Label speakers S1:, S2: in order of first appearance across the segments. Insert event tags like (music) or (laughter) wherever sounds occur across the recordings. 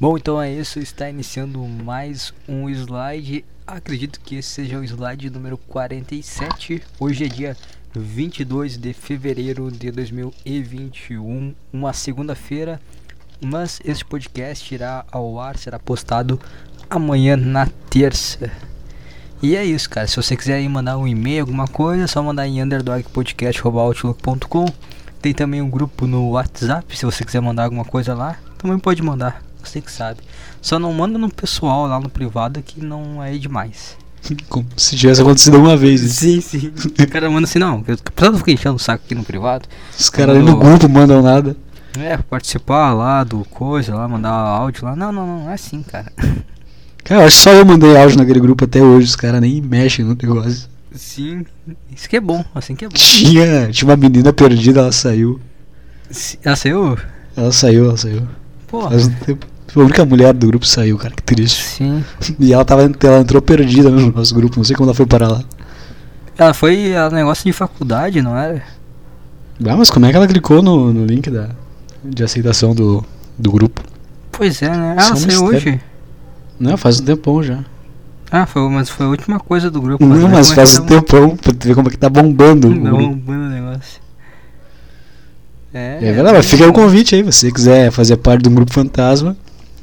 S1: Bom, então é isso. Está iniciando mais um slide. Acredito que esse seja o slide número 47. Hoje é dia 22 de fevereiro de 2021, uma segunda-feira. Mas esse podcast irá ao ar, será postado amanhã na terça. E é isso, cara. Se você quiser aí mandar um e-mail, alguma coisa, é só mandar em underdogpodcast.outlook.com. Tem também um grupo no WhatsApp, se você quiser mandar alguma coisa lá, também pode mandar. Você que sabe. Só não manda no pessoal lá no privado que não é demais.
S2: Como se tivesse acontecido uma vez. isso.
S1: Sim, sim. O cara manda assim, não. O pessoal não fica enchendo o saco aqui no privado.
S2: Os caras ali no grupo mandam nada.
S1: É, participar lá do coisa, lá, mandar áudio lá. Não, não, não, não é assim, cara.
S2: Cara, eu acho que só eu mandei áudio naquele grupo até hoje. Os caras nem mexem no (laughs) negócio.
S1: Sim. Isso que é bom, assim que é bom.
S2: Tinha, tinha uma menina perdida, ela saiu.
S1: Se- Ah, saiu?
S2: Ela saiu, ela saiu.
S1: Porra.
S2: Faz um tempo. Foi A única mulher do grupo saiu, cara, que triste.
S1: Sim.
S2: E ela tava, ela entrou perdida né, no nosso grupo, não sei como ela foi parar lá.
S1: Ela foi a negócio de faculdade, não era?
S2: Ah, mas como é que ela clicou no, no link da, de aceitação do, do grupo?
S1: Pois é, né? Ah, Ela
S2: Isso é um
S1: saiu
S2: mistério.
S1: hoje.
S2: Não, faz um tempão já.
S1: Ah, foi, mas foi a última coisa do grupo.
S2: Não,
S1: né?
S2: mas
S1: Como é
S2: faz
S1: que
S2: um
S1: tá-
S2: tempão pra tu ver como é que tá bombando o
S1: Não,
S2: grupo.
S1: um bando de negócio. É,
S2: É verdade, mas fica aí o convite aí, se você quiser fazer parte de um grupo fantasma,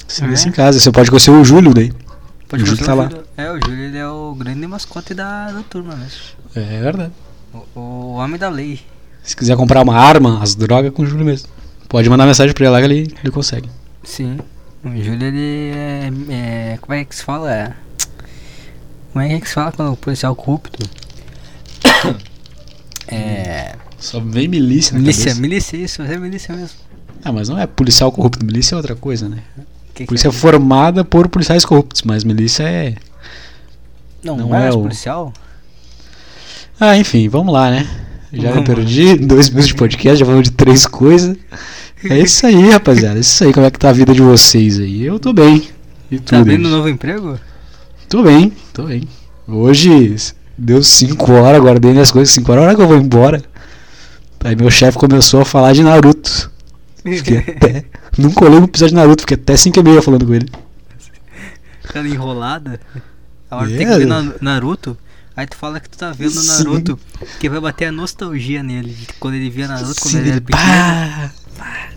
S2: se
S1: É.
S2: vê se em casa. Você pode conhecer o Júlio daí.
S1: Pode
S2: o Júlio
S1: continuar,
S2: tá lá.
S1: Júlio. É, o Júlio ele é o grande mascote da, da turma mesmo.
S2: É verdade.
S1: O, o homem da lei.
S2: Se quiser comprar uma arma, as drogas com o Júlio mesmo. Pode mandar mensagem pra ele lá que ele, ele consegue.
S1: Sim. O Júlio ele é, é- Como é que se fala? É- Como é que se fala quando o policial é
S2: (coughs)
S1: corrupto? É.
S2: Só vem milícia na
S1: Milícia,
S2: cabeça.
S1: milícia, isso, mas é milícia mesmo.
S2: Ah, mas não é policial corrupto, milícia é outra coisa, né?
S1: Que que
S2: Polícia é formada por policiais corruptos, mas milícia é
S1: Não,
S2: não
S1: não é
S2: é
S1: o
S2: o-
S1: policial?
S2: Ah, enfim, vamos lá, né? Já me
S1: Vamos lá.
S2: perdi, dois minutos de podcast, já falamos de três coisas. É isso aí, rapaziada. É isso aí, como é que tá a vida de vocês aí? Eu tô bem. E
S1: Tá
S2: tudo.
S1: abrindo um novo emprego?
S2: Tô bem, tô bem. Hoje s- deu 5 horas, guardei minhas coisas, 5 horas, a hora que eu vou embora. Aí meu chefe começou a falar de Naruto.
S1: (laughs)
S2: Fiquei até. Nunca olhei um episódio de Naruto, fiquei até 5 e meia falando com ele.
S1: Tá enrolada. A hora que
S2: É.
S1: tem que ver na- Naruto. Aí tu fala que tu tá vendo
S2: Sim.
S1: Naruto, que vai bater a nostalgia nele. de Quando ele via Naruto, quando
S2: Sim,
S1: ele era
S2: ele-
S1: pequeno.
S2: pá!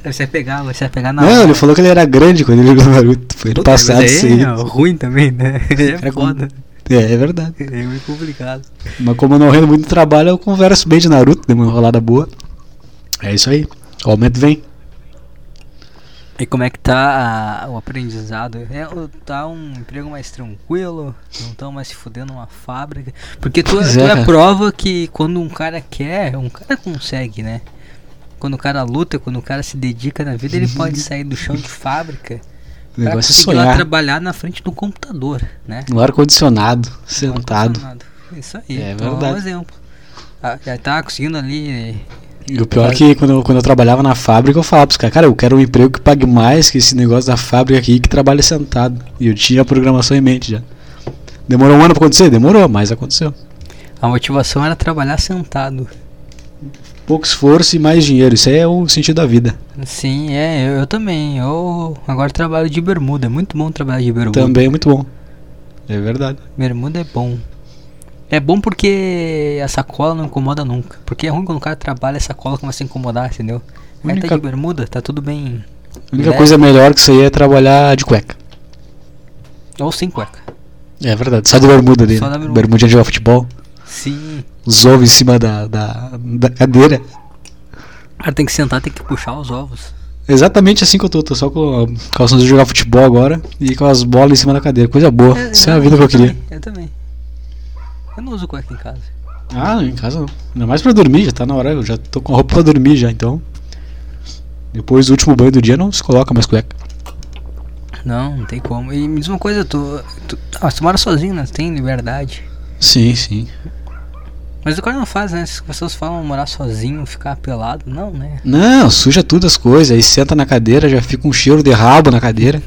S1: Aí Você vai pegar, você vai pegar
S2: Não,
S1: Naruto.
S2: ele falou que ele era grande quando ele viu Naruto. Foi ele tá
S1: Puta, mas
S2: passado isso aí.
S1: é ruim também, né? (laughs) É
S2: Era com-
S1: foda.
S2: É, é verdade.
S1: É meio complicado.
S2: Mas como eu não rendo muito trabalho, eu converso bem de Naruto, dei uma enrolada boa. É isso aí. O aumento vem.
S1: E como é que tá a- o aprendizado? É, o- tá um emprego mais tranquilo? Não tão mais se fudendo numa fábrica? Porque tu,
S2: Pois
S1: tu
S2: é,
S1: é a
S2: cara.
S1: prova que quando um cara quer, um cara consegue, né? Quando o cara luta, quando o cara se dedica na vida, ele pode sair do chão de fábrica
S2: Uhum. O
S1: pra
S2: negócio é
S1: conseguir lá
S2: sonhar.
S1: trabalhar na frente do computador, né?
S2: No ar-condicionado, sentado.
S1: Ar-condicionado. Isso aí.
S2: É
S1: então um
S2: verdade.
S1: exemplo. Ah, Já tá conseguindo ali.
S2: E o pior é que quando eu, quando eu trabalhava na fábrica, eu falava pros caras, cara, eu quero um emprego que pague mais que esse negócio da fábrica aqui que trabalha sentado. E eu tinha a programação em mente já. Demorou um ano pra acontecer? Demorou, mas aconteceu.
S1: A motivação era trabalhar sentado.
S2: Pouco esforço e mais dinheiro. Isso aí é o sentido da vida.
S1: Sim, é, eu, eu também. Eu agora trabalho de bermuda. É muito bom trabalhar de bermuda.
S2: Também é muito bom. É verdade.
S1: Bermuda é bom. É bom porque a sacola não incomoda nunca. Porque é ruim quando o cara trabalha e a sacola começa a incomodar, entendeu? Aí tá
S2: Única-
S1: de bermuda, tá tudo bem.
S2: A única
S1: Leve.
S2: coisa melhor que isso aí é trabalhar de cueca.
S1: Ou sem cueca.
S2: É verdade, só de bermuda dele.
S1: Só da bermuda.
S2: bermuda. bermuda de jogar futebol.
S1: Sim.
S2: os ovos em cima da, da, da cadeira.
S1: O cara tem que sentar, tem que puxar os ovos.
S2: Exatamente assim que eu tô, tô só com a calção de jogar futebol agora e com as bolas em cima da cadeira. Coisa boa, isso é a vida que eu queria.
S1: também, Eu também. Eu não uso cueca em casa.
S2: Ah, não, em casa não. Ainda mais pra dormir, já tá na hora, eu já tô com a roupa pra dormir já, então. Depois do último banho do dia não se coloca mais cueca.
S1: Não, não tem como. E me diz uma coisa, tu. tu, ah, tu mora sozinho, né? Tu tem liberdade.
S2: Sim, sim.
S1: Mas o cara não faz, né? As pessoas falam morar sozinho, ficar pelado. Não, né?
S2: Não, suja tudo as coisas, aí senta na cadeira, já fica um cheiro de rabo na (laughs) cadeira.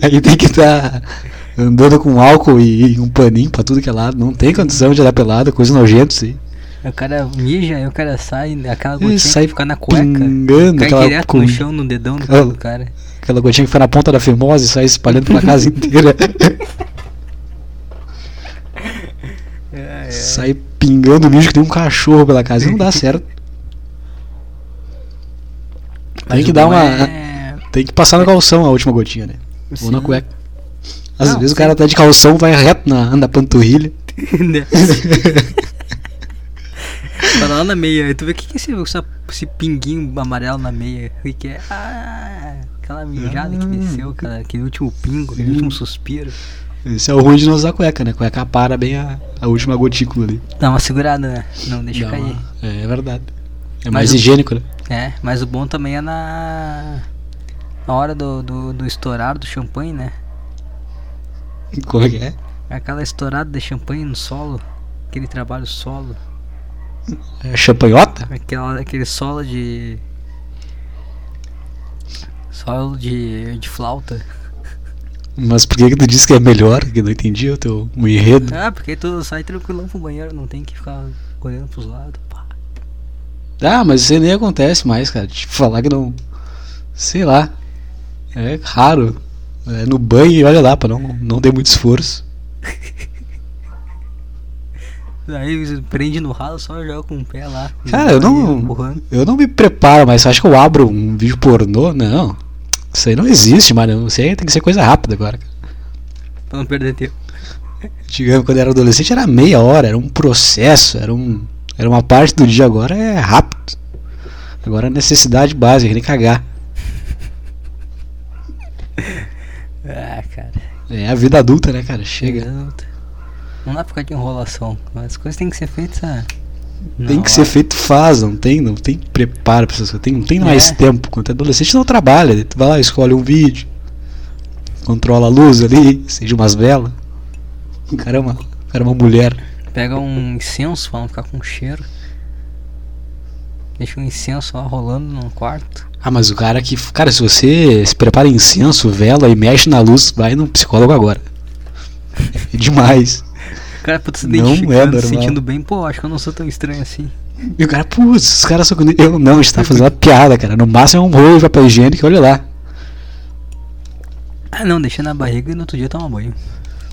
S2: aí tem que tá andando com álcool e, e um paninho pra tudo que é lado. Não tem condição de andar pelado, coisa nojenta, sim.
S1: O cara mija, aí o cara sai, aquela gotinha
S2: sai
S1: que fica na cueca.
S2: pingando
S1: Cai
S2: aquela
S1: direto
S2: com-
S1: no chão, no dedão do,
S2: Aquela-
S1: do cara.
S2: Aquela gotinha que foi na ponta da fimose e sai espalhando pela casa inteira. (laughs)
S1: É,
S2: sai pingando lixo que tem um cachorro pela casa. Não dá certo. Tem que dar uma.
S1: é-
S2: Tem que passar no calção a última gotinha, né? Ou
S1: (laughs)
S2: na cueca. Às
S1: Não,
S2: vezes o
S1: sim.
S2: cara tá de calção, vai reto na, na panturrilha. (laughs)
S1: Tá lá na meia, aí tu vê o que, que é esse, essa- esse pinguinho amarelo na meia? O que, que é? Ah, aquela mijada
S2: Ah.
S1: que desceu, cara, aquele último pingo, aquele último suspiro.
S2: Esse é o ruim de não usar cueca, né? Cueca para bem a, a última gotícula ali.
S1: Dá uma segurada, né? Não deixa
S2: Dá
S1: cair.
S2: uma- É, é verdade. É
S1: Mas
S2: mais
S1: o-
S2: higiênico, né?
S1: É, mas o bom também é na. Na hora do, do, do estourar do champanhe, né?
S2: Como é que é?
S1: Aquela estourada de champanhe no solo, aquele trabalho solo.
S2: É champanhota?
S1: Aquela, aquele solo de. Solo de, de flauta.
S2: Mas por que, que tu disse que é melhor? Que eu não entendi é o teu o enredo.
S1: Ah, porque tu sai tranquilão pro banheiro, não tem que ficar olhando pros lados. Pá.
S2: Ah, mas isso aí nem acontece mais, cara. Tipo, falar que não. Sei lá. É raro. É no banho e olha lá, pra não, não ter muito esforço.
S1: Aí você prende no ralo, só joga com o pé lá.
S2: Cara, eu não-
S1: Empurrando.
S2: Eu não me preparo, mas você acha que eu abro um vídeo pornô? Não. Isso aí não existe, mano. Isso aí tem que ser coisa rápida agora. cara.
S1: Pra não perder tempo.
S2: Digamos, quando eu era adolescente era meia hora, era um processo, era, um, era uma parte do dia. Agora é rápido. Agora é necessidade básica, que nem cagar.
S1: Ah, cara.
S2: É a vida adulta, né, cara? Chega.
S1: Garoto. Não dá pra ficar de enrolação. As coisas têm que ser feitas. é.
S2: Tem que ser feito, faz, não tem, não tem preparo pra essas coisas. Tem, não tem mais
S1: É.
S2: tempo. Quando é adolescente não trabalha. daí Tu vai lá, escolhe um vídeo, controla a luz ali, acende umas velas. O cara é uma, o cara é uma mulher.
S1: Pega um incenso pra não ficar com cheiro. Deixa um incenso lá rolando no quarto.
S2: Ah, mas o cara que. Cara, se você se prepara em incenso, vela e mexe na luz, vai num psicólogo agora. É demais.
S1: O cara puta se
S2: Não é
S1: identificando, se
S2: normal.
S1: sentindo bem, pô, acho que eu não sou tão estranho assim.
S2: E o cara, putz, os caras são. Eu não, a gente tá fazendo uma piada, cara. No máximo é um rolo de papel higiênico, olha lá.
S1: Ah não, deixa na barriga e no outro dia toma banho.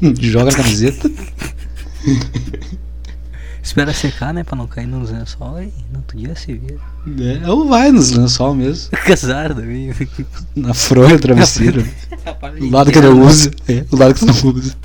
S2: Hum, Joga a camiseta.
S1: Espera secar, né? Pra não cair nos lençol e no outro dia se vira. (laughs)
S2: né? Ou vai nos lençol mesmo.
S1: Casar também.
S2: Na fronha, travesseiro. O lado que
S1: eu
S2: não usa. É, o lado que não usa.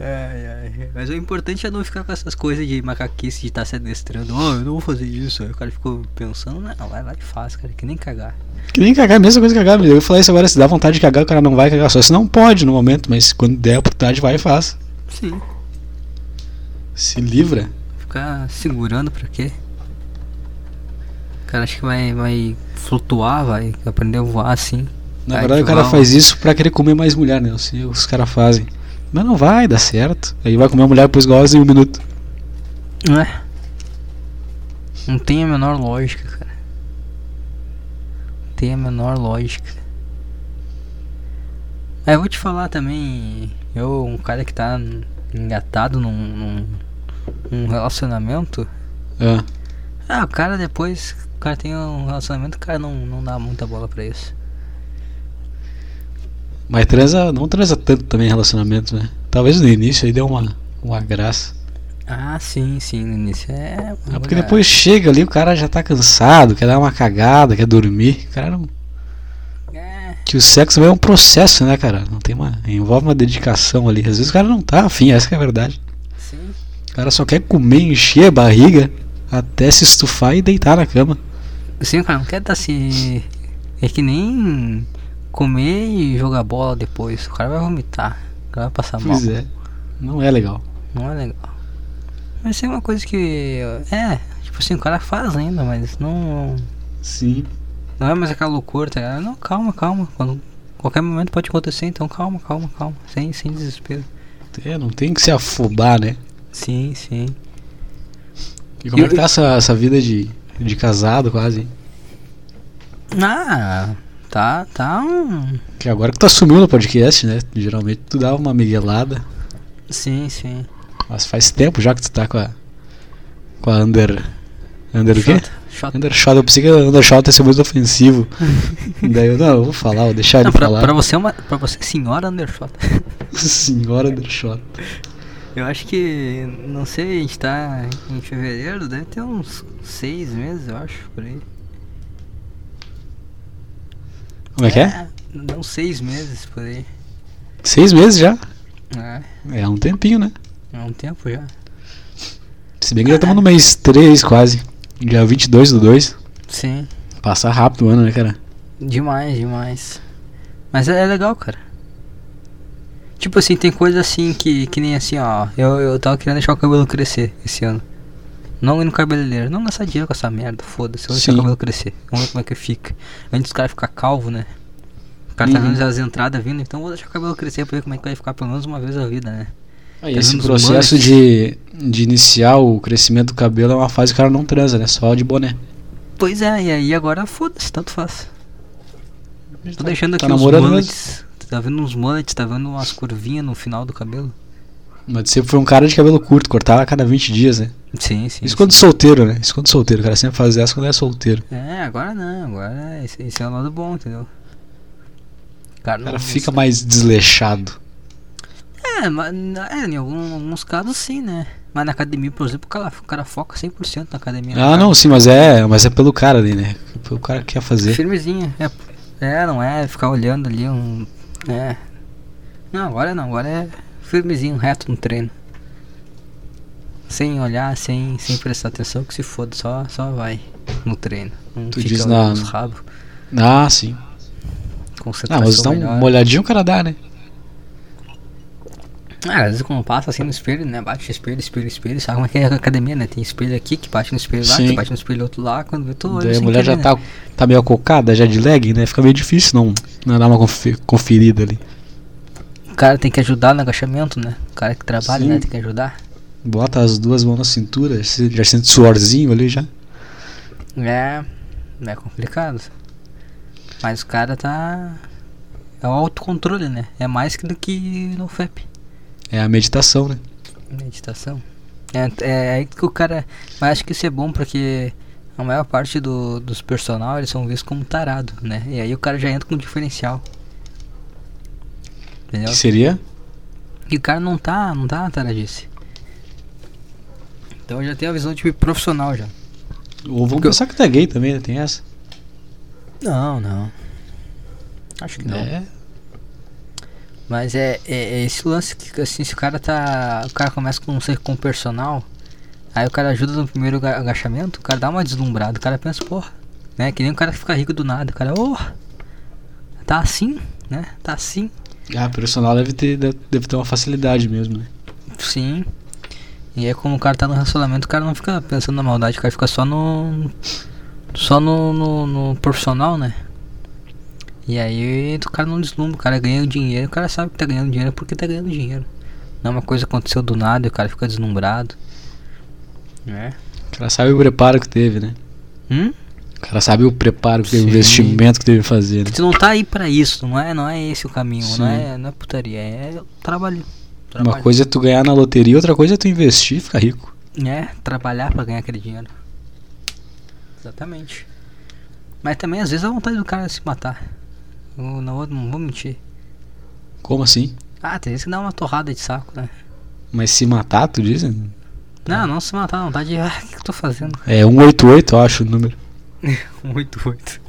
S1: Ai, ai. Mas o importante é não ficar com essas coisas de macaquice de estar se adestrando. Oh, eu não vou fazer isso. Aí o cara ficou pensando, não, vai lá e faz, cara, que nem cagar.
S2: Que nem cagar, a mesma coisa que cagar. Eu ia falar isso agora, se dá vontade de cagar, o cara não vai cagar. Só se não pode no momento, mas quando der a oportunidade, vai e faz.
S1: Sim.
S2: Se livra.
S1: Ficar segurando pra quê? O cara acha que vai, vai flutuar, vai aprender a voar assim.
S2: Na
S1: Vai
S2: verdade, o cara
S1: ativar um-
S2: faz isso pra querer comer mais mulher, né? Eu sei o que os caras fazem. Mas não vai dar certo. Aí vai comer a mulher, depois goza em um minuto.
S1: Não é? Não tem a menor lógica, cara. Não tem a menor lógica. Aí eu vou te falar também. Eu, um cara que tá engatado num, num, num relacionamento.
S2: Ah,
S1: Ah, o cara depois. O cara tem um relacionamento, o cara não, não dá muita bola pra isso.
S2: mas transa, não transa tanto também em relacionamento, né? Talvez no início aí deu uma, uma graça.
S1: Ah, sim, sim, no início é. uma
S2: Ah, porque
S1: bagagem.
S2: depois chega ali, o cara já tá cansado, quer dar uma cagada, quer dormir. O cara não.
S1: É,
S2: Que o sexo é um processo, né, cara? Não tem uma. Envolve uma dedicação ali. Às vezes o cara não tá afim, essa que é a verdade.
S1: sim.
S2: O cara só quer comer, encher a barriga até se estufar e deitar na cama.
S1: Sim, cara, não quer tá se. É que nem comer e jogar bola depois. O cara vai vomitar. O cara vai passar mal.
S2: Pois é. Não é legal.
S1: Não é legal. Mas isso é uma coisa que. É, tipo assim, o cara faz ainda, mas não.
S2: Sim.
S1: Não é mais aquela loucura, tá ligado? Não, calma, calma. Quando, qualquer momento pode acontecer, então calma, calma, calma. Sem, sem desespero.
S2: É, não tem que se afobar, né?
S1: Sim, sim.
S2: E como
S1: Eu-
S2: é que tá essa, essa vida de, de casado quase?
S1: Ah, tá, tá um.
S2: Que agora que tu assumiu no podcast, né? Geralmente tu dá uma miguelada.
S1: Sim, sim.
S2: Mas faz tempo já que tu tá com a. Com a under. Under o quê?
S1: Shot.
S2: Undershot, eu pensei que undershot ia ser muito (laughs) ofensivo. Daí eu, não, eu vou falar, vou deixar
S1: Não,
S2: ele
S1: pra,
S2: falar.
S1: pra você é uma. Pra você, é senhora Undershot.
S2: (laughs)
S1: (laughs)
S2: Senhora undershot.
S1: Eu acho que. Não sei, a gente tá em fevereiro, deve ter uns seis meses, eu acho, por aí.
S2: Como é que é?
S1: Não, seis meses por aí.
S2: Seis meses já?
S1: É,
S2: É um tempinho, né?
S1: há um tempo já.
S2: Se bem que já estamos no mês 3 quase. é Dia 22 do 2.
S1: Sim.
S2: Passar rápido o ano, né, cara?
S1: Demais, demais. Mas é, é legal, cara. Tipo assim, tem coisa assim que, que nem assim, ó. Eu, eu tava querendo deixar o cabelo crescer esse ano. Não ir no cabeleireiro, não gastar dinheiro com essa merda, foda-se. Eu vou deixar o
S2: Sim.
S1: cabelo crescer. Vamos ver como é que fica. Antes dos caras ficar calvo, né? O cara tá
S2: Uhum.
S1: vendo as entradas vindo, então eu vou deixar o cabelo crescer pra ver como é que vai ficar pelo menos uma vez a vida, né?
S2: Aí,
S1: Tá
S2: esse
S1: vendo os
S2: processo
S1: manos?
S2: de, de iniciar o crescimento do cabelo é uma fase que o cara não transa, né? Só de boné.
S1: Pois é, e aí agora foda-se, tanto faz. Tô deixando aqui
S2: tá
S1: uns
S2: namorando
S1: mullets. Tá vendo uns mullets, tá vendo umas curvinhas no final do cabelo?
S2: Mas tu sempre foi um cara de cabelo curto, cortava a cada 20 dias, né?
S1: Sim, sim.
S2: Isso quando solteiro, né? Isso quando solteiro. O cara sempre faz essa quando é solteiro.
S1: É, agora não, agora esse, esse é o lado bom, entendeu? Cara,
S2: O
S1: não-
S2: cara fica mais desleixado.
S1: É, mas, é, em algum- alguns casos sim, né? Mas na academia, por exemplo, o cara, o cara foca 100% na academia. né,
S2: Ah,
S1: cara?
S2: não, sim, mas é, mas é pelo cara ali, né? O cara que quer fazer.
S1: Firmezinha. É, é, não é ficar olhando ali um. É. Não, agora não, agora é firmezinho, reto no treino. Sem olhar, sem, sem prestar atenção, que se foda, só, só vai no treino. Não
S2: Tu
S1: fica
S2: diz
S1: olhando
S2: na-
S1: os rabos,
S2: Ah, sim. Ah,
S1: concentração
S2: mas dá um
S1: melhor.
S2: uma olhadinha o cara dá, né?
S1: Ah, às vezes quando passa assim no espelho, né? Bate espelho, espelho, espelho, sabe como é que é a academia, né? Tem espelho aqui que bate no espelho lá,
S2: Sim.
S1: que bate no espelho outro lá, quando vê todo olho
S2: Daí a
S1: sem
S2: mulher já
S1: querer,
S2: tá, tá meio acocada, já de leg, né? Fica meio difícil não, não dar uma confe- conferida ali.
S1: né? O cara tem que ajudar no agachamento, né? O cara que trabalha,
S2: Sim.
S1: né? Tem que ajudar.
S2: Bota as duas mãos na cintura, se- já sente suorzinho ali já.
S1: É, é complicado. Mas o cara tá. É o autocontrole, né? É mais que do que no FEP.
S2: É a meditação, né?
S1: Meditação. É, é aí que o cara. Mas acho que isso é bom porque a maior parte do- dos personal eles são vistos como tarado, né? E aí o cara já entra com diferencial. Entendeu?
S2: Que seria?
S1: E o cara não tá, não tá na taradice. Então já tem a visão de profissional já.
S2: Ou vamos
S1: Porque eu-
S2: pensar que tu é gay também, né? Tem essa?
S1: Não, não. Acho que não.
S2: É.
S1: Mas é, é- é esse lance que assim, se o cara tá. O cara começa com um ser com personal, aí o cara ajuda no primeiro aga- agachamento, o cara dá uma deslumbrada, o cara pensa, porra, né? Que nem o cara que fica rico do nada, o cara, oh, tá assim, né? Tá assim.
S2: Ah, personal deve ter, deve, deve ter uma facilidade mesmo, né?
S1: Sim. E aí como o cara tá no relacionamento, o cara não fica pensando na maldade, o cara fica só no. Só no, no, no profissional, né? E aí o cara não deslumbra, o cara ganha dinheiro, o cara sabe que tá ganhando dinheiro porque tá ganhando dinheiro. Não é uma coisa que aconteceu do nada e o cara fica deslumbrado. Né?
S2: O cara sabe o preparo que teve, né?
S1: Hum?
S2: O cara sabe o preparo que teve, o
S1: Sim.
S2: investimento que teve que fazer, né?
S1: Tu não tá aí pra isso, não é, não é esse o caminho, não
S2: Sim.
S1: é, não é putaria, é trabalho.
S2: Uma
S1: trabalho.
S2: coisa é tu ganhar na loteria, outra coisa é tu investir e ficar rico.
S1: É, trabalhar pra ganhar aquele dinheiro. Exatamente. Mas também às vezes a vontade do cara é se matar. Eu não, vou- não vou mentir.
S2: Como assim?
S1: Ah, tem vezes que dá uma torrada de saco, né?
S2: Mas se matar, tu diz? né?
S1: Não, não se matar, a vontade de. Ah, o que, que eu tô
S2: (laughs)
S1: fazendo?
S2: É 188, eu acho o número.
S1: Muito, muito.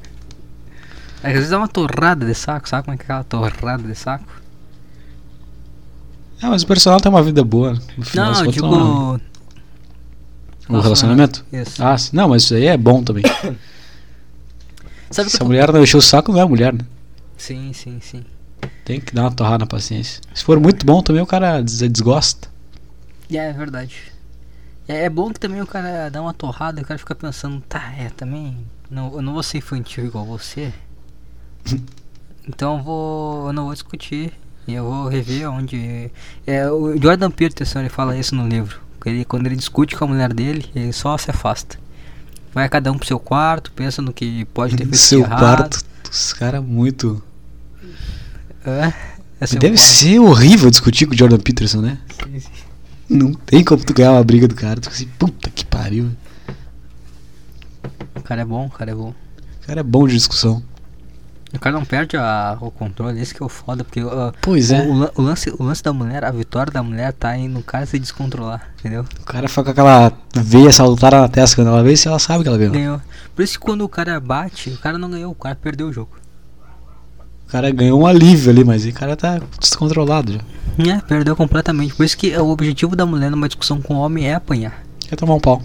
S1: É que às vezes dá uma torrada de saco, sabe como é que é aquela torrada de saco?
S2: Ah, mas o personal tem uma vida boa. né? No final
S1: Não,
S2: das
S1: eu
S2: contas, não.
S1: digo.
S2: O relacionamento?
S1: Isso.
S2: Ah, sim. Não, mas isso aí é bom também.
S1: (coughs) Sabe o que
S2: Se
S1: eu
S2: a
S1: tô...
S2: mulher não encher o saco, não é mulher, né?
S1: Sim, sim, sim.
S2: Tem que dar uma torrada na paciência. Se for muito bom também, o cara des- desgosta.
S1: É, é verdade. É, é bom que também o cara dá uma torrada e o cara fica pensando, tá, é, também. Não, eu não vou ser infantil igual
S2: (laughs)
S1: você. Então eu vou. Eu não vou discutir. E eu vou rever onde. É, o Jordan Peterson ele fala isso no livro. que Ele, quando ele discute com a mulher dele, ele só se afasta. Vai cada um pro seu quarto, pensa no que pode ter feito de
S2: Seu
S1: errado.
S2: quarto, os caras muito.
S1: É, é seu
S2: Deve
S1: quarto.
S2: ser horrível discutir com o Jordan Peterson, né?
S1: Sim, sim.
S2: Não tem como tu ganhar uma briga do cara. Tu fica assim, puta que pariu.
S1: O cara é bom, o cara é bom.
S2: O cara é bom de discussão.
S1: O cara não perde a- o controle, esse que é o foda, porque ah,
S2: Pois é.
S1: o, lan- o lance, o lance da mulher, a vitória da mulher tá em no cara se descontrolar, entendeu?
S2: O cara fica com aquela veia salutar na testa quando ela vê, se ela sabe que ela ganhou.
S1: Ganhou. Por isso que quando o cara bate, o cara não ganhou, o cara perdeu o jogo.
S2: O cara ganhou um alívio ali, mas aí o cara tá descontrolado já.
S1: É, perdeu completamente. Por isso que é o objetivo da mulher numa discussão com o homem é apanhar.
S2: Quer tomar um pau.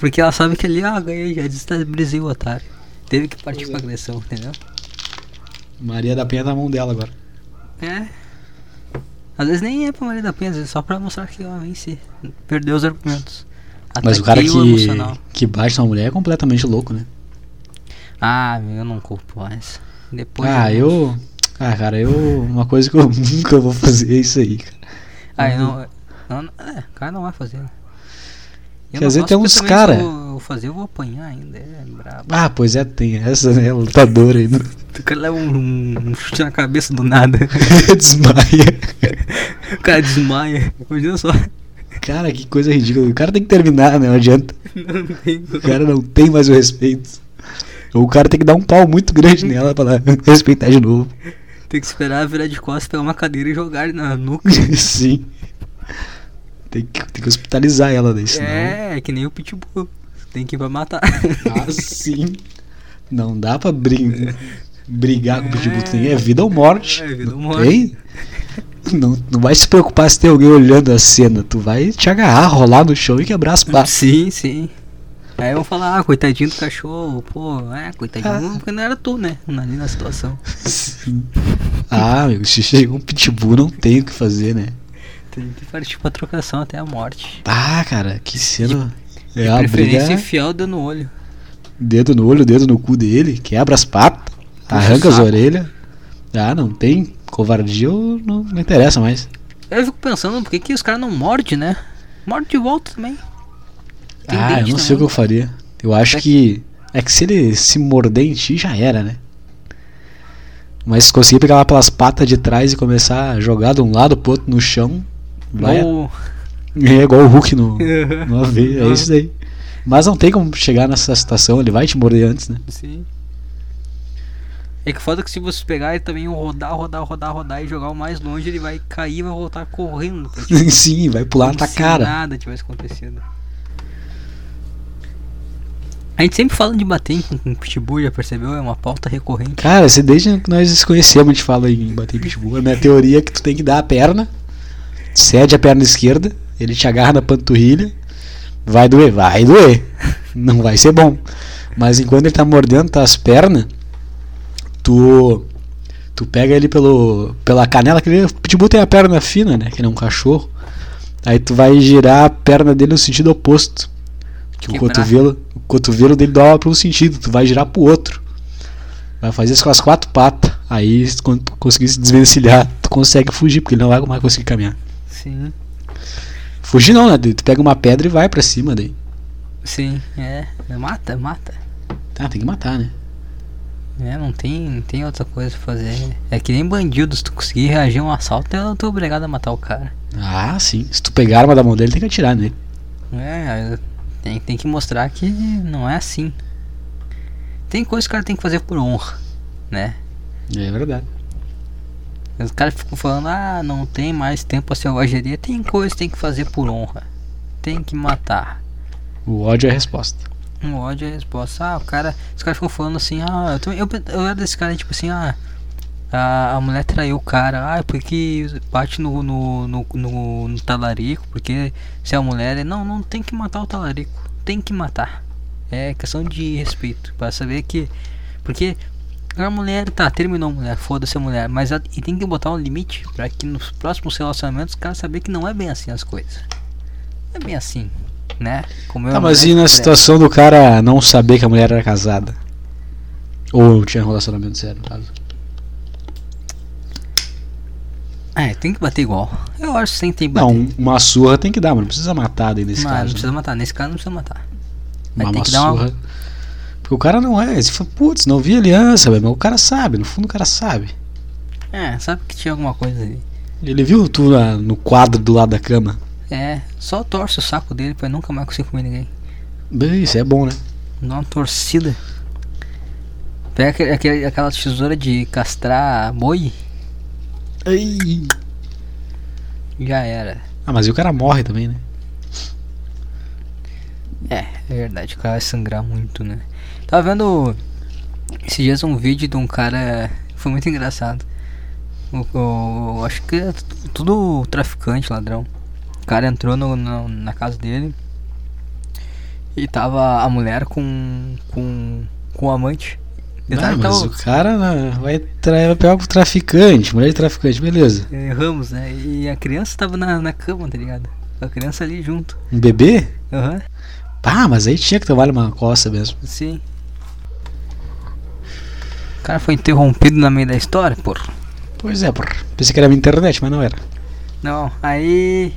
S1: Porque ela sabe que ali, ah, ganhei, já desestabilizei o otário. Teve que partir
S2: é.
S1: pra agressão, entendeu?
S2: Maria da Penha tá na mão dela agora.
S1: É. Às vezes nem é pra Maria da Penha, às vezes é só pra mostrar que ela vence. Perdeu os argumentos.
S2: Mas o cara
S1: Ataquei o emocional.
S2: que, que bate na mulher é completamente louco, né?
S1: Ah, meu, eu não culpo mais. Depois.
S2: ah, eu. Ah, cara, eu. Uma coisa que eu (laughs) nunca vou fazer é isso aí, cara.
S1: Ah,
S2: Uhum.
S1: eu não. não- não- é, o cara não vai fazer. né? Eu
S2: Quer
S1: não
S2: dizer,
S1: gosto
S2: tem
S1: porque
S2: uns
S1: também
S2: cara-
S1: Se eu eu fazer, eu vou apanhar ainda. É brabo.
S2: Ah, pois é, tem essa, né? Lutadora aí. né? (laughs)
S1: O cara leva um, um chute na cabeça do nada. (laughs)
S2: Desmaia.
S1: o cara desmaia. Imagina só.
S2: Cara, que coisa ridícula. O cara tem que terminar, né? Não adianta.
S1: Não tem
S2: O cara não tem mais o respeito. Ou o cara tem que dar um pau muito grande nela pra ela (laughs) respeitar de novo.
S1: Tem que esperar virar de costas, pegar uma cadeira e jogar ele na nuca.
S2: (laughs) Sim. Tem que, tem que hospitalizar ela daí, senão.
S1: É, que nem o Pitbull. Tem que ir pra matar.
S2: Ah, sim. Não dá pra brin- brigar
S1: (laughs)
S2: com o pitbull.
S1: É.
S2: Tem é vida ou morte.
S1: É, vida
S2: Não
S1: ou morte.
S2: tem? Não, não vai se preocupar se tem alguém olhando a cena. Tu vai te agarrar, rolar no chão e quebrar as patas.
S1: Sim, sim. Aí vão falar, ah, coitadinho do cachorro, pô, é, coitadinho,
S2: Ah.
S1: porque não era tu, né? Ali na situação.
S2: Sim. Ah, meu, se chega um pitbull, não tem o que fazer, né?
S1: Tem que partir pra tipo, trocação até a morte.
S2: Ah, cara, que cena. É a
S1: Preferência
S2: briga,
S1: enfiar o dedo no olho.
S2: dedo no olho, dedo no cu dele, quebra as patas, arranca as
S1: saco.
S2: orelhas. Ah, não tem covardia, eu não, não interessa mais.
S1: Eu fico pensando, por que, que os caras não mordem, né? Morde de volta também. né? Tem
S2: ah, eu
S1: dente
S2: não sei o que eu
S1: também.
S2: faria. Eu acho
S1: É
S2: que. É que se ele se morder em ti, já era, né? Mas se conseguir pegar lá pelas patas de trás e começar a jogar de um lado pro outro no chão, vai.
S1: Ou-
S2: (laughs) É igual o
S1: (laughs)
S2: Hulk no, no AV, é isso daí. Mas não tem como chegar nessa situação, ele vai te morder antes, né? (laughs)
S1: Sim. É que foda que se você pegar e também rodar, rodar, rodar, rodar e jogar o mais longe, ele vai cair e vai voltar correndo. pra ti,
S2: Sim, vai pular na
S1: como
S2: tua
S1: se
S2: tá cara.
S1: nada tivesse acontecido. A gente sempre fala de bater em- em pitbull, já percebeu? É uma pauta recorrente.
S2: Cara, se desde que nós nos conhecemos a gente fala em bater em pitbull. A minha teoria é que tu tem que dar a perna, cede a perna esquerda, ele te agarra na panturrilha, vai doer, vai doer. (laughs) Não vai ser bom. Mas enquanto ele tá mordendo tuas pernas, tu tu pega ele pelo pela canela, que ele, o pitbull tem a perna fina, né, que ele é um cachorro. Aí tu vai girar a perna dele no sentido oposto. Que o
S1: Quebrar.
S2: cotovelo, o cotovelo dele dobra para um sentido, tu vai girar pro outro. Vai fazer isso com as quatro patas. Aí, se quando tu conseguir se desvencilhar, tu consegue fugir, porque ele não vai mais conseguir caminhar.
S1: Sim.
S2: Fugir não, né? Tu pega uma pedra e vai pra cima daí.
S1: Sim, é. Mata, mata.
S2: Ah, tem que matar, né?
S1: É, não tem, não tem outra coisa pra fazer. É que nem bandido, se tu conseguir reagir a um assalto, eu tô obrigado a matar o cara.
S2: Ah, sim. Se tu pegar a arma da mão dele, tem que atirar nele.
S1: É, tem, tem que mostrar que não é assim. Tem coisa que o cara tem que fazer por honra, né?
S2: É verdade.
S1: Os caras ficam falando, ah, não tem mais tempo pra selvageria. Tem coisa que tem que fazer por honra. Tem que matar.
S2: O ódio é a resposta.
S1: Um ódio é a resposta. Ah, o cara. Os caras ficam falando assim, ah, eu, também- eu, pe- eu era desse cara, tipo assim, ah. A, a mulher traiu o cara, ah, porque bate no, no, no, no, no talarico, porque se a mulher é. Não, não tem que matar o talarico, tem que matar. É questão de respeito, pra saber que. Porque a mulher, tá, terminou a mulher, foda-se a mulher, mas ela- e tem que botar um limite pra que nos próximos relacionamentos o cara saber que não é bem assim as coisas. Não é bem assim, né? Como eu
S2: Tá,
S1: a
S2: mas
S1: mulher
S2: e na
S1: que traiu.
S2: situação do cara não saber que a mulher era casada? Ou tinha relacionamento sério, no caso?
S1: É, tem que bater igual. Eu acho que tem que ter que bater.
S2: Não, uma surra tem que dar, mas não precisa matar daí nesse
S1: Mas não
S2: caso. né?
S1: precisa matar. Nesse caso não precisa matar.
S2: Uma,
S1: Vai ter
S2: uma
S1: que dar uma-
S2: surra. Porque o cara não é. Você fala, putz, não vi aliança, velho. Mas o cara sabe, no fundo o cara sabe.
S1: É, sabe que tinha alguma coisa ali.
S2: Ele viu tu na- no quadro do lado da cama.
S1: É, só torce o saco dele pra nunca mais conseguir comer ninguém.
S2: Bem, Isso é bom, né?
S1: Dá uma torcida. Pega aquele, aquele- aquela tesoura de castrar boi,
S2: Ai.
S1: já era.
S2: Ah, mas e o cara morre também, né?
S1: É verdade, o cara vai sangrar muito, né? Tava vendo esses dias um vídeo de um cara. Foi muito engraçado. O, o- acho que é tu- tudo traficante, ladrão. O cara entrou no- na- na casa dele e tava a mulher com. com. com o amante.
S2: Ah,
S1: Detalhe que
S2: mas
S1: tava-
S2: o cara né, vai, tra... vai pegar o traficante, mulher de traficante, beleza.
S1: eh, Ramos, né? E a criança tava na, na cama, tá ligado? A criança ali junto.
S2: Um bebê?
S1: Aham,
S2: Ah, mas aí tinha que tomar uma coça mesmo.
S1: sim. O cara foi interrompido na meio da história, porra.
S2: Pois é, porra. Pensei que era minha internet, mas não era.
S1: Não, aí.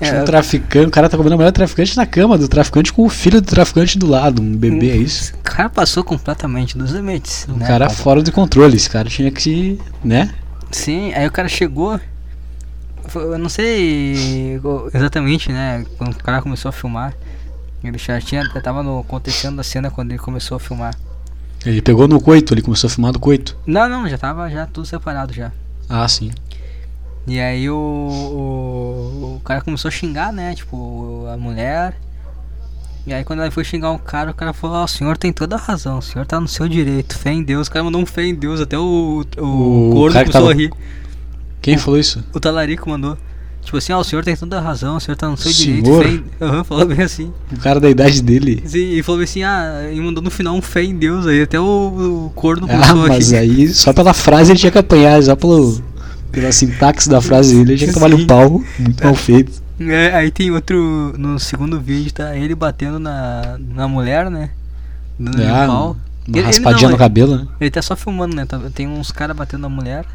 S1: É.
S2: Tinha um traficante, o cara tá comendo a mulher do traficante na cama do traficante com o filho do traficante do lado, um bebê, é isso?
S1: O cara passou completamente dos limites.
S2: Um
S1: né,
S2: cara fora de controle, esse cara tinha que, né?
S1: Sim, aí o cara chegou. foi- Eu não sei o- exatamente, né? Quando o cara começou a filmar. Ele já tinha. já Tava no, acontecendo a cena quando ele começou a filmar.
S2: Ele pegou no coito, ele começou a filmar do coito.
S1: Não, não, já tava já tudo separado já.
S2: Ah, sim.
S1: E aí o, o, o cara começou a xingar, né? Tipo, a mulher. E aí quando ela foi xingar o cara, o cara falou, ó, o senhor tem toda a razão, o senhor tá no seu direito, fé em Deus. O cara mandou um fé em Deus, até o, o,
S2: O
S1: corno
S2: cara que
S1: começou
S2: tava-
S1: a rir.
S2: Quem falou isso?
S1: O talarico mandou. Tipo assim, ó, o senhor tem toda a razão, o senhor tá no seu direito,
S2: Senhor?
S1: fé em... Aham, falou bem assim.
S2: O cara da idade dele.
S1: Sim, e falou assim, ah, e mandou no final um fé em Deus aí, até o, o corno
S2: Ah,
S1: começou a
S2: mas
S1: rir.
S2: aí só pela frase ele tinha que apanhar, só pelo, pela sintaxe da frase dele, ele tinha que tomar
S1: Sim.
S2: um pau, muito mal feito.
S1: É, aí tem outro. No segundo vídeo tá ele batendo na, na mulher, né? Dando
S2: Ah,
S1: um pau. Ele-
S2: Uma
S1: ele
S2: raspadinha
S1: não,
S2: no cabelo, né?
S1: Ele tá só filmando, né? Tá- Tem uns caras batendo na mulher.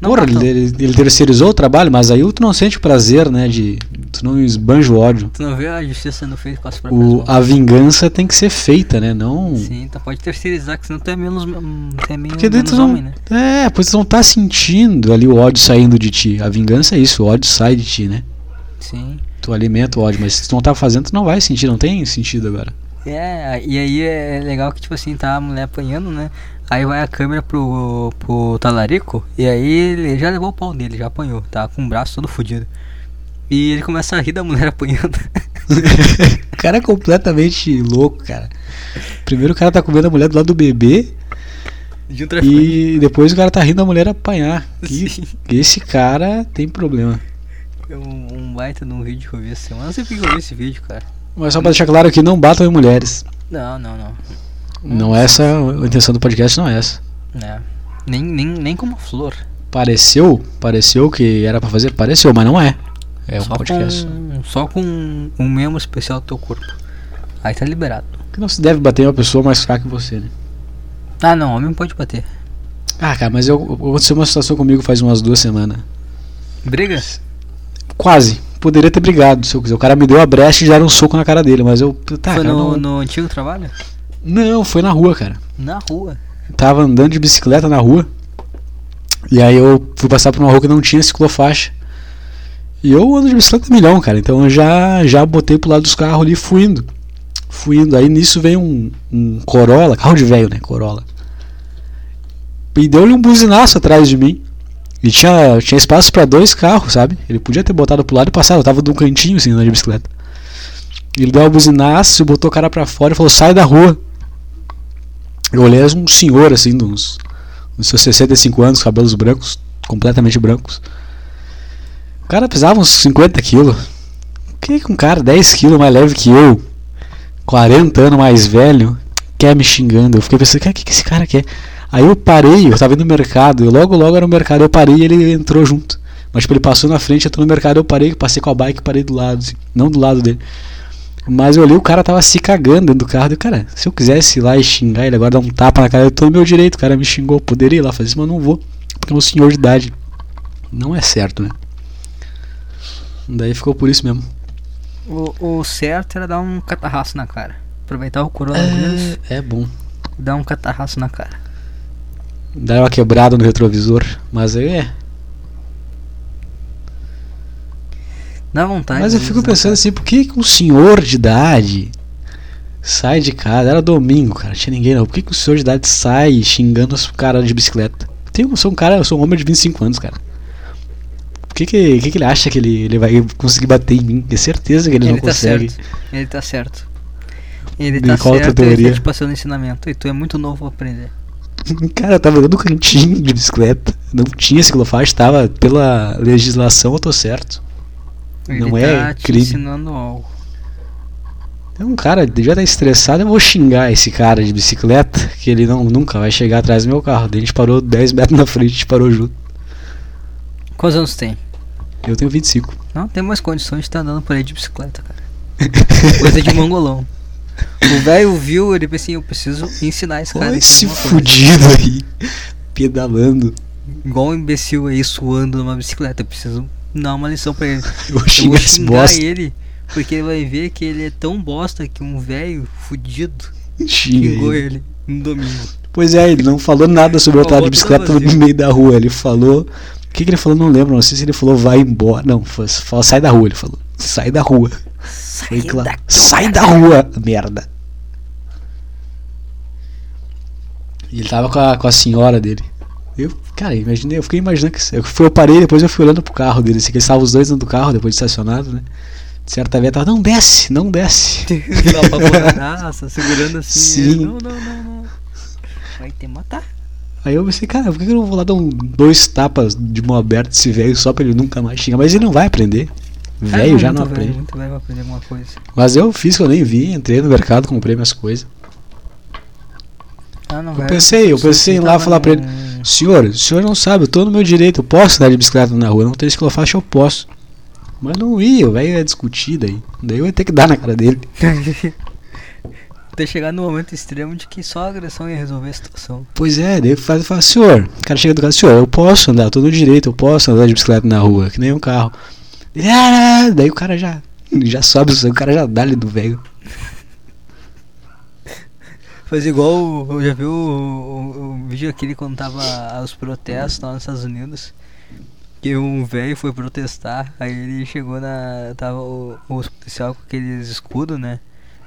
S2: Porra,
S1: não,
S2: ele, ele- ele terceirizou o trabalho, mas aí tu não sente o prazer, né? De, tu não esbanja o ódio.
S1: Tu não vê a justiça sendo feita com as próprias
S2: O,
S1: mãos.
S2: a vingança tem que ser feita, né? Não.
S1: Sim, tu pode terceirizar, que senão tu é menos, hum, tu é meio,
S2: Porque daí
S1: menos
S2: tu não.
S1: homem, né?
S2: É, pois tu não tá sentindo ali o ódio saindo de ti. A vingança é isso, o ódio sai de ti, né?
S1: Sim.
S2: Tu alimenta o ódio, mas se tu não tá fazendo, tu não vai sentir, não tem sentido agora. (laughs)
S1: É, e aí é legal que, tipo assim, tá a mulher apanhando, né? Aí vai a câmera pro, pro talarico, e aí ele já levou o pau dele, já apanhou, tá com o braço todo fudido. E ele começa a rir da mulher (laughs) apanhando.
S2: O cara é completamente louco, cara. Primeiro o cara tá comendo a mulher do lado do bebê
S1: De um traficante. (laughs)
S2: e depois o cara tá rindo da mulher apanhar. Que-
S1: Sim.
S2: esse cara tem problema.
S1: É Um, um baita de um vídeo que eu vi essa semana. Não sei porque eu vi esse vídeo, cara.
S2: Mas só pra deixar claro que não batam em mulheres.
S1: Não, não, não.
S2: Não é essa a intenção do podcast, não é essa.
S1: É. Nem, nem, nem como flor.
S2: Pareceu, pareceu que era pra fazer, pareceu, mas não é. É um
S1: só,
S2: podcast.
S1: com, só com um membro especial do teu corpo. Aí tá liberado.
S2: Que não se deve bater em uma pessoa mais fraca que você, né?
S1: Ah, não, homem pode bater.
S2: Ah, cara, mas eu, aconteceu uma situação comigo faz umas duas semanas.
S1: Briga?
S2: Quase. Poderia ter brigado, se eu quiser. O cara me deu a brecha e já era um soco na cara dele, mas eu. Tá,
S1: Foi
S2: cara,
S1: no,
S2: não,
S1: no antigo trabalho?
S2: não, foi na rua, cara.
S1: Na rua.
S2: Tava andando de bicicleta na rua. E aí eu fui passar por uma rua que não tinha ciclofaixa. E eu ando de bicicleta milhão, cara. Então eu já, já botei pro lado dos carros ali e fui indo. Fui indo. Aí nisso vem um, um Corolla, carro de velho, né? Corolla. E deu-lhe um buzinaço atrás de mim. E tinha, tinha espaço pra dois carros, sabe? Ele podia ter botado pro lado e passado. Eu tava de um cantinho assim, andando de bicicleta. Ele deu um buzinaço, botou o cara pra fora e falou: sai da rua. Eu olhei era um senhor, assim, de uns, uns seus 65 anos, cabelos brancos, completamente brancos. O cara pesava uns 50 quilos. O que que um cara 10 quilos mais leve que eu, 40 anos mais velho, quer me xingando? Eu fiquei pensando, cara, o que, que esse cara quer? Aí eu parei, eu tava indo no mercado, eu logo logo era no mercado, eu parei e ele entrou junto. Mas tipo, ele passou na frente, eu tô no mercado, eu parei, passei com a bike, parei do lado, assim, não do lado dele. Mas eu olhei, o cara tava se cagando dentro do carro. Eu, cara, se eu quisesse ir lá e xingar ele agora, dar um tapa na cara, eu tô no meu direito. O cara me xingou, eu poderia ir lá fazer isso, mas eu não vou. Porque é um senhor de idade. Não é certo, né? Daí ficou por isso mesmo.
S1: O, o certo era dar um catarraço na cara. Aproveitar o coronavírus
S2: É, é bom.
S1: e dar um catarraço na cara.
S2: Dar uma quebrada no retrovisor. Mas aí é.
S1: Dá vontade.
S2: Mas eu
S1: às
S2: fico
S1: vezes, né,
S2: pensando assim, por que que um senhor de idade sai de casa? Era domingo, cara, não tinha ninguém não. Por que, que um senhor de idade sai xingando os caras de bicicleta? Eu, tenho, eu sou um cara, eu sou um homem de 25 anos, cara. Por que que, que, que ele acha que ele, ele vai conseguir bater em mim? Tenho certeza que ele,
S1: Ele
S2: não
S1: tá
S2: consegue.
S1: certo. Ele tá certo. Ele
S2: Me
S1: tá
S2: qual a tua
S1: certo, ele tá
S2: teoria?
S1: te passando ensinamento. E tu é muito novo pra aprender.
S2: (laughs) Cara, eu tava dando cantinho de bicicleta. Não tinha ciclofaixa, tava pela legislação, eu tô certo.
S1: Ele
S2: Não
S1: tá
S2: é
S1: te
S2: crime.
S1: ensinando algo.
S2: Então, cara, devia estar estressado, eu vou xingar esse cara de bicicleta, que ele não, nunca vai chegar atrás do meu carro. Daí a gente parou 10 metros na frente, a gente parou junto.
S1: Quantos anos tem?
S2: Eu tenho 25.
S1: Não tem mais condições de estar andando por aí de bicicleta,
S2: (laughs)
S1: cara. Coisa de mongolão. O velho viu, ele pensou assim, eu preciso ensinar esse cara.
S2: Olha esse
S1: alguma coisa.
S2: fudido aí, pedalando.
S1: Igual um imbecil aí suando numa bicicleta. Eu preciso dar uma lição
S2: (laughs)
S1: pra ele.
S2: Eu vou
S1: Eu vou
S2: xingar esse
S1: xingar
S2: bosta.
S1: ele, porque ele vai ver que ele é tão bosta que um velho fudido
S2: Xinga
S1: xingou
S2: ele.
S1: ele no domingo.
S2: Pois é, ele não falou nada sobre o
S1: Falou
S2: atalho de
S1: tudo
S2: bicicleta no
S1: vazio.
S2: meio da rua. Ele falou. O que, que ele falou? Não lembro, não sei se ele falou vai embora. Não, foi- fala, sai da rua, ele falou. Sai da rua. Foi
S1: Sai
S2: claro.
S1: daqui.
S2: Sai da rua, merda. E ele tava com a, com a senhora dele. Eu, cara, eu imaginei, eu fiquei imaginando que. Eu, fui, eu parei, depois eu fui olhando pro carro dele. Assim, que eles estavam os dois dentro do carro, depois de estacionado, né? De certa vez tava, não desce, não desce.
S1: Lá pra
S2: (laughs)
S1: bordaça, segurando assim.
S2: Sim.
S1: Não, não, não, não. Vai te matar.
S2: Aí eu pensei, cara, por que que eu não vou lá dar um, dois tapas de mão aberta desse velho só pra ele nunca mais xingar? Mas ele não vai aprender.
S1: Cara,
S2: Velho já
S1: É muito Ah, velho,
S2: não
S1: né?
S2: aprende.
S1: Muito velho pra aprender alguma coisa.
S2: Mas eu fiz que eu nem vi, entrei no mercado, comprei minhas coisas.
S1: Ah, não, tá
S2: Eu pensei, eu pensei em lá falar pra ele, senhor, o senhor não sabe, eu tô no meu direito, eu posso andar de bicicleta na rua, não tem esclofaixa, eu posso. Mas não ia, o velho ia discutir daí. Daí eu ia ter que dar na cara dele.
S1: né? (laughs) Até chegar no momento extremo de que só a agressão ia resolver a situação.
S2: Pois é, daí eu falo, falo, senhor, o cara chega do carro, senhor, eu posso andar, eu tô no direito, eu posso andar de bicicleta na rua, que nem um carro. Ele, "Ah, ah", daí o cara já, já sobe, o sangue, o cara já dá ali do velho.
S1: Faz igual, o- eu já vi o, o- o vídeo aquele quando tava os protestos lá nos Estados Unidos. Que um velho foi protestar, aí ele chegou na. Tava o, o policial com aqueles escudos, né?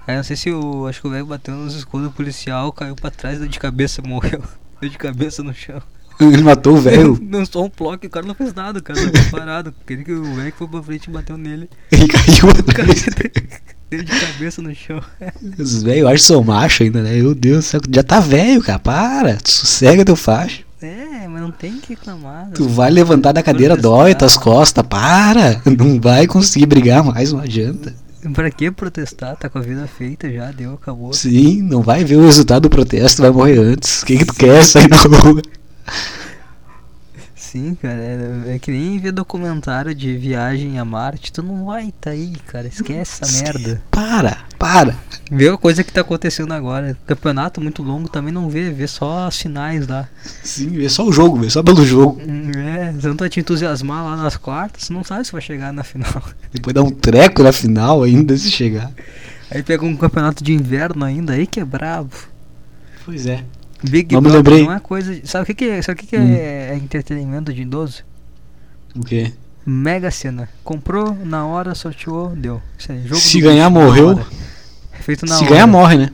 S1: Aí não sei se o. Acho que o velho bateu nos escudos do policial, caiu pra trás, deu de cabeça, (laughs) morreu. Deu de cabeça no chão.
S2: Ele matou o velho
S1: (laughs)
S2: (laughs)
S1: Não só um bloco, o cara não fez nada, o cara tava parado. Aquele que o velho que foi pra frente bateu nele. (laughs)
S2: ele caiu
S1: O cara (laughs)
S2: atrás.
S1: deu de cabeça no chão. (laughs)
S2: Os velhos, eu acho que são macho ainda, né? Meu Deus, do céu, já tá velho, cara, para, sossega teu facho.
S1: É, mas não tem o que reclamar.
S2: Tu vai levantar da cadeira, dói tuas costas, para! (laughs) Não vai conseguir brigar mais, não adianta.
S1: Pra que protestar? Tá com a vida feita já, deu, acabou.
S2: Sim, não vai ver o resultado do protesto, vai morrer antes. O que, que tu quer sair na rua?
S1: Sim, cara, é, é que nem ver documentário de viagem a Marte, tu não vai tá aí, cara, esquece essa merda.
S2: Para, para!
S1: Vê a coisa que tá acontecendo agora. Campeonato muito longo também não vê, vê só as finais lá.
S2: Sim, vê só o jogo, vê só pelo jogo.
S1: Hum, É, você não vai te entusiasmar lá nas quartas, tu não sabe se vai chegar na final. (laughs)
S2: Depois dá um treco na final ainda se chegar.
S1: Aí pega um campeonato de inverno ainda, aí que é brabo.
S2: Pois é.
S1: Big
S2: Não me
S1: Brother
S2: lembrei.
S1: não é coisa. de- Sabe o que, que, é- sabe o que, que
S2: Hum.
S1: é entretenimento de idoso?
S2: O quê?
S1: Mega Sena. Comprou na hora, sorteou, deu. Isso aí, jogo
S2: Se
S1: do
S2: ganhar,
S1: bicho, na
S2: morreu.
S1: hora. É Feito na
S2: se
S1: hora.
S2: ganhar, morre, né?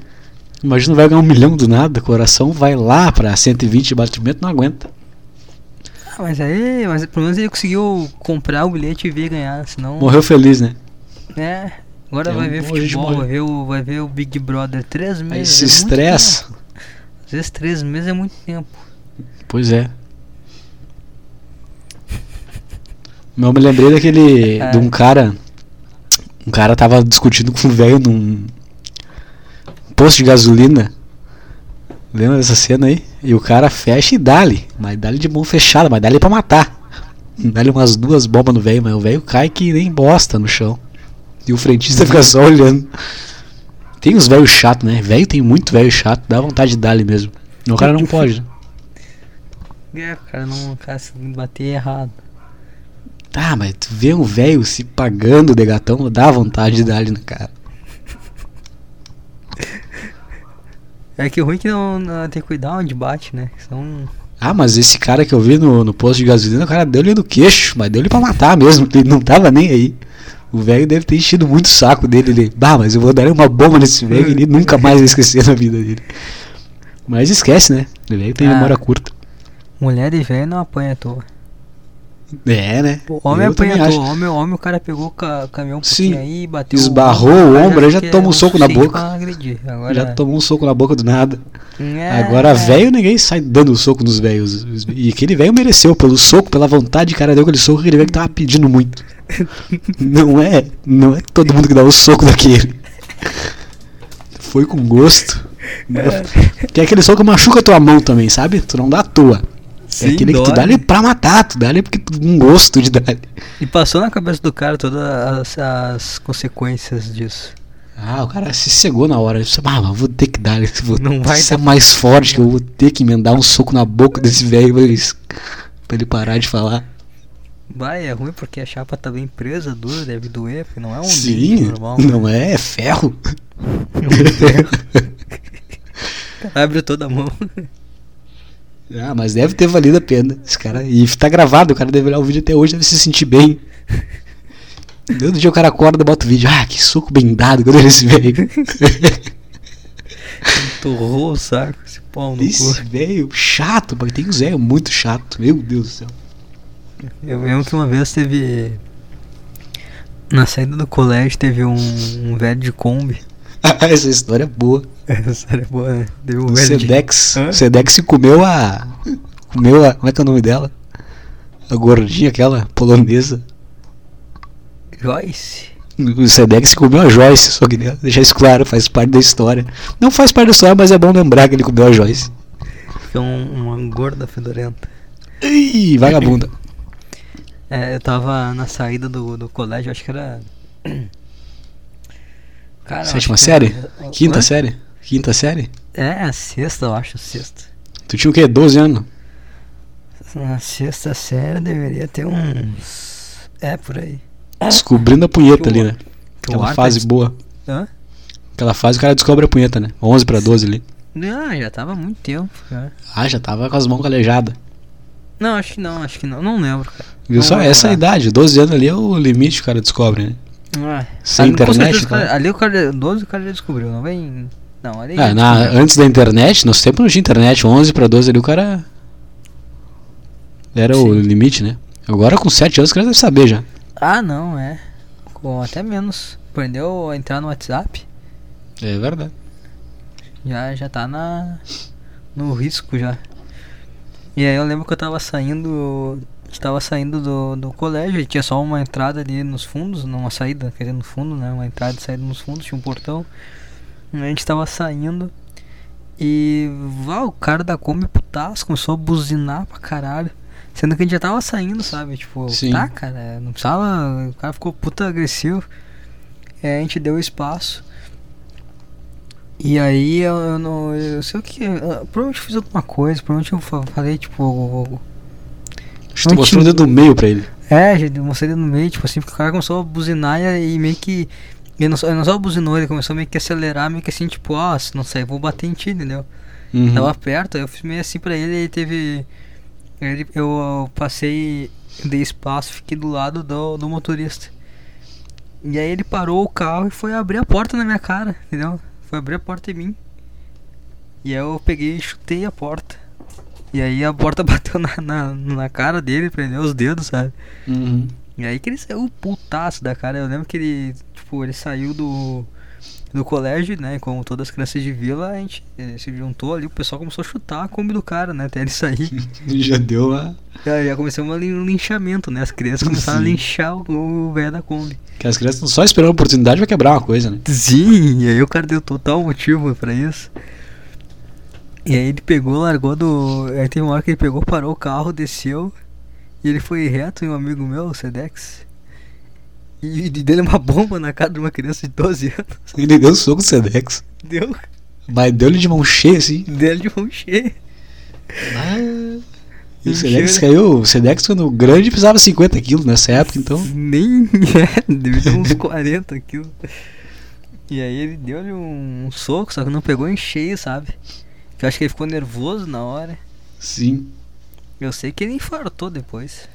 S2: Imagina, vai ganhar um milhão do nada, o coração vai lá pra 120 de batimento, não aguenta.
S1: Ah, mas aí, mas pelo menos ele conseguiu comprar o bilhete e ver ganhar, senão.
S2: Morreu feliz, né?
S1: Né? Agora
S2: É
S1: vai
S2: um
S1: ver
S2: bom jeito de
S1: futebol, vai
S2: morrer.
S1: ver, o, vai ver o Big Brother três meses.
S2: Aí
S1: é
S2: se
S1: muito
S2: estressa.
S1: tempo. Às vezes três meses é muito tempo.
S2: Pois é. Não me lembrei daquele.
S1: É.
S2: de um cara. Um cara tava discutindo com um velho num. posto de gasolina. Lembra dessa cena aí? E o cara fecha e dá-lhe. Mas dá-lhe de mão fechada, mas dá-lhe pra matar. Dá-lhe umas duas bombas no velho, mas o velho cai que nem bosta no chão. E o frentista (laughs) fica só olhando. Tem uns velhos chato, né? Velho tem muito velho chato, dá vontade de dar-lhe mesmo. O cara não pode, né?
S1: É, o cara não o cara se bater é errado.
S2: Tá, mas tu vê um velho se pagando de gatão, dá vontade de dar ali na cara.
S1: É que o ruim é que não, não- tem que cuidar onde bate, né? Senão.
S2: Ah, mas esse cara que eu vi no, no posto de gasolina, o cara deu-lhe no queixo, mas deu-lhe pra matar mesmo, ele não tava nem aí. O velho deve ter enchido muito o saco dele. Ele, bah, mas eu vou dar uma bomba nesse velho e ele nunca mais vai esquecer na vida dele. Mas esquece, né? O velho tem
S1: Ah.
S2: memória curta.
S1: Mulher e velho não apanha à toa.
S2: É, né?
S1: O homem
S2: Eu também
S1: apanha à
S2: acho.
S1: toa. Homem, homem, o cara pegou o ca- caminhão um
S2: Sim.
S1: pouquinho aí, bateu.
S2: Esbarrou o
S1: cara,
S2: ombro, aí já
S1: que é
S2: toma um
S1: o
S2: soco na
S1: suficiente
S2: boca.
S1: pra Agredir. Agora,
S2: Já tomou um soco na boca do nada.
S1: É,
S2: Agora, velho, ninguém sai dando um soco nos velhos. E aquele velho mereceu pelo soco, pela vontade, cara, deu aquele soco que aquele velho que tava pedindo
S1: (laughs)
S2: muito. Não é, não é todo mundo que dá o soco daquele. Foi com gosto. Que é aquele soco que machuca a tua mão também, sabe? Tu não dá à toa. é
S1: Sim,
S2: aquele que tu
S1: dói.
S2: dá ali pra matar, tu dá ali porque tu um gosto de dar.
S1: E passou na cabeça do cara todas as, as consequências disso.
S2: Ah, o cara se cegou na hora. Ele disse, ah, mas vou ter que dar. esse- Vou
S1: Não vai
S2: ser mais forte que eu vou ter que emendar um soco na boca desse velho pra ele- pra ele parar de falar.
S1: Vai, é ruim porque a chapa tá bem presa, dura, deve doer, porque não é um
S2: Sim,
S1: dente normal.
S2: não
S1: né?
S2: é,
S1: (laughs)
S2: é ferro.
S1: Abre toda a mão. (laughs)
S2: ah, mas deve ter valido a pena. Esse cara, e tá gravado, o cara deve olhar o vídeo até hoje, deve se sentir bem. Todo dia o cara acorda, bota o vídeo. Ah, que soco bem dado quando ele se veio.
S1: (laughs) Torrou o saco, esse pau no
S2: Esse
S1: cu.
S2: velho chato, porque tem um Zé muito chato. Meu Deus do céu. (laughs)
S1: Eu lembro que uma vez teve. Na saída do colégio teve um, um velho de Kombi.
S2: Essa história é boa.
S1: (laughs) Essa era boa, né? Teve um
S2: O
S1: velho de
S2: Sedex.
S1: Hã?
S2: O Sedex comeu a. Comeu a. Como é que é o nome dela? A gordinha, aquela polonesa.
S1: Joyce.
S2: O Sedex comeu a Joyce, só que né, deixar isso claro, faz parte da história. Não faz parte da história, mas é bom lembrar que ele comeu a Joyce.
S1: Que é um- uma gorda fedorenta.
S2: Ih, vagabunda.
S1: É, eu tava na saída do, do colégio, acho que era. (clears throat) Cara, eu
S2: Sétima
S1: acho que- uh,
S2: série?
S1: Hã?
S2: Quinta série? Quinta série?
S1: É, sexta, eu acho, sexta.
S2: Tu tinha o quê? 12 anos?
S1: Na sexta série deveria ter uns. É, por aí.
S2: Descobrindo a punheta
S1: Que
S2: ali,
S1: o-
S2: né?
S1: Que o
S2: Aquela
S1: ar
S2: fase
S1: tá-
S2: boa.
S1: Hã?
S2: Aquela fase o cara descobre a punheta, né? 11 pra 12 ali.
S1: Não, já tava há muito tempo, cara.
S2: Ah, já tava com as mãos calejadas.
S1: Não, acho que não, acho que não. Não lembro, Ah, cara.
S2: Viu
S1: Não
S2: só?
S1: vou
S2: Essa
S1: lembrar.
S2: idade, 12 anos ali é o limite que o cara descobre, né?
S1: Ah,
S2: Sem
S1: ali, com
S2: internet, né?
S1: certeza, o cara-
S2: cara?
S1: ali o cara. 12 o cara já descobriu, não vem. Não, né? ali.
S2: Ah,
S1: já
S2: na-
S1: descobriu.
S2: antes da internet, nosso tempo não tinha internet, 11 pra 12 ali o cara. Era o
S1: Sim.
S2: limite, né? Agora com 7 anos o cara deve saber já.
S1: Ah, não, é. Com até menos. Aprendeu a entrar no WhatsApp.
S2: É verdade.
S1: Já, já tá na, no risco já. E aí eu lembro que eu tava saindo. Estava saindo do, do colégio, e tinha só uma entrada ali nos fundos, não uma saída, quer dizer, no fundo, né? Uma entrada e saída nos fundos, tinha um portão. E a gente tava saindo e vá, o cara da Kombi putaço começou a buzinar pra caralho. Sendo que a gente já tava saindo, sabe? Tipo,
S2: Sim.
S1: tá, cara, não precisava. O cara ficou puta agressivo. É, a gente deu espaço. E aí eu, eu não. Eu sei o que. eu- provavelmente eu fiz alguma coisa, provavelmente eu fa- falei, tipo.
S2: Acho que tu mostrou o dedo do meio pra ele.
S1: É, gente, eu mostrei no meio, tipo assim, porque o cara começou a buzinar e, e meio que. Ele não, só, ele não só buzinou, ele começou meio que a acelerar, meio que assim, tipo, ó, se não sair, vou bater em ti, entendeu?
S2: Uhum.
S1: Tava perto, aí eu fiz meio assim pra ele, ele teve. Ele, eu passei, dei espaço, fiquei do lado do, do motorista. E aí ele parou o carro e foi abrir a porta na minha cara, entendeu? Foi abrir a porta em mim. E aí eu peguei e chutei a porta. E aí a porta (laughs) bateu na, na, na cara dele, prendeu os dedos, sabe?
S2: Uhum. (laughs)
S1: E aí que ele saiu putaço da cara. Eu lembro que ele, tipo, ele saiu do, do colégio, né? Como todas as crianças de vila, a gente eh, se juntou ali, o pessoal começou a chutar a Kombi do cara, né? Até ele sair.
S2: (laughs) Já deu a.
S1: já, já começou um lin- linchamento, né? As crianças começaram a
S2: Sim.
S1: linchar o, o velho da Kombi.
S2: Que as crianças estão só esperando a oportunidade pra quebrar uma coisa, né?
S1: Sim, e aí o cara deu total motivo pra isso. E aí ele pegou, largou do. Aí tem uma hora que ele pegou, parou o carro, desceu. E ele foi reto em um amigo meu, o Sedex. E e dele uma bomba na cara de uma criança de 12 anos. (laughs)
S2: Ele deu um soco no Sedex.
S1: Deu. um
S2: Mas deu-lhe de mão cheia, assim.
S1: Dele de mão cheia.
S2: E o Ah,
S1: Encheu
S2: Sedex
S1: ele.
S2: caiu. O Sedex, quando grande, precisava 50 quilos nessa época, então.
S1: Nem (laughs) é, deve ter uns 40 quilos. E aí ele deu-lhe um, um soco, só que não pegou em cheio, sabe? Que eu acho que ele ficou nervoso na hora.
S2: Sim.
S1: Eu sei que ele infartou depois.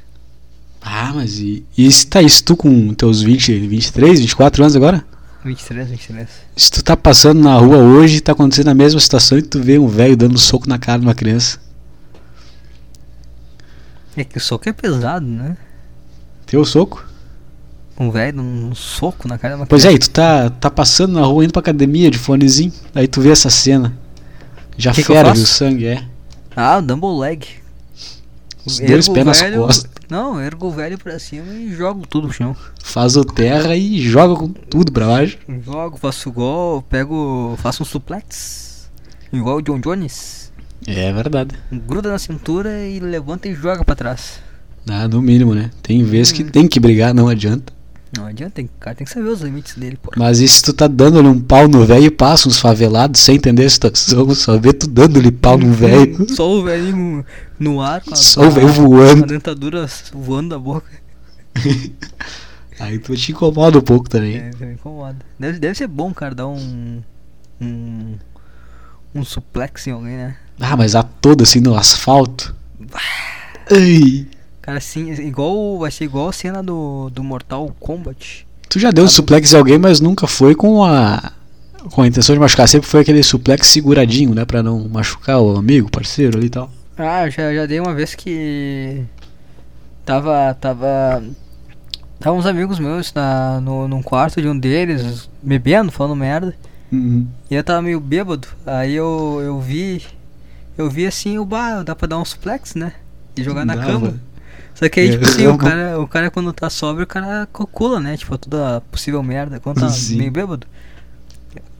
S2: Ah, mas e, e se tá isso tu com teus 20, 23, 24 anos agora?
S1: 23, 23.
S2: Se tu tá passando na rua hoje, tá acontecendo a mesma situação e tu vê um velho dando um soco na cara de uma criança.
S1: É que o soco é pesado, né?
S2: Teu soco?
S1: Um velho, dando um soco na cara de uma
S2: Pois é, e tu tá, tá passando na rua, indo pra academia de fonezinho, aí tu vê essa cena. Já
S1: Que que eu
S2: ferve
S1: faço?
S2: o sangue, é.
S1: Ah, o Dumble Leg.
S2: Os dois pés nas costas.
S1: Não, ergo o velho pra cima e jogo tudo no chão.
S2: Faz o terra e joga com tudo pra baixo.
S1: Jogo, faço gol, pego. faço um suplex. Igual o John Jones.
S2: É verdade.
S1: Gruda na cintura e levanta e joga pra trás.
S2: Ah, no mínimo, né? Tem vezes que tem que brigar, não adianta.
S1: Não adianta, tem- o cara tem que saber os limites dele, pô.
S2: Mas e se tu tá dando-lhe um pau no velho e passa uns favelados sem entender a situação, só vê tu dando-lhe pau
S1: Uhum.
S2: no velho.
S1: Só o velhinho no ar, com a,
S2: Só
S1: com
S2: o
S1: a-
S2: velho
S1: com a
S2: voando.
S1: dentadura voando da boca.
S2: Aí tu te incomoda um pouco também.
S1: É, isso me incomoda. Deve, deve ser bom, cara, dar um. um. um suplex em alguém, né?
S2: Ah, mas a toda assim no asfalto. Ai.
S1: Cara, assim, igual. Vai ser igual a cena do, do Mortal Kombat.
S2: Tu já deu um suplex em alguém, mas nunca foi com a. Com a intenção de machucar, sempre foi aquele suplex seguradinho, né? Pra não machucar o amigo, parceiro ali e tal.
S1: Ah, eu já, já dei uma vez que. Tava. Tava. Tava uns amigos meus na, no, num quarto de um deles, bebendo, falando merda.
S2: Uhum.
S1: E eu tava meio bêbado. Aí eu, eu vi. Eu vi assim o bar, dá pra dar um suplex, né? E jogar na
S2: Dá,
S1: cama.
S2: mano.
S1: Só que aí,
S2: É,
S1: tipo assim,
S2: eu
S1: o
S2: vou-
S1: cara, o cara quando tá sóbrio, o cara calcula, né? Tipo, toda possível merda. Quando tá
S2: Sim.
S1: meio bêbado.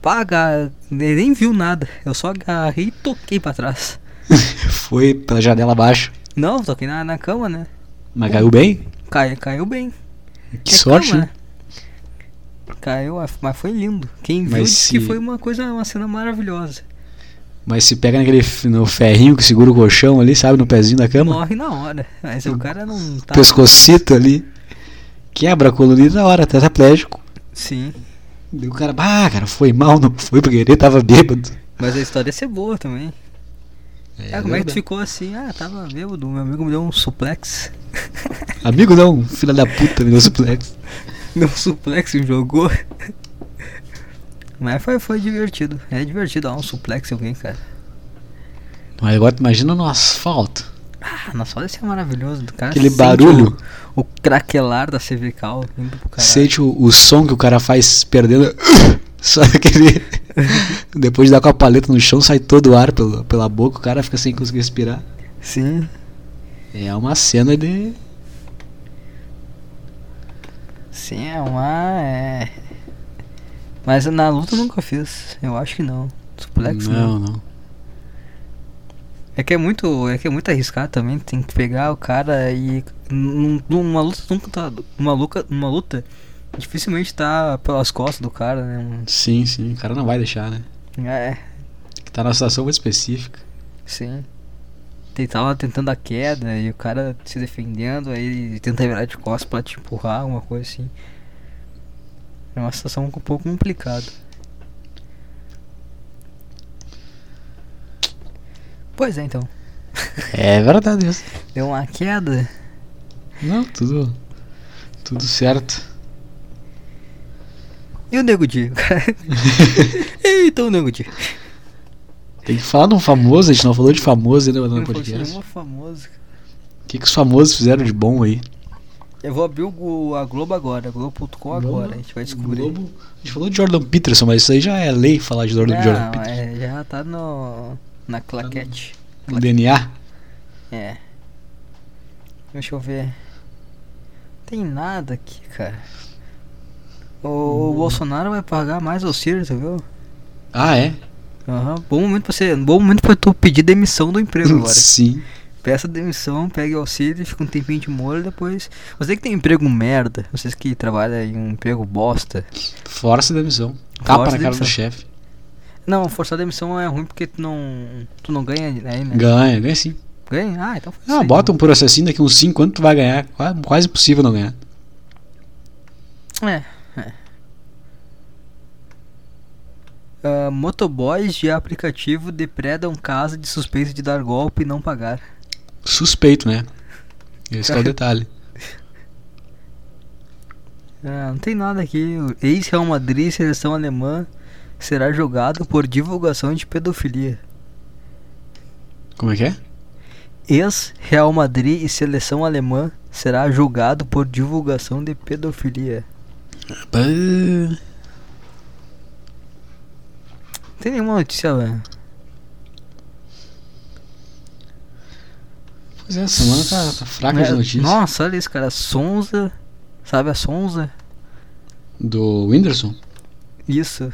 S1: Paga, ele nem viu nada. Eu só agarrei e toquei pra trás.
S2: (laughs) Foi pela janela abaixo,
S1: Não, toquei na, na cama, né?
S2: mas caiu bem?
S1: Caiu, caiu bem.
S2: Que
S1: É
S2: sorte,
S1: cama,
S2: né?
S1: né? Caiu, ah, mas foi lindo. Quem viu
S2: Mas
S1: disse que
S2: se-
S1: foi uma coisa, uma cena maravilhosa.
S2: Mas se pega naquele f- no ferrinho que segura o colchão ali, sabe, no pezinho da cama,
S1: Morre na hora. Mas o cara não tá.
S2: pescocito ali, quebra a coluna na hora, tetraplégico.
S1: Sim.
S2: Daí o cara, ah, cara, foi mal, não foi porque ele tava bêbado.
S1: Mas a história ia ser boa também. ah, como é que tu ficou assim? Ah, tava bêbado. Meu amigo me deu um suplex.
S2: Amigo não, filha da puta, me deu suplex.
S1: Deu um suplex e jogou. Mas foi, foi divertido. É divertido dar um suplex em alguém, cara.
S2: Mas agora tu imagina no asfalto,
S1: Ah, nossa, olha isso é maravilhoso. do cara
S2: aquele
S1: sente
S2: barulho,
S1: O, o craquelar da cervical indo pro caralho.
S2: sente o, o som que o cara faz perdendo, (laughs) só aquele... Depois de dar com a paleta no chão, sai todo o ar pela, pela boca, o cara fica sem conseguir respirar.
S1: Sim.
S2: É uma cena de...
S1: Sim, é uma. É... Mas na luta eu nunca fiz. Eu acho que não. Suplex não.
S2: não, não.
S1: É que é muito, é que é muito arriscado também, tem que pegar o cara e num- numa luta nunca tá, uma luta, uma luta dificilmente tá pelas costas do cara, né?
S2: Sim, sim, o cara não vai deixar, né?
S1: Um- É,
S2: Que tá numa situação muito específica.
S1: sim. Ele tava tentando a queda e o cara se defendendo, aí ele tenta virar de costas pra te empurrar, alguma coisa assim. É uma situação um pouco complicada. Pois é, então.
S2: É verdade isso.
S1: Deu uma queda.
S2: Não, tudo. Tudo certo.
S1: E o Nego (laughs) Di? Eita, o Nego Di.
S2: Tem que falar de um famoso, a gente não falou de famoso ainda no
S1: Não fosse
S2: podcast.
S1: nenhuma famosa, cara.
S2: O que, que os famosos fizeram de bom aí?
S1: Eu vou abrir o Glo- a Globo agora, Globo.com agora, a gente vai descobrir.
S2: Globo. A gente falou de Jordan Peterson, mas isso aí já é lei falar de Jordan, Jordan
S1: Não,
S2: Peterson.
S1: é, já tá no. na claquete.
S2: O DNA.
S1: É. Deixa eu ver. Tem nada aqui, cara. O, o
S2: Hum.
S1: Bolsonaro vai pagar mais auxílio, tu viu?
S2: Ah, é?
S1: Aham. Bom momento pra você. Bom momento pra tu pedir demissão do
S2: (laughs)
S1: emprego agora.
S2: Sim.
S1: Peça demissão, pegue auxílio, fica um tempinho de molho, depois. Você que tem um emprego merda, vocês que trabalham em um emprego bosta.
S2: Força a demissão. Tapa
S1: Força
S2: na
S1: a
S2: cara do
S1: demissão.
S2: chefe.
S1: Não, forçar demissão é ruim porque tu não. tu não ganha aí, né?
S2: Ganha, ganha sim.
S1: Ganha? Ah, então faz
S2: Ah,
S1: aí,
S2: bota um processinho daqui uns 5 anos tu vai ganhar. Quase, quase impossível não ganhar.
S1: então. É, é. Ah, motoboys de aplicativo depredam casa de suspeita de dar golpe e não pagar. (laughs)
S2: Suspeito, né? Esse que é o detalhe.
S1: Ah, não tem nada aqui. Ex-Real Madrid, seleção alemã, será jogado por divulgação de pedofilia.
S2: Como é que é?
S1: Ex-Real Madrid e seleção alemã será julgado por divulgação de pedofilia.
S2: Pá,
S1: Não tem nenhuma notícia, velho.
S2: Pois é, a semana tá, tá fraca de
S1: É,
S2: notícias.
S1: Nossa, olha isso, cara. Sonza. Sabe a Sonza?
S2: Do Whindersson?
S1: Isso.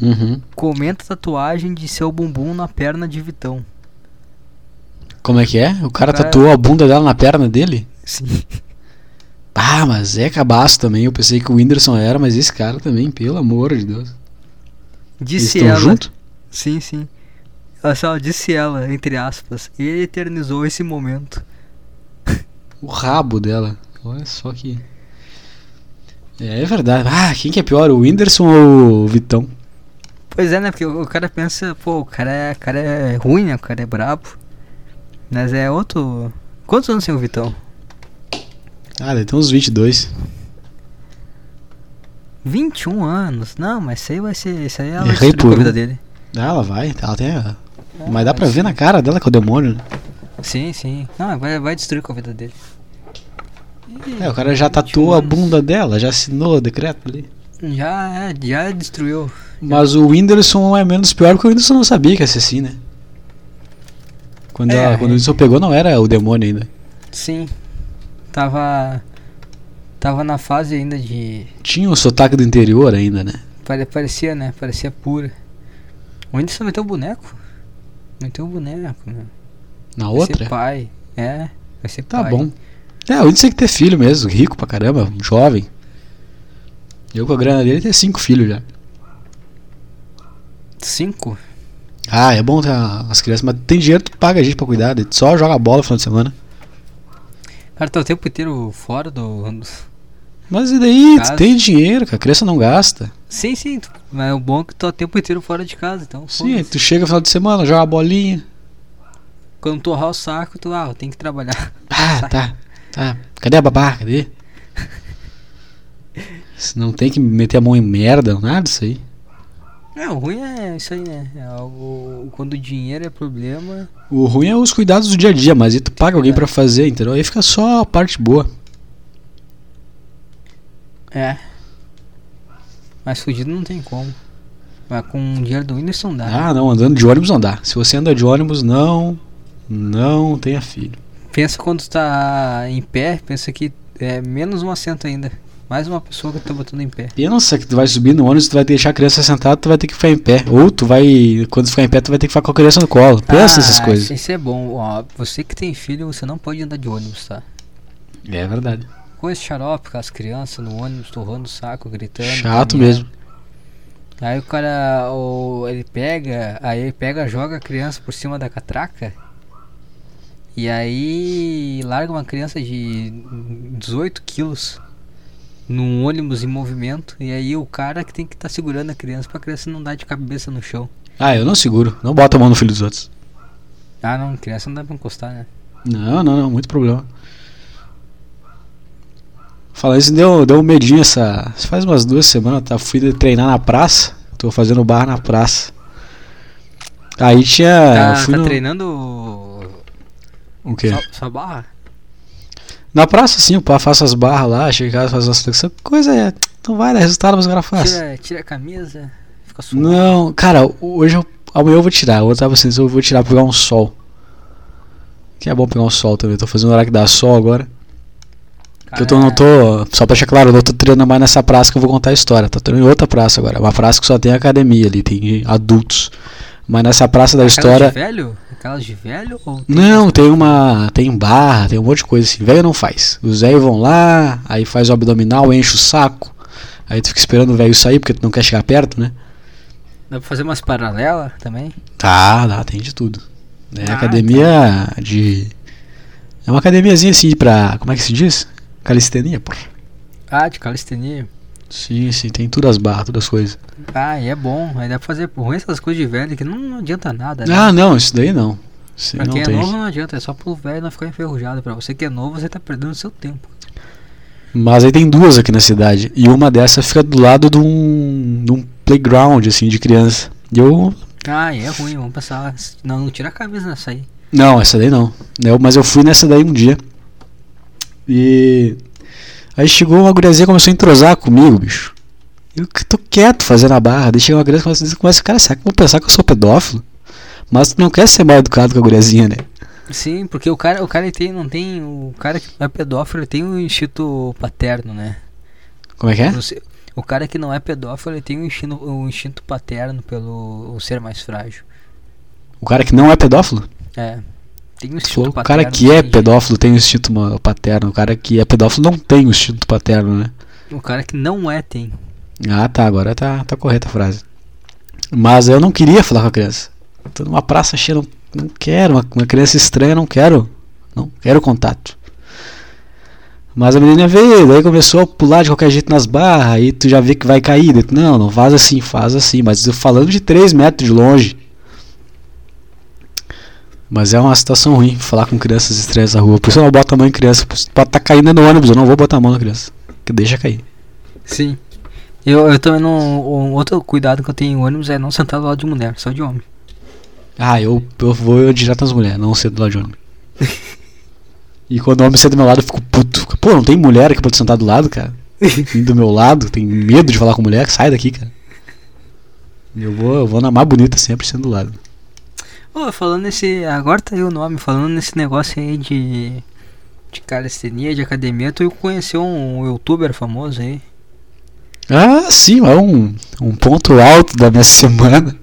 S2: Uhum.
S1: Comenta tatuagem de seu bumbum na perna de Vitão.
S2: Como é que é? O cara,
S1: O cara-
S2: tatuou a bunda dela na perna dele?
S1: Sim.
S2: Ah, mas é cabaço também. Eu pensei que o Whindersson era, mas esse cara também, pelo amor de Deus. Eles
S1: Disse
S2: estão
S1: ela.
S2: juntos?
S1: Sim, sim. Olha só, disse ela, entre aspas. Ele eternizou esse momento.
S2: O rabo dela. Olha só que. É, é verdade. Ah, quem que é pior, o Whindersson ou o Vitão?
S1: Pois é, né? Porque o o cara pensa, pô, o cara é, o cara é ruim, né? O cara é brabo. Mas é outro. Quantos anos tem o Vitão?
S2: Ah, deve ter uns 22.
S1: 21 anos. Não, mas isso aí vai ser. Isso aí é ela
S2: Errei
S1: destruiu
S2: por
S1: com a vida
S2: um.
S1: dele.
S2: Ah, ela vai, ela tem. a- Mas
S1: Ah,
S2: dá pra ver na cara dela que é o demônio, né?
S1: Sim, sim. Não, vai, vai destruir com a vida dele. Ih,
S2: É, o cara já
S1: 21
S2: tatuou a
S1: anos.
S2: bunda dela, já assinou o decreto ali.
S1: Já, é, já destruiu.
S2: Mas o Whindersson é menos pior porque o Whindersson não sabia que ia ser assim, né? Quando,
S1: É,
S2: ela- quando
S1: é.
S2: o Whindersson pegou, não era o demônio ainda.
S1: Sim. Tava. Tava na fase ainda de.
S2: Tinha o sotaque do interior ainda, né?
S1: Pare- Parecia, né? Parecia pura. O Whindersson meteu o boneco. Meteu o boneco, né?
S2: Na
S1: Vai ser
S2: outra?
S1: pai. É, vai ser
S2: Tá
S1: pai.
S2: bom. É, o Whindersson tem que ter filho mesmo, rico pra caramba, um jovem. Eu com a grana dele tenho cinco filhos já.
S1: Cinco?
S2: Ah, é bom ter a- as crianças, mas tem dinheiro, tu paga a gente pra cuidar, daí tu só joga bola no final de semana.
S1: Cara, tá o tempo inteiro fora do. do-
S2: Mas e daí?
S1: Casa.
S2: Tu tem dinheiro, cara, a criança não gasta.
S1: Sim, sim. tu- Mas o bom é que tu tá o tempo inteiro fora de casa, então.
S2: Sim, aí
S1: foda-se.
S2: tu chega no final de semana, joga a bolinha.
S1: Quando torrar o saco, tu. Ah, eu tenho que trabalhar. (laughs)
S2: Ah,
S1: Sai.
S2: tá, tá. Cadê a babá? Cadê? Você (laughs) não tem que meter a mão em merda, nada disso aí.
S1: É, o ruim é isso aí, né? É algo. Quando o dinheiro é problema.
S2: O ruim é os cuidados do dia a dia, mas aí tu paga alguém pra fazer, entendeu? Aí fica só a parte boa.
S1: É. Mas fugido não tem como. Mas com o dinheiro do Whindersson dá. né?
S2: Ah, não, andando de ônibus não dá. Se você anda de ônibus, não. Não tenha filho.
S1: Pensa quando tu tá em pé, pensa que é menos um assento ainda. Mais uma pessoa que tu tá botando em pé.
S2: Pensa que tu vai subir no ônibus, tu vai deixar a criança sentada, tu vai ter que ficar em pé. Ou tu vai, quando ficar em pé, tu vai ter que ficar com a criança no colo. Pensa essas
S1: Ah,
S2: coisas.
S1: Isso é bom. Ó, você que tem filho, você não pode andar de ônibus, tá?
S2: É verdade.
S1: Com esse xarope, com as crianças no ônibus, torrando o saco, gritando.
S2: Chato
S1: caminhando.
S2: mesmo.
S1: Aí o cara, o, ele pega, aí ele pega, joga a criança por cima da catraca. E aí larga uma criança de 18 quilos num ônibus em movimento. E aí o cara que tem que estar segurando a criança pra criança não dar de cabeça no chão.
S2: Ah, eu não seguro. Não bota a mão no filho dos outros.
S1: Ah não, criança não dá pra encostar, né?
S2: Não, não, não. Muito problema. Falar isso deu, deu um medinho essa. Faz umas duas semanas, tá? Fui de- treinar na praça. Tô fazendo barra na praça. Aí tinha. É, eu
S1: tá
S2: fui
S1: tá
S2: no-
S1: treinando
S2: O quê?
S1: sua, sua barra?
S2: Na praça, sim, eu faço as barras lá, chego em casa, faço as flexões. Coisa é. Não vai dar resultado, mas o cara faz.
S1: Tira, tira a camisa, fica suando.
S2: Não, cara, hoje eu. Amanhã eu vou tirar. Hoje eu tava pensando, eu vou tirar pra pegar um sol. Que é bom pegar um sol também. eu Tô fazendo hora que dá sol agora.
S1: Ah,
S2: Que eu
S1: é.
S2: tô, não tô. Só pra deixar claro, eu não tô treinando mais nessa praça que eu vou contar a história. tá? Tô treinando em outra praça agora. Uma praça que só tem academia ali, tem adultos. Mas nessa praça da
S1: Aquelas
S2: história.
S1: de velho? Aquelas de velho? Ou
S2: Não, tem uma. Tem barra, tem um monte de coisa assim. Velho não faz. Os velhos vão lá, aí faz o abdominal, enche o saco. Aí tu fica esperando o velho sair porque tu não quer chegar perto, né?
S1: dá pra fazer umas paralelas também?
S2: Tá, dá, tem de tudo. É
S1: Ah,
S2: academia de. É uma academiazinha assim pra. Como é que se diz? Calistenia, pô.
S1: Ah, de calistenia.
S2: Sim, sim, tem todas as barras, todas as coisas.
S1: Ah, e é bom. Aí dá pra fazer ruim essas coisas de velho que não adianta nada. Né?
S2: Ah, não, isso daí não. Isso
S1: pra
S2: aí não
S1: quem é
S2: tem.
S1: novo não adianta, é só pro velho não ficar enferrujado. Pra você que é novo, você tá perdendo seu tempo.
S2: Mas aí tem duas aqui na cidade. E uma dessa fica do lado de um, de um playground, assim, de criança. E eu.
S1: Ah, é ruim, vamos passar. Não, não tira a camisa nessa aí.
S2: Não, essa daí não. Eu- mas eu fui nessa daí um dia. E. Aí chegou uma guriazinha e começou a entrosar comigo, bicho. Eu que tô quieto fazendo a barra. Deixei uma criança e começa, começa, cara, será que vão pensar que eu sou pedófilo? Mas tu não quer ser mal educado com a guriazinha, né?
S1: Sim, porque o cara, o cara ele tem, não tem. O cara que não é pedófilo ele tem um instinto paterno, né?
S2: Como é que é?
S1: Você- o cara que não é pedófilo ele tem um instinto, um instinto paterno pelo o ser mais frágil.
S2: O cara que não é pedófilo?
S1: É. Tem um
S2: Tu
S1: instinto
S2: falou que o
S1: paterno.
S2: cara que é
S1: sim.
S2: pedófilo tem o instinto ma- paterno. O cara que é pedófilo não tem o instinto paterno, né?
S1: O cara que não é tem.
S2: Ah, tá. Agora tá, tá correta a frase. Mas eu não queria falar com a criança. Tô numa praça cheia, não, não quero. Uma, uma criança estranha, não quero. Não quero contato. Mas a menina veio, daí começou a pular de qualquer jeito nas barras, aí tu já vê que vai cair. daí tu, não, não faz assim, faz assim. Mas eu falando de 3 metros de longe. Mas é uma situação ruim falar com crianças estranhas na rua. Por isso eu não boto a mão em criança. Pode estar caindo no ônibus, eu não vou botar a mão na criança. Que deixa cair.
S1: Sim. Eu, eu também não. Um outro cuidado que eu tenho em ônibus é não sentar do lado de mulher, só de homem.
S2: Ah, eu, eu vou direto nas mulheres, não cedo do lado de homem. e quando o homem senta do meu lado, eu fico puto. Fico, Pô, não tem mulher aqui pra tu sentar do lado, cara? Vem do meu lado, tem medo de falar com mulher, sai daqui, cara. Eu vou, eu vou na mais bonita sempre sendo do lado.
S1: Ô, falando nesse. Agora tá aí o nome, falando nesse negócio aí de. De calistenia, de academia, tu conheceu um youtuber famoso aí.
S2: Ah, sim, é um, um ponto alto da minha (laughs) semana.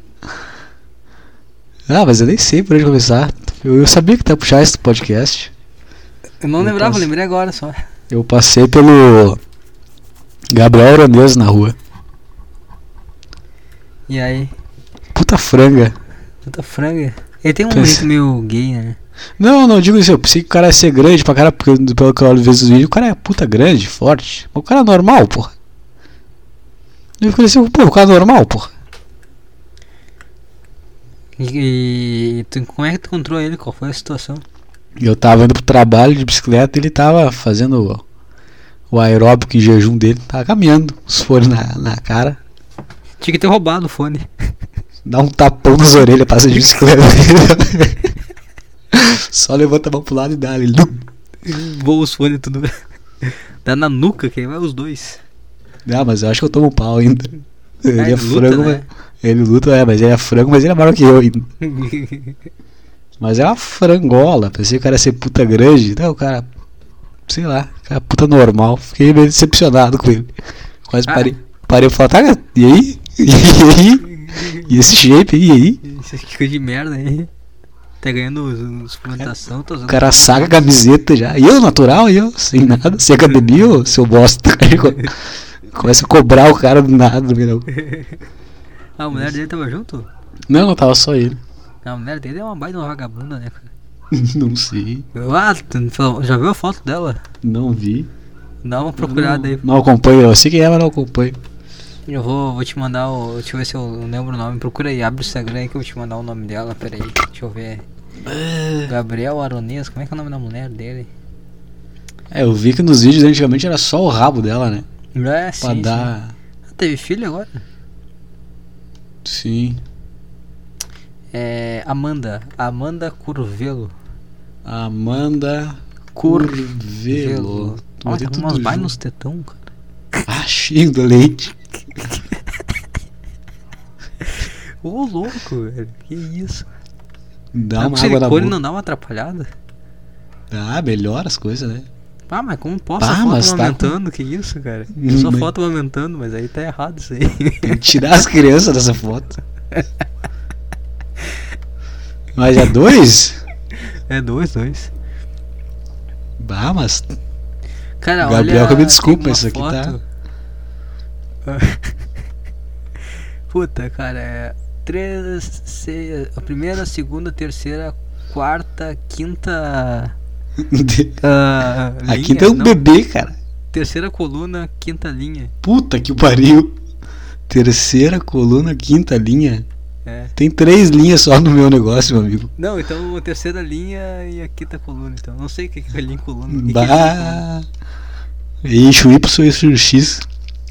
S2: Ah, mas eu nem sei por onde começar. Eu, eu sabia que tu ia puxar esse podcast.
S1: Eu não
S2: Não
S1: lembrava,
S2: posso.
S1: lembrei agora só.
S2: Eu passei pelo Gabriel Aranês na rua.
S1: E aí,
S2: Puta franga.
S1: puta franga. Ele tem um
S2: Pensa.
S1: jeito meio gay, né?
S2: Não, não digo isso. Eu pensei que o cara ia ser grande pra cara, porque pelo que eu olho vezes os vídeos, o cara é puta grande, forte. Mas o cara é normal, porra. Eu falei assim, pô, o cara é normal, porra.
S1: E, e tu- como é que tu encontrou ele? Qual foi a situação?
S2: E Eu tava indo pro trabalho de bicicleta e ele tava fazendo o, o aeróbico em jejum dele. Tava caminhando, os folhos na, na cara.
S1: Tinha que ter roubado o fone.
S2: Dá um tapão nas orelhas, passa de bicicleta. (laughs) Só levanta a mão pro lado e dá ali. Lum.
S1: Voa os fones tudo. (laughs) Dá na nuca, quem vai os dois.
S2: Ah, mas eu acho que eu tomo um pau ainda. Ele
S1: Ah,
S2: é,
S1: ele luta,
S2: frango,
S1: né?
S2: mas... Ele luta, é, mas ele é frango, mas ele é maior que eu ainda. né?
S1: (laughs)
S2: Mas é uma frangola, pensei que o cara ia ser puta grande. Não, o cara, sei lá, cara é puta normal. Fiquei meio decepcionado com ele. Quase
S1: Ah.
S2: parei. Parei e falei, tá, e aí? (laughs) E aí? E esse shape aí, e aí?
S1: Isso aqui fica de merda aí. Tá ganhando os- os plantação, tá
S2: O
S1: usando.
S2: cara saca a camiseta já. E eu, natural, e eu, sem nada, sem academia, ô, seu bosta. (laughs) Aí co- Começa a cobrar o cara do nada. no meio da-
S1: Ah, (laughs) a mulher dele tava junto?
S2: Não, não tava só ele.
S1: Ah, A mulher dele é uma baita uma vagabunda, né, cara?
S2: (laughs) Não sei,
S1: Ah, tu não falou- já viu a foto dela?
S2: não vi.
S1: Dá uma procurada aí.
S2: Não acompanho, eu sei quem é, mas não acompanho.
S1: Eu vou, vou te mandar o. Deixa eu ver se eu lembro o nome. Procura aí, abre o Instagram aí que eu vou te mandar o nome dela. Pera aí, deixa eu ver. Gabriel Aronês, como é que é o nome da mulher dele?
S2: É, eu vi que nos vídeos antigamente era só o rabo dela, né?
S1: É,
S2: Pra
S1: sim, sim.
S2: dar.
S1: Ah, Teve filho agora?
S2: Sim.
S1: É. Amanda. Amanda Curvelo.
S2: Amanda
S1: Curvelo.
S2: Curvelo. Tu
S1: Olha,
S2: botei tudo
S1: umas
S2: junto.
S1: baias nos tetão, cara.
S2: (laughs) Ah, cheio do leite.
S1: Ô, louco, velho. Que isso. Mas
S2: Dá uma
S1: com
S2: água na boca.
S1: silicone não dá uma atrapalhada?
S2: Ah, melhora as coisas, né?
S1: Ah, mas como posso?
S2: Ah,
S1: Só foto
S2: mas tá com-
S1: amamentando, que isso, cara?
S2: Hum,
S1: Só
S2: mas-
S1: foto amamentando, mas aí tá errado isso aí. (laughs)
S2: Tem que tirar as crianças dessa foto. Mas é dois?
S1: É dois, dois. (laughs)
S2: Bah, mas.
S1: Cara,
S2: Gabriel,
S1: olha,
S2: que me desculpa,
S1: tem uma
S2: isso aqui tá-
S1: foto. (laughs) Puta, cara, é. Três, seis, a primeira, a segunda, a terceira, a quarta, a quinta. ah, linha,
S2: Aqui tem um
S1: não,
S2: bebê, cara.
S1: Terceira coluna, quinta linha.
S2: Puta que pariu. Terceira coluna, quinta linha.
S1: É.
S2: Tem três linhas só no meu negócio, meu amigo.
S1: Não, então a tá terceira linha e a quinta coluna, então. Não sei o que que é linha e coluna. o que que é linha e coluna.
S2: Bah. Eixo Y, eixo X.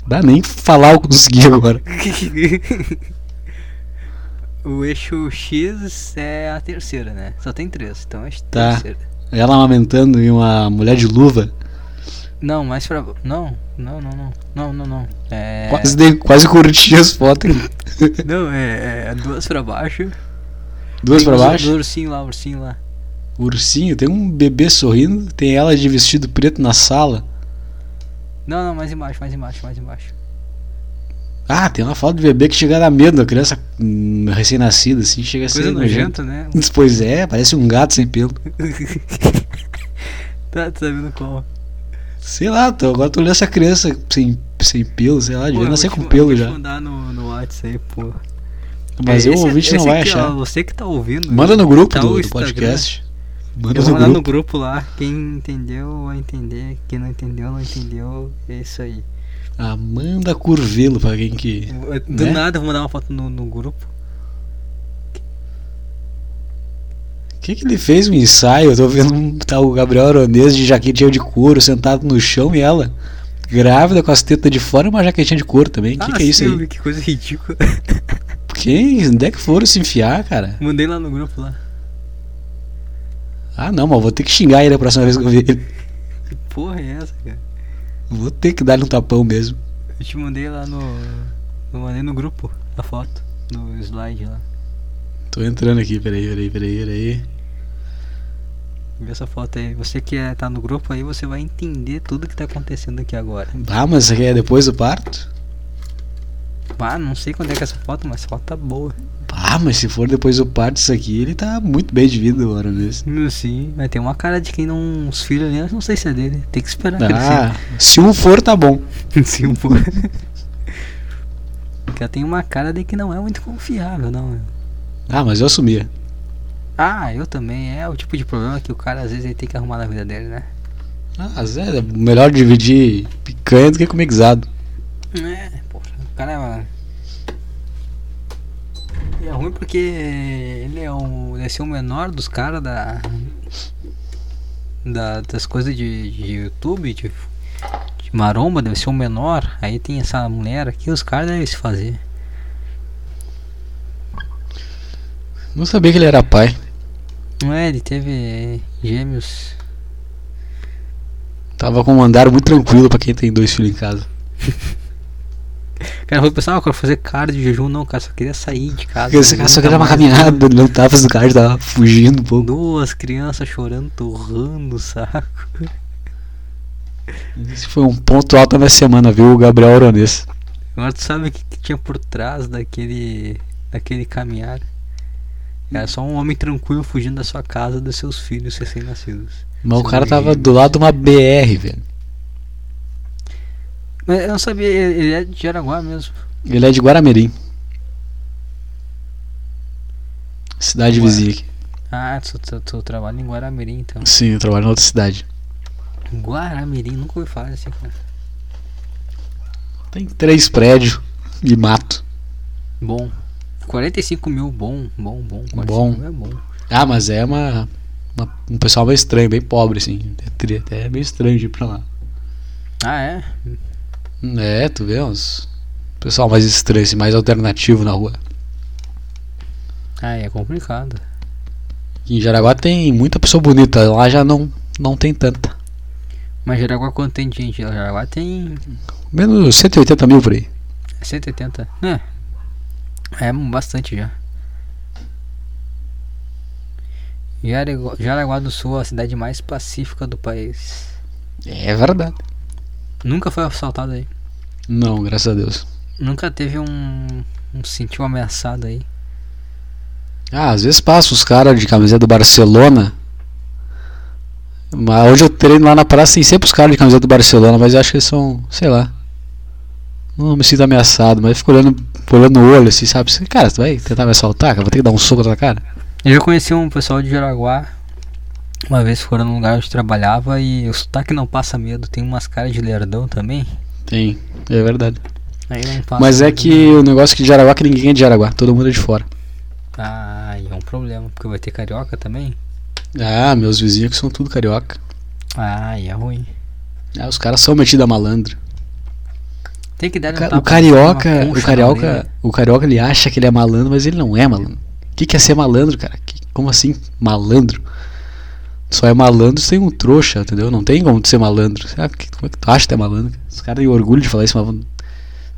S2: Dá nem falar o que eu consegui agora.
S1: (laughs) o eixo X é a terceira, né? Só tem três, então é a
S2: Tá.
S1: terceira.
S2: Ela amamentando e uma mulher de luva.
S1: Não, mais pra. Não, não, não, não. Não, não, não. É.
S2: Quase, dei, quase curti as fotos.
S1: Não, é, é duas pra baixo.
S2: Duas
S1: Tem um
S2: pra
S1: os-
S2: baixo.
S1: os ursinho lá, ursinho lá.
S2: Ursinho, tem um bebê sorrindo. Tem ela de vestido preto na sala.
S1: Não, não, mais embaixo, mais embaixo, mais embaixo.
S2: Ah, tem uma foto de bebê que chega a dar medo. A criança hum, recém-nascida, assim, chega a
S1: Coisa
S2: ser nojenta.
S1: nojenta,
S2: (laughs)
S1: né?
S2: Pois é, parece um gato sem pelo.
S1: tá, tá vendo qual?
S2: Sei lá, tô, agora tu olhando essa criança sem, sem pelo, sei lá,
S1: Pô, eu
S2: devia
S1: vou
S2: nascer
S1: te
S2: com
S1: ma-
S2: pelo
S1: vou te
S2: já.
S1: mandar no, no WhatsApp aí, pô.
S2: Mas
S1: É,
S2: eu, o
S1: esse-
S2: ouvinte não
S1: esse
S2: vai
S1: aqui,
S2: achar.
S1: ó, você que tá ouvindo.
S2: Manda no grupo
S1: tá
S2: do,
S1: o
S2: do
S1: Instagram.
S2: podcast. Manda
S1: Eu vou
S2: no
S1: mandar
S2: grupo.
S1: no grupo lá. Quem entendeu, vai entender. Quem não entendeu, não entendeu. É isso aí.
S2: Amanda Curvelo, pra quem que.
S1: Do
S2: Né?
S1: nada, eu vou mandar uma foto no, no grupo.
S2: O que, que ele fez um ensaio? Eu tô vendo um, tá o Gabriel Aronês de jaquetinha de couro sentado no chão e ela. Grávida com as tetas de fora e uma jaquetinha de couro também.
S1: Ah,
S2: O que, que é isso aí?
S1: Silvio, Que coisa ridícula. (laughs)
S2: Quem? Onde é que foram se enfiar, cara?
S1: Mandei lá no grupo lá.
S2: Ah não, mas vou ter que xingar ele a próxima vez que eu ver ele.
S1: Que porra é essa, cara?
S2: Vou ter que dar-lhe um tapão mesmo.
S1: Eu te mandei lá no. Eu mandei no grupo a foto. No slide lá.
S2: Tô entrando aqui, peraí, peraí, peraí, peraí.
S1: Vê essa foto aí. Você que é, tá no grupo aí, você vai entender tudo que tá acontecendo aqui agora.
S2: Ah, mas isso aqui é depois do parto?
S1: Ah, não sei quando é que é essa foto, mas essa foto tá boa.
S2: Ah, mas se for depois do parto isso aqui, ele tá muito bem de vida, o Aronês.
S1: Meu, Sim, mas tem uma cara de quem não. Os filhos ali, eu não sei se é dele. Tem que esperar
S2: Ah, se um for, tá bom.
S1: crescer. (laughs) Sim, pô. Porque ela tem uma cara de que não é muito confiável, não.
S2: Ah, mas eu assumia.
S1: Ah, eu também. É o tipo de problema que o cara às vezes ele tem que arrumar na vida dele, né?
S2: Ah, Zé, é melhor dividir picanha do que comer guisado.
S1: É, porra. O cara. E é ruim porque ele é um. Deve ser o menor dos caras da, da. Das coisas de, de YouTube, de, de maromba, deve ser o menor. Aí tem essa mulher aqui, os caras devem se fazer.
S2: Não sabia que ele era pai.
S1: Não é, ele teve gêmeos.
S2: Tava com um andar muito tranquilo pra quem tem dois filhos em casa.
S1: O cara foi pensar, ah, eu quero fazer cardio de jejum, não, cara, só queria sair de casa.
S2: Porque esse cara só queria uma
S1: Nunca mais-
S2: caminhada, ele não tava fazendo cardio, tava fugindo um pouco.
S1: Duas crianças chorando, torrando o saco.
S2: Esse foi um ponto alto da minha semana, viu, o Gabriel Aronês.
S1: Agora tu sabe o que, que tinha por trás daquele daquele caminhar. Era só um homem tranquilo fugindo da sua casa dos seus filhos recém-nascidos.
S2: Mas o
S1: Sim.
S2: cara tava do lado de uma BR, velho.
S1: Mas eu não sabia, ele ele é de Jaraguá mesmo.
S2: Ele é de Guaramirim. Cidade
S1: Ué.
S2: vizinha aqui.
S1: Ah, tu, tu, tu trabalha em Guaramirim então.
S2: Sim, eu trabalho na outra cidade.
S1: Guaramirim, nunca ouvi falar assim, cara.
S2: Tem três prédios e mato.
S1: Bom. 45 mil, bom, bom, bom. 45
S2: Bom.
S1: mil é bom.
S2: Ah, mas é uma, uma- um pessoal meio estranho, bem pobre, assim. É tri- Até é meio estranho de ir pra lá.
S1: Ah, é?
S2: É, tu vê uns. Pessoal mais estranho, assim, mais alternativo na rua.
S1: Ah, é complicado.
S2: Aqui em Jaraguá tem muita pessoa bonita, lá já não, não tem tanta.
S1: Mas Jaraguá quanto tem de gente? lá? Jaraguá tem
S2: Menos 180 mil por aí.
S1: 180. né? É bastante já. Jaraguá, Jaraguá do Sul é a cidade mais pacífica do país.
S2: É verdade.
S1: Nunca foi assaltado aí.
S2: Não, graças a Deus.
S1: Nunca teve um. um se sentiu ameaçado aí.
S2: Ah, às vezes passa os caras de camiseta do Barcelona. Mas hoje eu treino lá na praça tem sempre os caras de camiseta do Barcelona, mas eu acho que eles são, sei lá. Não me sinto ameaçado, mas eu fico olhando, olhando o olho assim, sabe? Assim, Cara, tu vai tentar me assaltar? Cara? Vou ter que dar um soco na tua cara?
S1: Eu já conheci um pessoal de Jaraguá. Uma vez foram num lugar onde eu trabalhava e o sotaque não passa medo. Tem umas caras de lerdão também.
S2: Tem, é verdade.
S1: Aí não passa
S2: Mas é
S1: medo,
S2: que o negócio aqui de Jaraguá é que ninguém é de Jaraguá, todo mundo é de fora.
S1: não. Ah, e é um problema, porque vai ter carioca também.
S2: Ah, meus vizinhos que são tudo carioca.
S1: Ah, e é ruim.
S2: Ah, os caras são metidos a malandro.
S1: Tem que dar um
S2: Ca-
S1: tapa
S2: O
S1: na
S2: carioca,
S1: concha
S2: o
S1: na orelha.
S2: carioca, o carioca ele acha que ele é malandro, mas ele não é malandro. O que, que é ser malandro, cara? Que- como assim, malandro? Só é malandro se tem um trouxa, entendeu? Não tem como tu ser malandro. Ah, que- como é que tu acha que tu é malandro? cara? Os caras têm orgulho de falar isso, mas.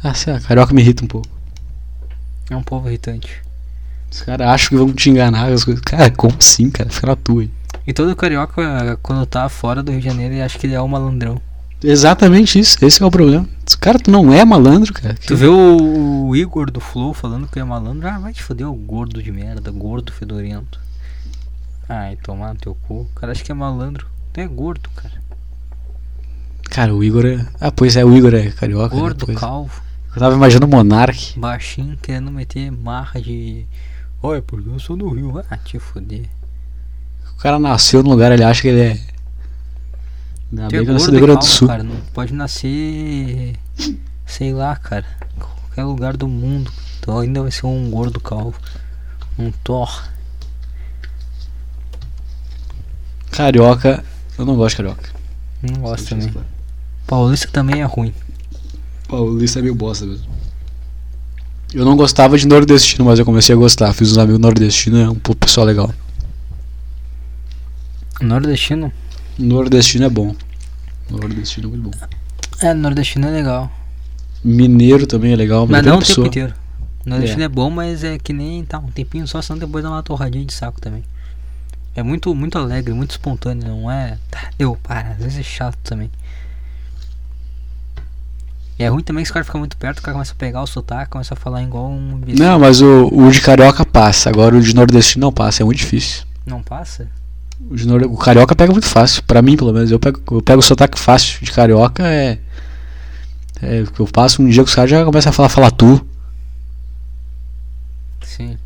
S2: Ah, sei lá, carioca me irrita um pouco.
S1: É um povo irritante.
S2: Os caras acham que vão te enganar. com As coisas. Cara, como assim, cara? Fica na tua aí.
S1: E todo carioca, quando tá fora do Rio de Janeiro, ele acha que ele é o malandrão.
S2: Exatamente isso, esse é o problema. Esse Cara, tu não é malandro, cara.
S1: Tu vê o, o Igor do Flow falando que é malandro? Ah, vai te foder, o gordo de merda, gordo fedorento. Ai, tomar no teu cu. O cara acha que é malandro. Tu é gordo, cara.
S2: Cara, o Igor é. Ah, pois é, o Igor é carioca. né?
S1: Gordo,
S2: Pois é.
S1: calvo,
S2: Eu tava imaginando o Monark.
S1: baixinho, querendo meter marra de. Olha, porque eu sou do Rio. Ah, te foder.
S2: O cara nasceu no lugar, ele acha que ele é. Ainda
S1: Tu é
S2: bem que eu
S1: gordo
S2: nasci do Rio
S1: e
S2: Grande do
S1: calvo,
S2: Sul.
S1: cara. Não pode nascer. Sei lá, cara. Qualquer lugar do mundo. Tu ainda vai ser um gordo calvo. Um Thor.
S2: Carioca, eu não gosto de carioca.
S1: Não gosto também. Paulista também é ruim.
S2: Paulista é meio bosta mesmo. Eu não gostava de nordestino, mas eu comecei a gostar. Fiz uns amigos nordestinos, é um pô- pessoal legal.
S1: Nordestino?
S2: Nordestino é bom. Nordestino é muito bom.
S1: É, nordestino é legal.
S2: Mineiro também é legal, mas,
S1: Mas não o tempo
S2: pessoa.
S1: inteiro. Nordestino é. bom, mas é que nem tá um tempinho só, senão depois dá uma torradinha de saco também. É muito, muito alegre, muito espontâneo, não é? Tá, deu, para, às vezes é chato também. E é ruim também que os caras ficam muito perto, o cara começa a pegar o sotaque, começa a falar igual um imbecil.
S2: Não, mas o, o de carioca passa. Agora o de nordestino não passa, é muito difícil.
S1: Não passa?
S2: O, de norde- o carioca pega muito fácil, pra mim pelo menos. Eu pego, eu pego o sotaque fácil de carioca é. É, porque eu passo um dia que os caras já começam a falar, falar tu.
S1: Sim.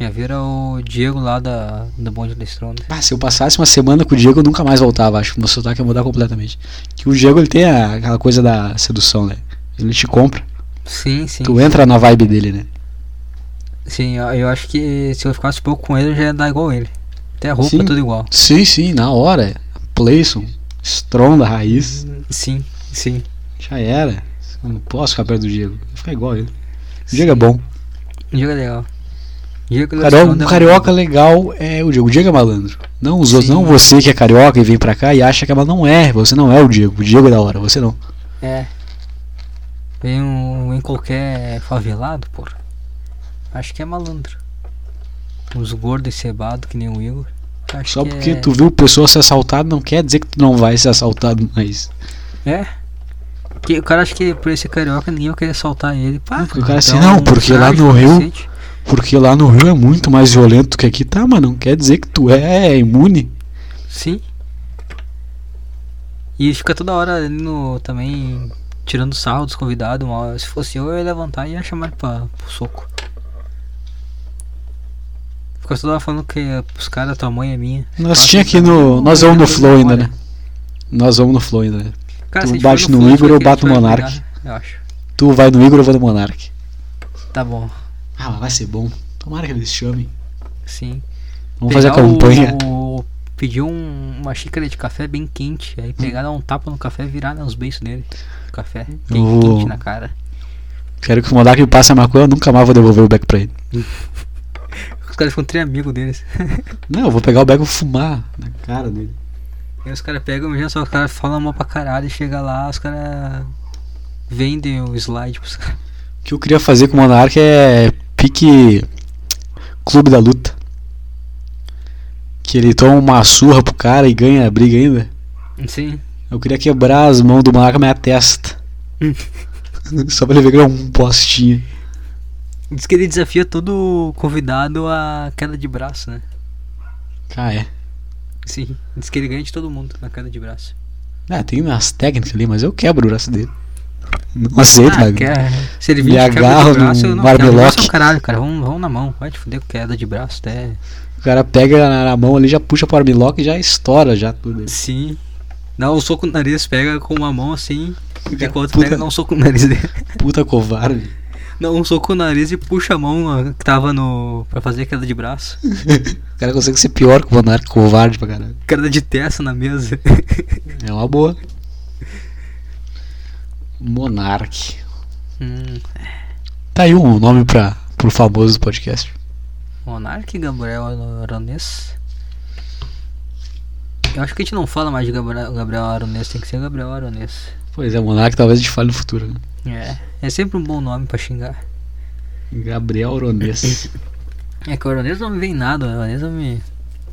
S1: Já vira o Diego lá da, do bonde da Estronda.
S2: Ah, se eu passasse uma semana com o Diego, eu nunca mais voltava. Acho que meu sotaque ia mudar completamente. Que o Diego ele tem a- aquela coisa da sedução, né? Ele te compra.
S1: Sim, sim.
S2: Tu é? entra na vibe dele, né?
S1: Sim, eu, eu acho que se eu ficasse pouco com ele, eu já ia dar igual ele. Até a roupa,
S2: Sim.
S1: tudo igual.
S2: Sim, sim, na hora. Playson, Stronda, Raiz.
S1: Sim, sim.
S2: Já era. Eu não posso ficar perto do Diego. Vou ficar igual a ele. O Diego é bom.
S1: Diego é legal. Diego
S2: O
S1: da
S2: Carioca,
S1: Estronda
S2: o
S1: é
S2: carioca legal é o Diego. O Diego é malandro. Não os outros.
S1: Sim.
S2: Não você que é carioca e vem pra cá e acha que ela não é. Você não é o Diego. O Diego é da hora. Você não.
S1: muito- É. Vem um, em qualquer favelado, porra. Acho que é malandro. Uns gordos e cebados, que nem o Igor. Acho
S2: Só
S1: que
S2: porque
S1: é...
S2: tu viu pessoa ser assaltada não quer dizer que tu não vai ser assaltado mais.
S1: É. Que, o cara acha que por esse carioca ninguém vai querer soltar ele. Pá,
S2: Porque o cara assim, não, porque lá
S1: trágico,
S2: no Rio-
S1: cacete.
S2: Porque lá no Rio é muito mais violento que aqui, tá, mas não quer dizer que tu é imune.
S1: Sim. E fica toda hora ali no. também. Tirando sarro dos convidados, uma hora- se fosse eu, eu ia levantar e ia chamar ele pra, pro soco. Fica toda hora falando que os caras, tua mãe é minha.
S2: Nós
S1: Nossa,
S2: tinha aqui
S1: eu
S2: no. Nós vamos no
S1: lembro
S2: Flow
S1: da
S2: ainda,
S1: memória.
S2: tá né? Nós vamos no Flow ainda, né?
S1: Cara,
S2: Tu
S1: se a gente
S2: bate
S1: for
S2: no
S1: Flow,
S2: Igor,
S1: isso
S2: eu
S1: aqui a gente
S2: bato no
S1: vai
S2: Monark.
S1: brigar, né? Eu acho.
S2: Tu vai no Igor, eu vou no Monark.
S1: Tá bom,
S2: Ah, mas vai ser bom. Tomara que eles chamem.
S1: sim.
S2: Vamos fazer
S1: Pegar
S2: a campanha.
S1: O, pedir um- uma xícara de café bem quente. Aí pegar, dar um tapa no café e virar né, os beiços dele. Café bem
S2: vou-
S1: quente na cara.
S2: Quero que o Monark me passe a maconha, eu nunca mais vou devolver o beck pra ele.
S1: Os caras ficam três amigos deles. (laughs)
S2: Não, eu vou pegar o beck e vou fumar na cara dele.
S1: Aí os caras pegam, já só os caras falam mal pra caralho, e chega lá, os caras vendem o slide pros caras.
S2: O que eu queria fazer com o Monark é pique Clube da Luta. Que ele toma uma surra pro cara e ganha a briga ainda.
S1: (laughs) Sim.
S2: Eu queria quebrar as mãos do Monark com a minha testa. (laughs) Só pra ele ver que ele é um postinho.
S1: Diz que ele desafia todo convidado a queda de braço, né?
S2: Ah, é.
S1: Sim. Diz que ele ganha de todo mundo na queda de braço.
S2: Ah, tem umas técnicas ali, mas eu quebro o braço dele. Não aceito,
S1: ah,
S2: mas
S1: quer... Se ele
S2: é Me
S1: vir de queda
S2: agarra
S1: de braço, eu
S2: num
S1: não quero
S2: armlock.
S1: braço é o caralho, cara. Vamos, vamos na mão. Vai te fuder com queda de braço até.
S2: o cara pega na, na mão ali, já puxa pro armlock e já estoura já
S1: (laughs)
S2: tudo. ali.
S1: Sim. Dá um soco no nariz, pega com uma mão assim, e com a outra
S2: puta-
S1: pega dá um soco no nariz dele.
S2: Puta covarde. (laughs)
S1: Dá um soco no nariz e puxa a mão ah, que tava no. pra fazer a queda de braço. (laughs)
S2: O cara consegue ser pior que o Monark, covarde pra caralho.
S1: (laughs) Queda de testa na mesa.
S2: É uma boa. Monark.
S1: Hum,
S2: Tá aí um nome pra, pro famoso podcast.
S1: Monark Gabriel Aronês. Eu acho que a gente não fala mais de Gabriel, Gabriel Aronês, tem que ser Gabriel Aronês.
S2: Pois é, Monark talvez a gente fale no futuro. né?
S1: É, é sempre um bom nome pra xingar.
S2: Gabriel
S1: (laughs)
S2: Oronês.
S1: É que o Aronês não me vem nada, o Aronês não me...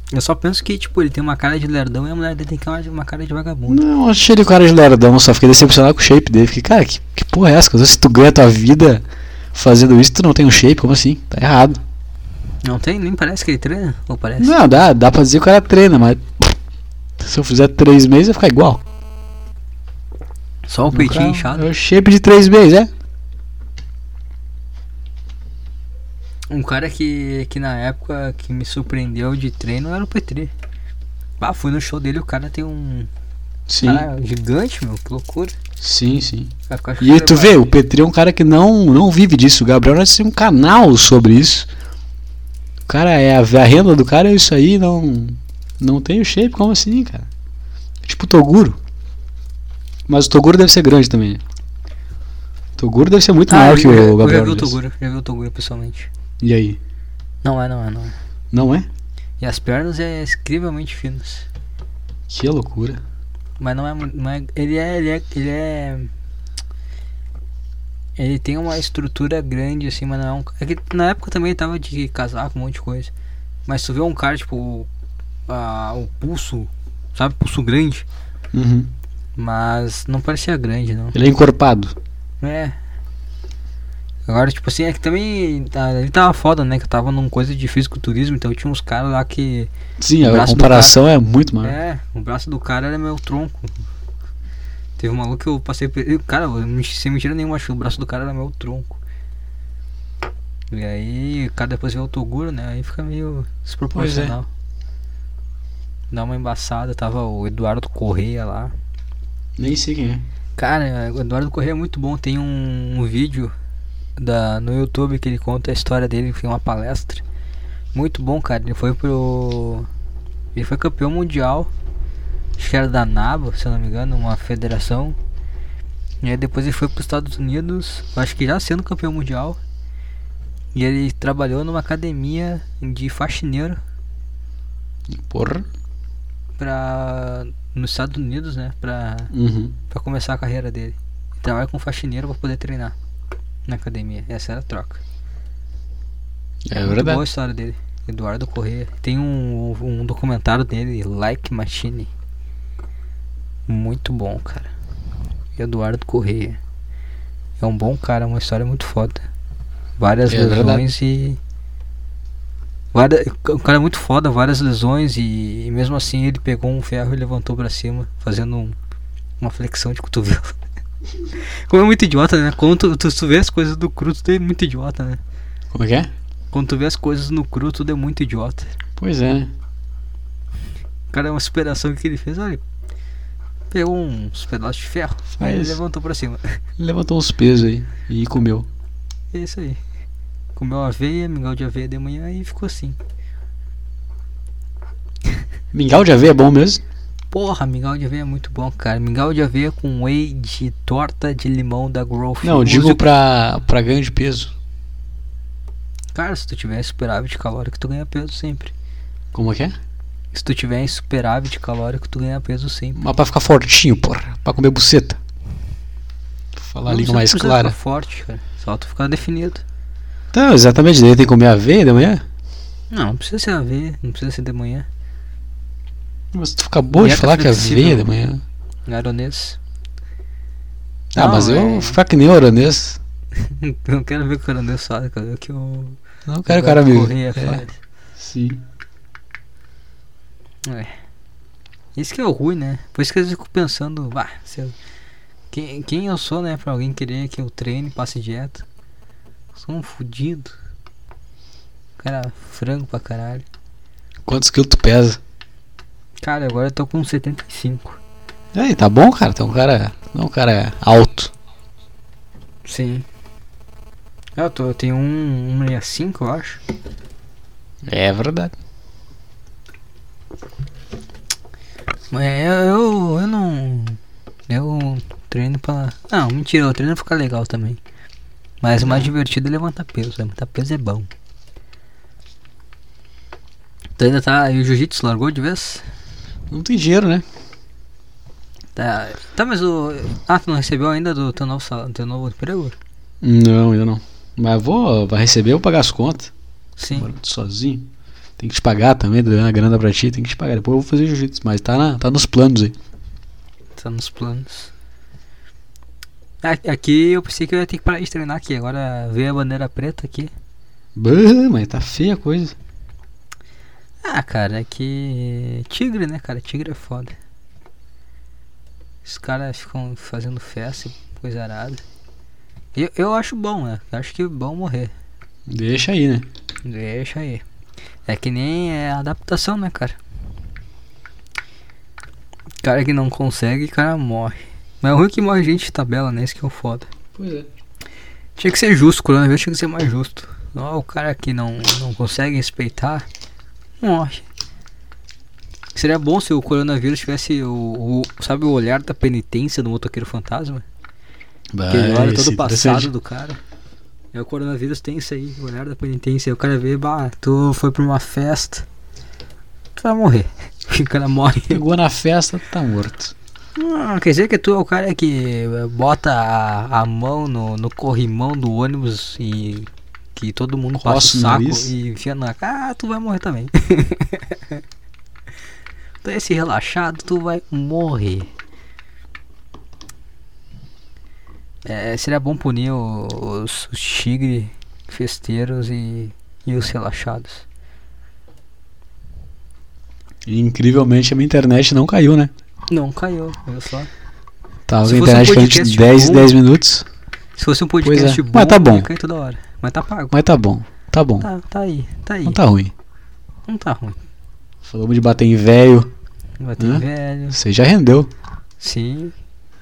S1: Eu só penso que, tipo, ele tem uma cara de lerdão e a mulher dele tem uma- uma cara de vagabundo.
S2: Não, achei ele o cara de lerdão, só fiquei decepcionado com o shape dele. Fiquei, cara, que, que porra é essa? Às vezes se tu ganha tua vida fazendo isso, tu não tem um shape, como assim? Tá errado.
S1: Não tem? Nem parece que ele treina? Ou parece?
S2: Não, dá, dá pra dizer que o cara treina, mas. Se eu fizer três meses, vai ficar igual.
S1: Só o Um peitinho
S2: Nunca-
S1: inchado.
S2: É o shape de três meses, é?
S1: Um cara que, que na época que me surpreendeu de treino era o Petri. Ah, fui no show dele o cara tem um
S2: Sim,
S1: cara gigante, meu, que loucura.
S2: sim, sim.
S1: Vai ficar
S2: E aí
S1: chorando,
S2: tu
S1: vai.
S2: vê, o Petri é um cara que não, não vive disso. O Gabriel nós tem um canal sobre isso. O cara é a, a renda do cara é isso aí, não não tem o shape, como assim, cara? É tipo o Toguro. Mas o Toguro deve ser grande também. né? O Toguro deve ser muito
S1: Ah,
S2: maior
S1: eu,
S2: que
S1: eu-
S2: o
S1: eu
S2: Gabriel.
S1: já vi o
S2: Nunes.
S1: Toguro, já vi o Toguro pessoalmente.
S2: E aí?
S1: Não é, não é, não é.
S2: Não é?
S1: E as pernas é incrivelmente finas.
S2: Que loucura.
S1: Mas não é, mu- não é, ele é, ele é, ele é ele tem uma estrutura grande assim, mas não é um, é que na época também ele tava de casaco, um monte de coisa. Mas tu vê um cara tipo ah, o pulso, sabe, pulso grande,
S2: Uhum.
S1: mas não parecia grande, não.
S2: Ele é encorpado.
S1: É. Agora, tipo assim, é que também tá- ele tava foda, né? Que eu tava num coisa de fisiculturismo, então tinha uns caras lá que.
S2: Sim,
S1: O
S2: a
S1: braço do
S2: comparação é muito maior.
S1: É, o braço do cara era meu tronco. Teve um maluco que eu passei. por ele- Cara, eu não- sem mentira nenhuma, acho que o braço do cara era meu tronco. E aí, o cara depois vê o Toguro, né? Aí fica meio desproporcional. Dá uma embaçada, tava o Eduardo Correia lá.
S2: Nem sei quem é.
S1: Cara, o Eduardo Corrêa é muito bom. Tem um, um vídeo da, no YouTube que ele conta a história dele, foi uma palestra. Muito bom, cara. Ele foi pro. Ele foi campeão mundial. Acho que era da NABA, se eu não me engano, uma federação. E aí depois ele foi pros Estados Unidos, acho que já sendo campeão mundial. E ele trabalhou numa academia de faxineiro
S2: Porra.
S1: pra. nos Estados Unidos, né? Pra.
S2: Uhum.
S1: Pra começar a carreira dele. Ele trabalha com faxineiro pra poder treinar na academia. Essa era a troca.
S2: É
S1: Muito boa a
S2: verdade.
S1: história dele. Eduardo Corrêa. Tem um, um documentário dele, Like Machine. Muito bom, cara. Eduardo Corrêa. É um bom cara, uma história muito foda. Várias
S2: É
S1: lesões e. Várias, o cara é muito foda, várias lesões e, e mesmo assim ele pegou um ferro e levantou pra cima, fazendo um- uma flexão de cotovelo. (laughs) Como é muito idiota, né? Quando tu, tu, tu vê as coisas do cru, tu é muito idiota, né?
S2: Como é que é?
S1: Quando tu vê as coisas no cru, tudo é muito idiota.
S2: Pois é, né?
S1: O cara é uma superação que ele fez, olha. Pegou uns pedaços de ferro, aí ele
S2: Mas-
S1: levantou pra cima.
S2: Ele levantou uns pesos aí e comeu.
S1: É isso aí. Comeu aveia, mingau de aveia de manhã e ficou assim.
S2: Mingau de aveia é bom mesmo?
S1: Porra, mingau de aveia é muito bom, cara. Mingau de aveia com whey de torta de limão da Growth.
S2: Não,
S1: Use
S2: digo
S1: o-
S2: pra, pra ganho de peso.
S1: Cara, se tu tiver superávit calórico, tu ganha peso sempre.
S2: Como é que é?
S1: Se tu tiver em superávit calórico, tu ganha peso sempre.
S2: Mas pra ficar fortinho, porra. Pra comer buceta. Falar a
S1: Não precisa-
S2: língua mais
S1: precisa
S2: clara.
S1: ficar forte, cara. Só tu ficar definido.
S2: Então, exatamente. Daí tem que comer aveia de manhã?
S1: Não, não precisa ser aveia, não precisa ser de manhã.
S2: Mas tu acabou de
S1: Dieta
S2: falar que é
S1: flexível.
S2: aveia de manhã.
S1: Aronês.
S2: Ah,
S1: Não,
S2: mas eu
S1: é-
S2: vou ficar que nem o aranês.
S1: Então, Eu não quero ver o que o Aranês fala, quero ver o que o.
S2: Não quero que o cara me...
S1: Correia
S2: É,
S1: faz.
S2: sim.
S1: Isso que é o ruim, né? Por isso que às vezes eu fico pensando, bah, se eu- quem, quem eu sou, né? Pra alguém querer que eu treine, passe dieta. Sou um fudido. Cara, frango pra caralho.
S2: Quantos quilos tu pesa?
S1: Cara, agora eu tô com 75.
S2: Aí, tá bom, cara? Tá um cara... Não um cara alto.
S1: Sim. Ah, Eu, tô, eu tenho um 165, eu acho.
S2: É verdade.
S1: É, Mas eu, eu, eu não. Eu treino pra. Não, mentira, o treino fica legal também. Mas o mais divertido é levantar peso. Levantar peso é bom. Tu ainda tá. E o jiu-jitsu largou de vez?
S2: Não tem dinheiro, né?
S1: Tá. Tá, mas o. Ah, tu não recebeu ainda do teu novo, sal- teu novo emprego?
S2: Não, ainda não. Mas vou, vai receber, eu vou pagar as contas. Agora
S1: Sim.
S2: eu tô sozinho. Tem que te pagar também, tô dando a grana pra ti, tem que te pagar. Depois eu vou fazer jiu-jitsu, mas tá, na, tá nos planos aí.
S1: Tá nos planos. A- Aqui eu pensei que eu ia ter que parar de treinar aqui. Agora veio a bandeira preta aqui.
S2: Bah, mas tá feia a coisa.
S1: Ah, cara, é que. Tigre, né, cara? Tigre é foda. Os caras ficam fazendo festa e coisa arada. Eu, eu acho bom, né? Eu acho que é bom morrer.
S2: Deixa aí, né?
S1: Deixa aí. É que nem é adaptação, né, cara? Cara que não consegue, cara morre. Mas o ruim é que morre gente de tabela, né? Isso que é o foda.
S2: Pois é.
S1: Tinha que ser justo, o coronavírus tinha que ser mais justo. Não, o cara que não, não consegue respeitar, morre. Seria bom se o coronavírus tivesse o, o- sabe, o olhar da penitência do motoqueiro fantasma?
S2: Ah,
S1: Que ele olha todo o passado do cara. É o coronavírus tem isso aí, o olhar da penitência. Aí o cara vê, bah, tu foi pra uma festa, tu vai morrer. (laughs) O cara morre.
S2: Pegou na festa, tá morto.
S1: Não, quer dizer que tu é o cara que eh, bota a, a mão no, no corrimão do ônibus e que todo mundo passa
S2: Coça
S1: o
S2: o
S1: saco
S2: nariz.
S1: e enfia na cara, ah, tu vai morrer também. (laughs) tu é esse relaxado, tu vai morrer. É, seria bom punir o- os, os tigre festeiros e, e os relaxados.
S2: E, incrivelmente a minha internet não caiu, né?
S1: Não, caiu, olha só.
S2: Tava
S1: Se
S2: com a
S1: fosse um
S2: internet ficando
S1: podcast
S2: de 10
S1: bom-
S2: 10 minutos.
S1: Se fosse um
S2: é.
S1: podcast bom,
S2: Mas tá bom.
S1: ia cair toda hora. Mas tá pago.
S2: Mas tá bom, tá bom.
S1: Tá, tá aí, tá aí.
S2: Não tá ruim.
S1: Não tá ruim.
S2: Falamos de bater em velho,
S1: Vai ter
S2: Hã?
S1: velho.
S2: você já rendeu.
S1: Sim.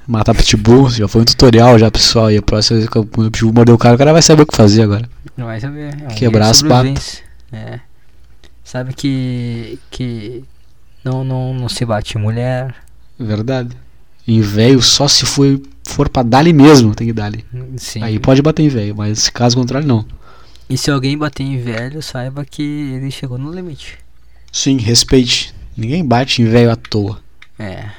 S2: Matar pitbull, já foi um tutorial já, pessoal. E a próxima vez que o pitbull morder o cara, o cara vai saber o que fazer agora.
S1: Não vai saber. É um guia de
S2: Quebrar as patas.
S1: sobrevivência. É. Sabe que. que. Não, não, não se bate em mulher.
S2: Verdade. Em velho só se foi, for pra dali mesmo, tem que dali.
S1: Sim.
S2: Aí pode bater em velho, mas caso contrário não.
S1: E se alguém bater em velho, saiba que ele chegou no limite.
S2: Sim, respeite. Ninguém bate em velho à toa.
S1: É.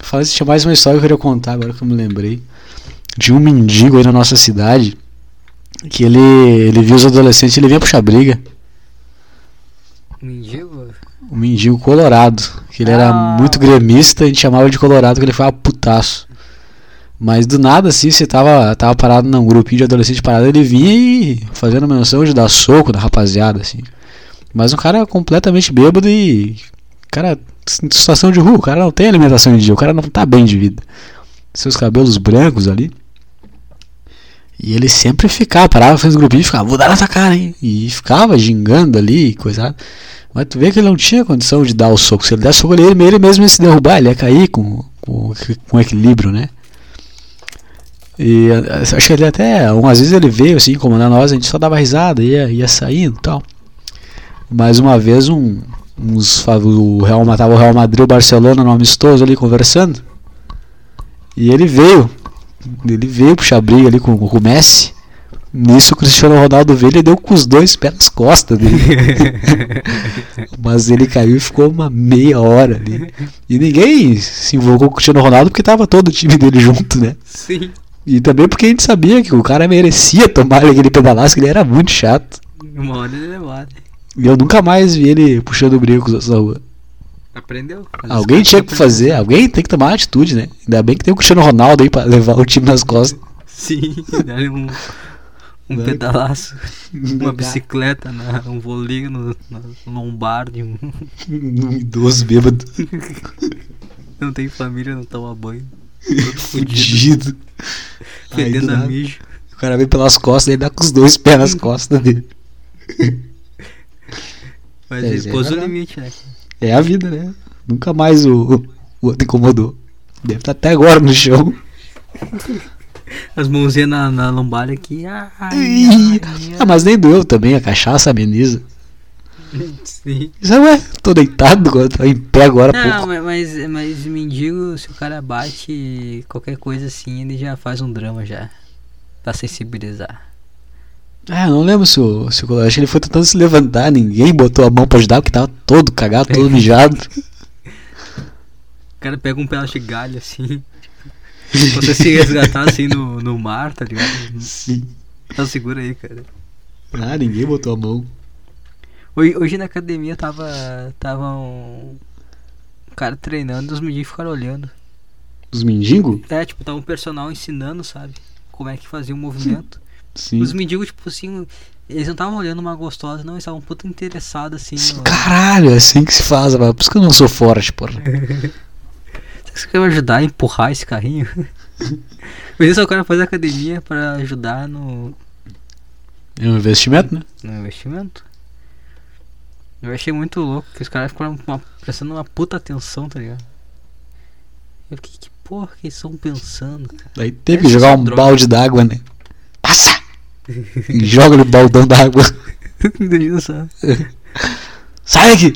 S2: Fala isso, tinha mais uma história que eu queria contar agora que eu me lembrei. De um mendigo aí na nossa cidade. Que ele, ele viu os adolescentes, ele vinha puxar briga.
S1: Mendigo?
S2: (laughs) Um mendigo colorado. Que ele era
S1: Ah.
S2: muito gremista, a gente chamava de colorado, que ele foi um putaço. Mas do nada, assim, você tava, tava parado num grupinho de adolescente parado, ele vinha e fazendo menção de dar soco na rapaziada, assim. Mas um cara completamente bêbado e. Cara, em situação de rua, o cara não tem alimentação em dia, o cara não tá bem de vida. Seus cabelos brancos ali. E ele sempre ficava, parava, fez um grupinho e ficava, vou dar na tua cara, hein? E ficava gingando ali, e coisa. Mas tu vê que ele não tinha condição de dar o soco. Se ele der soco, ele, ele mesmo ia se derrubar, ele ia cair com, com, com equilíbrio, né? E eh, acho que ele até, umas vezes ele veio assim, incomodar nós, a gente só dava risada, ia, ia saindo e tal. Mais uma vez, um, uns, fa- o Real, Ma- tava o Real Madrid e o Barcelona no amistoso ali conversando. E ele veio, ele veio puxar briga ali com, com o Messi. Nisso o Cristiano Ronaldo veio e deu com os dois pés nas costas dele. Mas ele caiu e ficou uma meia hora ali. E ninguém se invocou com o Cristiano Ronaldo porque tava todo o time dele junto, né?
S1: Sim.
S2: E também porque a gente sabia que o cara merecia tomar aquele pedalaço, que ele era muito chato.
S1: Uma hora ele levado.
S2: E eu nunca mais vi ele puxando briga com os outros na rua.
S1: Aprendeu? Às vezes
S2: Alguém
S1: cara
S2: tinha
S1: tem
S2: que fazer, alguém tem que tomar uma atitude, né? Ainda bem que tem o Cristiano Ronaldo aí pra levar o time nas costas.
S1: Sim, (laughs) dá-lhe um. Um
S2: Né?
S1: pedalaço, uma bicicleta, na, um voleio no, na lombar de um,
S2: Um idoso bêbado,
S1: (laughs) Não tem família, não toma banho.
S2: fudido. Aí do
S1: Fedendo a
S2: nada,
S1: mijo.
S2: O cara veio pelas costas, ele dá com os dois pés nas costas dele.
S1: Mas
S2: É,
S1: ele
S2: isso é
S1: pôs o
S2: verdade.
S1: limite, né?
S2: É a vida, né? Nunca mais o, o outro incomodou. Deve estar até agora no chão.
S1: As mãozinhas na, na lombar aqui. Ai, ai,
S2: tá Ah, mas nem doeu também, a cachaça ameniza.
S1: ai. Sim.
S2: Isso ué, tô deitado, agora, tô em pé agora há
S1: Não,
S2: pouco.
S1: mas, mas, mas mendigo, se o cara bate qualquer coisa assim, ele já faz um drama já. Pra sensibilizar.
S2: Ah, eu não lembro se o, se o Colorado ele foi tentando se levantar, ninguém botou a mão pra ajudar, porque tava todo cagado,
S1: (laughs)
S2: todo mijado.
S1: O cara pega um pedaço de galho assim. (laughs) pra Você se resgatar assim no, no mar, tá ligado?
S2: (laughs) Sim.
S1: Tá segura aí, cara.
S2: Ah, ninguém botou a mão.
S1: Hoje, hoje na academia tava. Tava um. um cara treinando, os mendigos ficaram olhando.
S2: Os mendigos?
S1: É, tipo, tava um personal ensinando, sabe? Como é que fazia o movimento.
S2: Sim.
S1: Os mendigos, tipo assim, eles não estavam olhando uma gostosa, não, eles estavam um puta interessados assim.
S2: Sim,
S1: no-
S2: Caralho, é assim que se faz, rapaz. Por isso que eu não sou forte, porra.
S1: Será que você quer me ajudar a empurrar esse carrinho? (laughs) Mas isso é o cara faz academia pra ajudar no,
S2: É um investimento, né?
S1: no investimento. Eu achei muito louco, que os caras ficaram com uma- prestando uma puta atenção, tá ligado? Eu fiquei, que porra que eles estão pensando, (laughs) cara?
S2: Daí teve
S1: Essa
S2: que jogar
S1: é
S2: um
S1: droga.
S2: balde d'água, né? Passa! E joga no baldão d'água.
S1: Imagina só.
S2: Sai daqui!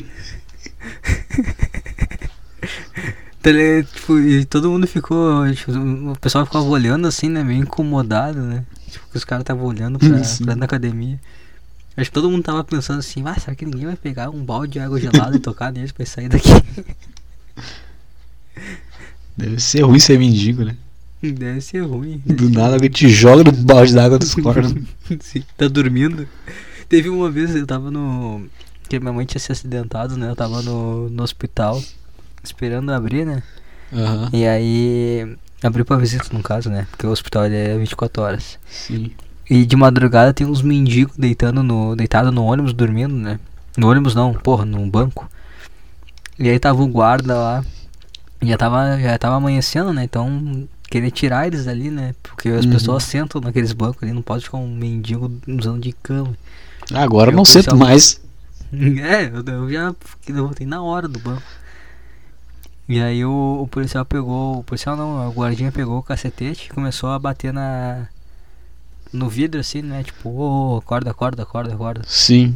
S1: Tá ligado? Tipo, e todo mundo ficou. tipo, o pessoal ficava olhando assim, né? Meio incomodado, né? Tipo, que os caras estavam olhando pra,
S2: Sim.
S1: pra dentro da academia. Acho que todo mundo tava pensando assim, ah, será que ninguém vai pegar um balde de água gelada e tocar neles pra eles sair daqui? (laughs)
S2: Deve ser ruim ser mendigo, né?
S1: Deve ser ruim. né? (laughs)
S2: Do nada alguém te joga no balde d'água dos cornos.
S1: Sim, tá dormindo. Teve uma vez, eu tava no. Que minha mãe tinha se acidentado, né? Eu tava no, no hospital, esperando abrir, né?
S2: Aham,
S1: E aí. Abriu pra visita, no caso, né? Porque o hospital ele é 24 horas.
S2: sim.
S1: E de madrugada tem uns mendigos deitando no, deitado no ônibus, dormindo, né? No ônibus não, porra, num banco. E aí tava o guarda lá. e Já tava, já tava amanhecendo, né? Então queria tirar eles ali, né? Porque as
S2: Uhum.
S1: pessoas sentam naqueles bancos ali, não pode ficar um mendigo usando de cama.
S2: Agora eu
S1: Eu
S2: não sento
S1: pensava-
S2: mais.
S1: (laughs) É, eu, eu já eu voltei na hora do banco. E aí o, o policial pegou. O policial não, o guardinha pegou o cacetete e começou a bater na. No vidro assim, né? Tipo, ô, ô, acorda, acorda, acorda, acorda.
S2: Sim.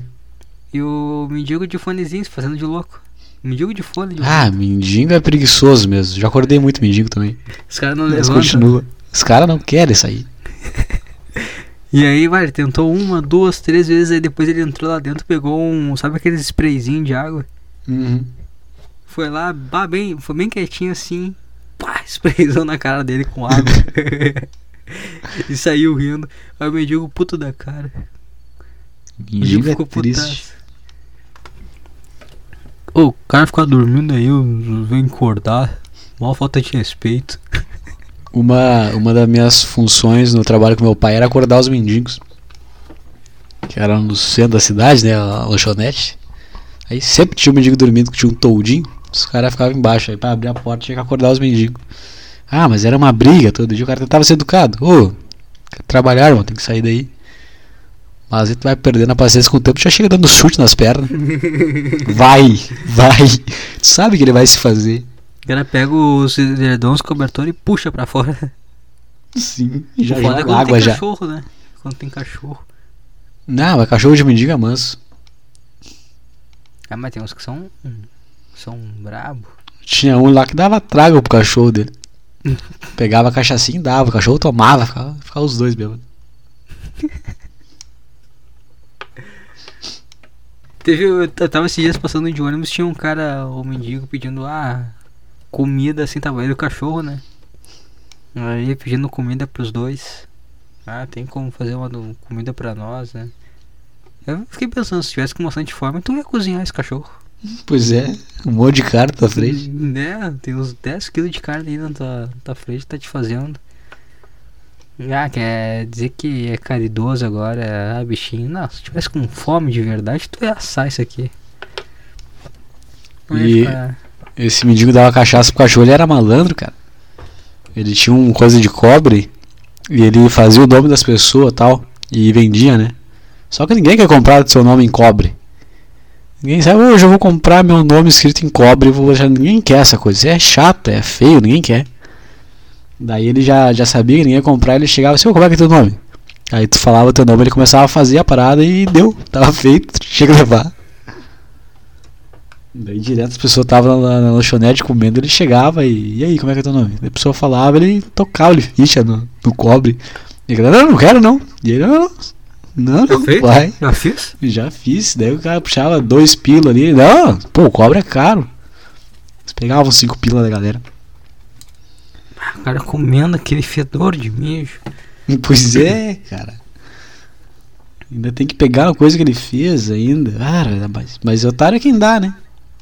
S1: E o mendigo de fonezinho se fazendo de louco. Mendigo de fone, de
S2: Ah, mendigo é preguiçoso mesmo. Já acordei muito mendigo também.
S1: Os caras não
S2: Mas
S1: levantam.
S2: continua. Os caras não querem sair.
S1: E aí, vai, ele tentou uma, duas, três vezes, aí depois ele entrou lá dentro, pegou um. Sabe aqueles sprayzinho de água?
S2: Uhum.
S1: Foi lá, bah, bem, foi bem quietinho assim. Pá, (laughs) sprayzou na cara dele com água. (laughs) e saiu rindo. Aí o mendigo puto da cara. O mendigo
S2: Mendigo é
S1: ficou
S2: triste.
S1: putaço. Ô, o cara ficar dormindo aí, eu- vem acordar. Mó falta de respeito.
S2: Uma, uma das minhas funções no trabalho com meu pai era acordar os mendigos. Que era no centro da cidade, né? A lanchonete. Aí sempre tinha um mendigo dormindo que tinha um toldinho. Os caras ficavam embaixo. Aí pra abrir a porta tinha que acordar os mendigos. Ah, mas era uma briga todo dia. O cara tentava ser educado. Ô, quer trabalhar, irmão, tem que sair daí. Mas aí tu vai perdendo a paciência com o tempo, tu já chega dando chute
S1: (laughs)
S2: nas pernas. Vai, vai. Tu sabe que ele vai se fazer.
S1: O cara pega os edredons, cobertor e puxa pra fora.
S2: Sim, já
S1: O foda é
S2: joga
S1: quando
S2: água
S1: tem
S2: já.
S1: cachorro, né? Quando tem cachorro.
S2: Não, mas cachorro de mendigo é manso.
S1: Ah, mas tem uns que são. São brabo.
S2: Tinha um lá que dava trago pro cachorro dele. Pegava a cachaçinha e dava, o cachorro tomava, ficava, ficava os dois bêbados.
S1: Teve, eu t- tava esses dias passando de ônibus, tinha um cara, o mendigo, pedindo ah, comida, assim, tava ele e o cachorro, né? Aí pedindo comida pros dois. Ah, tem como fazer uma do- comida pra nós, né? Eu fiquei pensando, se tivesse com bastante fome, tu ia cozinhar esse cachorro.
S2: Pois é, um monte de cara na tua frente.
S1: Né? Tem uns 10 quilos de carne aí na tua, tua frente, tá te fazendo. Ah, quer dizer que é caridoso agora, ah, bichinho. Não, se tivesse com fome de verdade, tu ia assar isso aqui. Não ia
S2: E-
S1: ficar-
S2: Esse mendigo dava cachaça pro cachorro, ele era malandro, cara. Ele tinha um coisa de cobre e ele fazia o nome das pessoas e tal. E vendia, né? Só que ninguém quer comprar seu nome em cobre. Ninguém sabe, hoje eu vou comprar meu nome escrito em cobre. Vou deixar... Ninguém quer essa coisa. Isso é chato, é feio, ninguém quer. Daí ele já, já sabia que ninguém ia comprar. Ele chegava assim: "Ô, Como é que é teu nome? Aí tu falava teu nome, ele começava a fazer a parada e deu. Tava feito, chega a levar. Daí direto as pessoas estavam na, na lanchonete comendo, ele chegava e. E aí, como é que é teu nome? Daí a pessoa falava, ele tocava, ele ficha no, no cobre. E a galera, não, não quero não. E ele, não, não, não,
S1: Eu
S2: não
S1: fiz?
S2: vai.
S1: Já fiz?
S2: Já fiz, daí o cara puxava dois pila ali, não, pô, o cobre é caro. Eles pegavam cinco pila da galera. (laughs)
S1: O cara comendo aquele fedor de mijo.
S2: Pois é, cara. Ainda tem que pegar uma coisa que ele fez ainda. Cara, mas, mas otário é quem dá, né?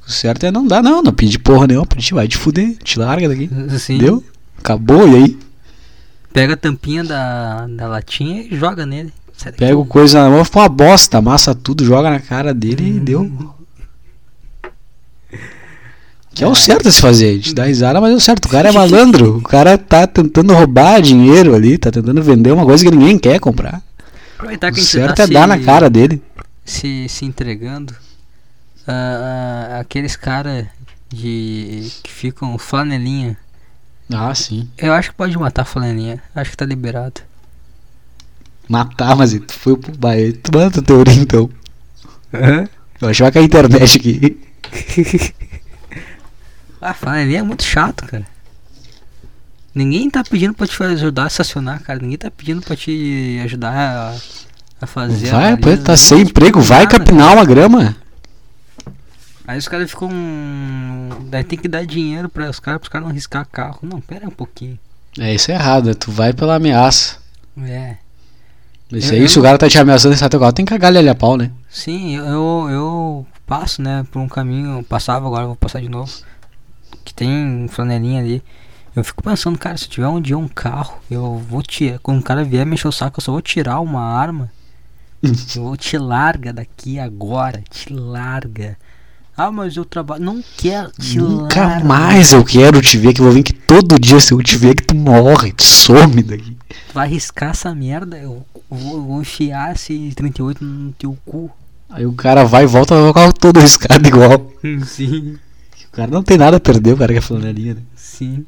S2: O certo é não dar, não, não pedir porra nenhuma, pra gente vai te fuder, te larga daqui.
S1: Assim,
S2: Deu? Acabou, e aí?
S1: pega a tampinha da, da latinha e joga nele. Sai daqui.
S2: Pega o coisa na mão, fica uma bosta, amassa tudo, joga na cara dele e deu.
S1: Uhum.
S2: Que é o certo a se fazer, a gente dá risada, mas é o certo. O cara é malandro, o cara tá tentando roubar dinheiro ali, tá tentando vender uma coisa que ninguém quer comprar.
S1: Aproveitar
S2: O
S1: que a gente tá
S2: certo é dar na
S1: se-
S2: cara dele.
S1: se, se entregando. Ah, ah, aqueles caras de. que ficam flanelinha.
S2: Ah, sim.
S1: Eu acho que pode matar flanelinha. Acho que tá liberado.
S2: Matar, mas tu foi pro bairro. Tu manda tua teoria então.
S1: (laughs)
S2: Eu acho que vai cair a internet aqui.
S1: Ah, flanelinha é muito chato, cara. Ninguém tá pedindo pra te ajudar a estacionar, cara. Ninguém tá pedindo pra te ajudar a, a fazer. a
S2: Vai, pô,
S1: baliza.
S2: tá sem emprego, vai
S1: Nada.
S2: capinar uma grama.
S1: Aí os caras ficam. Daí tem que dar dinheiro pra os caras, pros caras não riscar carro. Não, pera um pouquinho.
S2: É, isso é errado, né? tu vai pela ameaça.
S1: É.
S2: Isso
S1: Eu-
S2: aí,
S1: eu
S2: se o cara tá te ameaçando esse atacado, tem que cagar ele a pau, né?
S1: Sim, eu- eu, eu passo, né, por um caminho, eu passava agora, eu vou passar de novo, que tem um flanelinha ali. Eu fico pensando, cara, se tiver um dia um carro, eu vou tirar, quando o cara vier mexer o saco, eu só vou tirar uma
S2: (laughs)
S1: arma. eu vou te larga daqui agora, te larga. Ah, mas eu trabalho, não quero, te
S2: Nunca
S1: larga.
S2: mais eu quero te ver, que eu vou vir que todo dia se eu te ver que tu morre, tu some daqui.
S1: Vai riscar essa merda, eu vou, eu vou enfiar esse 38 no teu
S2: (laughs)
S1: cu.
S2: Aí o cara vai e volta vai com o carro todo arriscado igual.
S1: Sim.
S2: O cara não tem nada a perder, o cara que é flanelinha, né?
S1: Sim.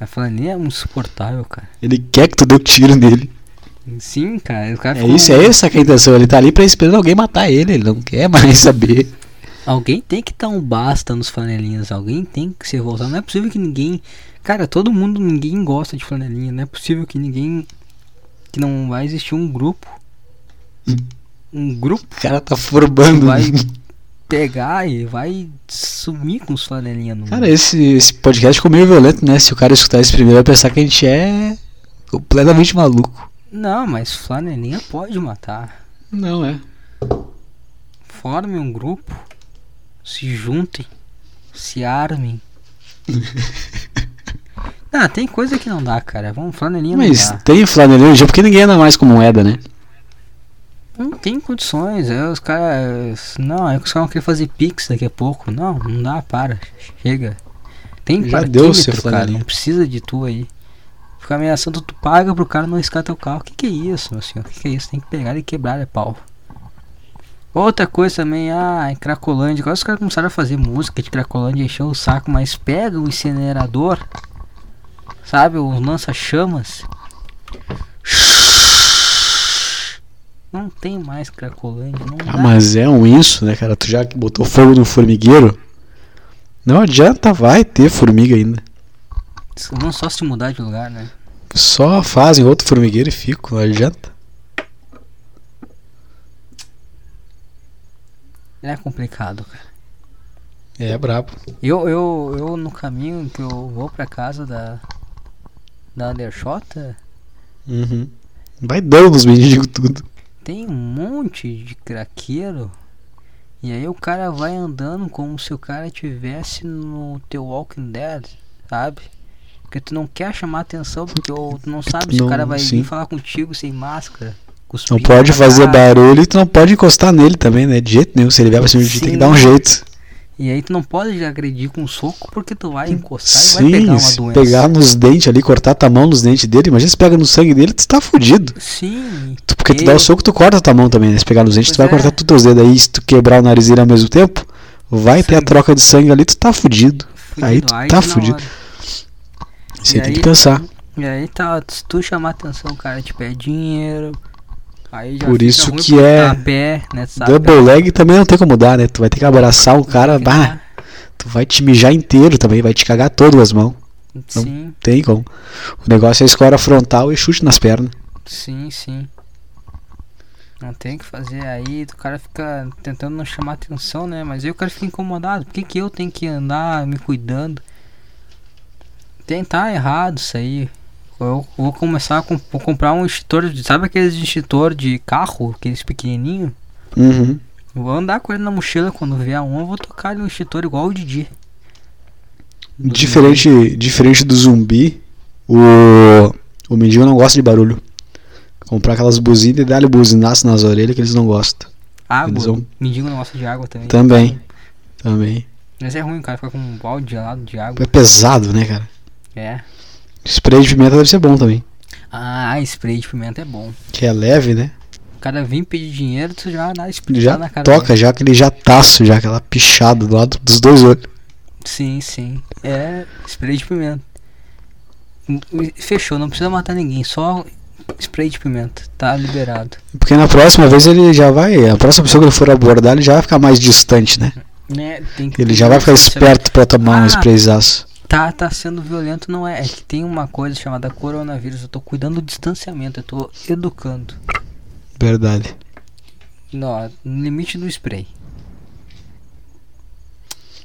S1: A flanelinha é insuportável, cara.
S2: Ele quer que tu dê um tiro nele.
S1: Sim, cara. O cara
S2: É
S1: ficou-
S2: isso, é essa que é a intenção. Ele tá ali pra esperando alguém matar ele, ele não quer mais (laughs) saber.
S1: Alguém tem que dar um basta nos flanelinhas. Alguém tem que se revoltar. Não é possível que ninguém. Cara, todo mundo, ninguém gosta de flanelinha. Não é possível que ninguém. Que não vai existir um grupo. Um grupo
S2: O cara tá
S1: que
S2: formando.
S1: vai pegar e vai sumir com os flanelinhas no
S2: Cara,
S1: mundo.
S2: esse, esse podcast ficou meio violento, né? Se o cara escutar esse primeiro, vai pensar que a gente é completamente maluco.
S1: Não, mas flanelinha pode matar.
S2: Não é.
S1: Formem um grupo. Se juntem. Se armem. Ah, tem coisa que não dá, cara. Vamos, flanelinha
S2: Mas
S1: não dá.
S2: tem flanelinha hoje, em dia, porque ninguém anda mais com moeda, né?
S1: Não tem condições, é, os caras. Não, é que os caras vão querer fazer pix daqui a pouco. Não, não dá, para. Chega. Tem
S2: Já
S1: parquímetro,
S2: deu seu
S1: cara.
S2: flanelinha.
S1: Não precisa de tu aí. Ficar ameaçando, tu paga pro cara não riscar teu carro. Que que é isso, meu senhor? Que que é isso? Tem que pegar e quebrar é pau. Outra coisa também, ah, em Cracolândia. Agora os caras começaram a fazer música de Cracolândia, encheu o saco, mas pega o incinerador, sabe? O lança-chamas. Não tem mais Cracolândia, não
S2: Ah,
S1: dá.
S2: mas é um isso, né, cara? Tu já que botou fogo no formigueiro. Não adianta, vai ter formiga ainda.
S1: Não só se mudar de lugar, né?
S2: Só fazem outro formigueiro e fico, não adianta.
S1: É complicado, cara.
S2: É, é brabo.
S1: Eu, eu, eu no caminho que eu vou pra casa da. Da Undershot,
S2: Uhum. Vai dando nos mendigos tudo.
S1: tem um monte de craqueiro. E aí o cara vai andando como se o cara tivesse no teu Walking Dead, sabe? Porque tu não quer chamar atenção, porque o- tu não sabe se
S2: não-
S1: o cara vai
S2: sim.
S1: vir falar contigo sem máscara.
S2: Não
S1: cuspindo
S2: pode
S1: na
S2: fazer
S1: cara.
S2: barulho e tu não pode encostar nele também, né? De jeito nenhum. Se ele vier pra cima de ti, tem que
S1: Sim.
S2: dar um jeito.
S1: E aí tu não pode agredir com um soco porque tu vai encostar e
S2: Sim,
S1: vai pegar uma
S2: se
S1: doença.
S2: pegar nos dentes ali, cortar a tua mão nos dentes dele, imagina se pega no sangue dele, tu tá fudido.
S1: Sim,
S2: Tu- porque tu dá
S1: Eu-
S2: o soco, tu corta a tua mão também, né? Se pegar nos dentes, tu vai
S1: Pois é.
S2: cortar tudo os teus dedos. Aí se tu quebrar o nariz dele ao mesmo tempo, vai ter a
S1: Sim.
S2: troca de sangue ali, tu tá fudido.
S1: fudido,
S2: Aí tu
S1: AIDS
S2: tá
S1: na
S2: fudido.
S1: hora.
S2: Você
S1: E
S2: tem
S1: aí-
S2: que pensar.
S1: E aí tá, se tu chamar atenção, o cara te pede dinheiro. Aí já
S2: Por
S1: fica
S2: isso
S1: ruim
S2: que
S1: porque
S2: é
S1: tá a pé, né? tu sabe,
S2: Double leg também não tem como dar, né? Tu vai ter que abraçar o
S1: tem
S2: cara.
S1: que
S2: Bah,
S1: dar.
S2: Tu vai te mijar inteiro também, vai te cagar todo as mãos.
S1: Sim,
S2: Tem como. O negócio é escora frontal e chute nas pernas.
S1: sim, sim. Não tem o que fazer aí, o cara fica tentando não chamar atenção, né? Mas aí o cara fica incomodado. Por que, que eu tenho que andar me cuidando? Tentar errado isso aí. Eu vou começar a com- vou comprar um extintor, de- sabe aqueles extintor de carro, aqueles pequenininho?
S2: Uhum.
S1: Vou andar com ele na mochila quando vier um, eu vou tocar ali um extintor igual o Didi.
S2: Diferente, diferente do zumbi, o, o mendigo não gosta de barulho. Comprar aquelas buzinas e dar-lhe buzinaço nas orelhas que eles não gostam.
S1: Água.
S2: Eles vão-
S1: Mendigo não gosta de água também.
S2: Também. Também.
S1: Mas é ruim, cara, ficar com um balde gelado de água.
S2: É pesado, né, cara?
S1: É.
S2: Spray de pimenta deve ser bom também.
S1: Ah, spray de pimenta é bom.
S2: Que é leve, né?
S1: O cara vem pedir dinheiro, tu já dá spray
S2: Já
S1: Tá na cara.
S2: toca, já aquele jataço, já aquela pichada do lado dos dois olhos.
S1: dele. Sim, sim. É spray de pimenta. Hum, Fechou, não precisa matar ninguém, só spray de pimenta. Tá liberado.
S2: Porque na próxima vez ele já vai. A próxima pessoa que ele for abordar, ele já vai ficar mais distante, né?
S1: Né? Tem que-
S2: Ele já vai ficar esperto pra tomar um
S1: Ah.
S2: sprayzaço.
S1: Tá, tá sendo violento, não é? É que tem uma coisa chamada coronavírus. Eu tô cuidando do distanciamento, eu tô educando.
S2: Verdade.
S1: Não, no limite do spray.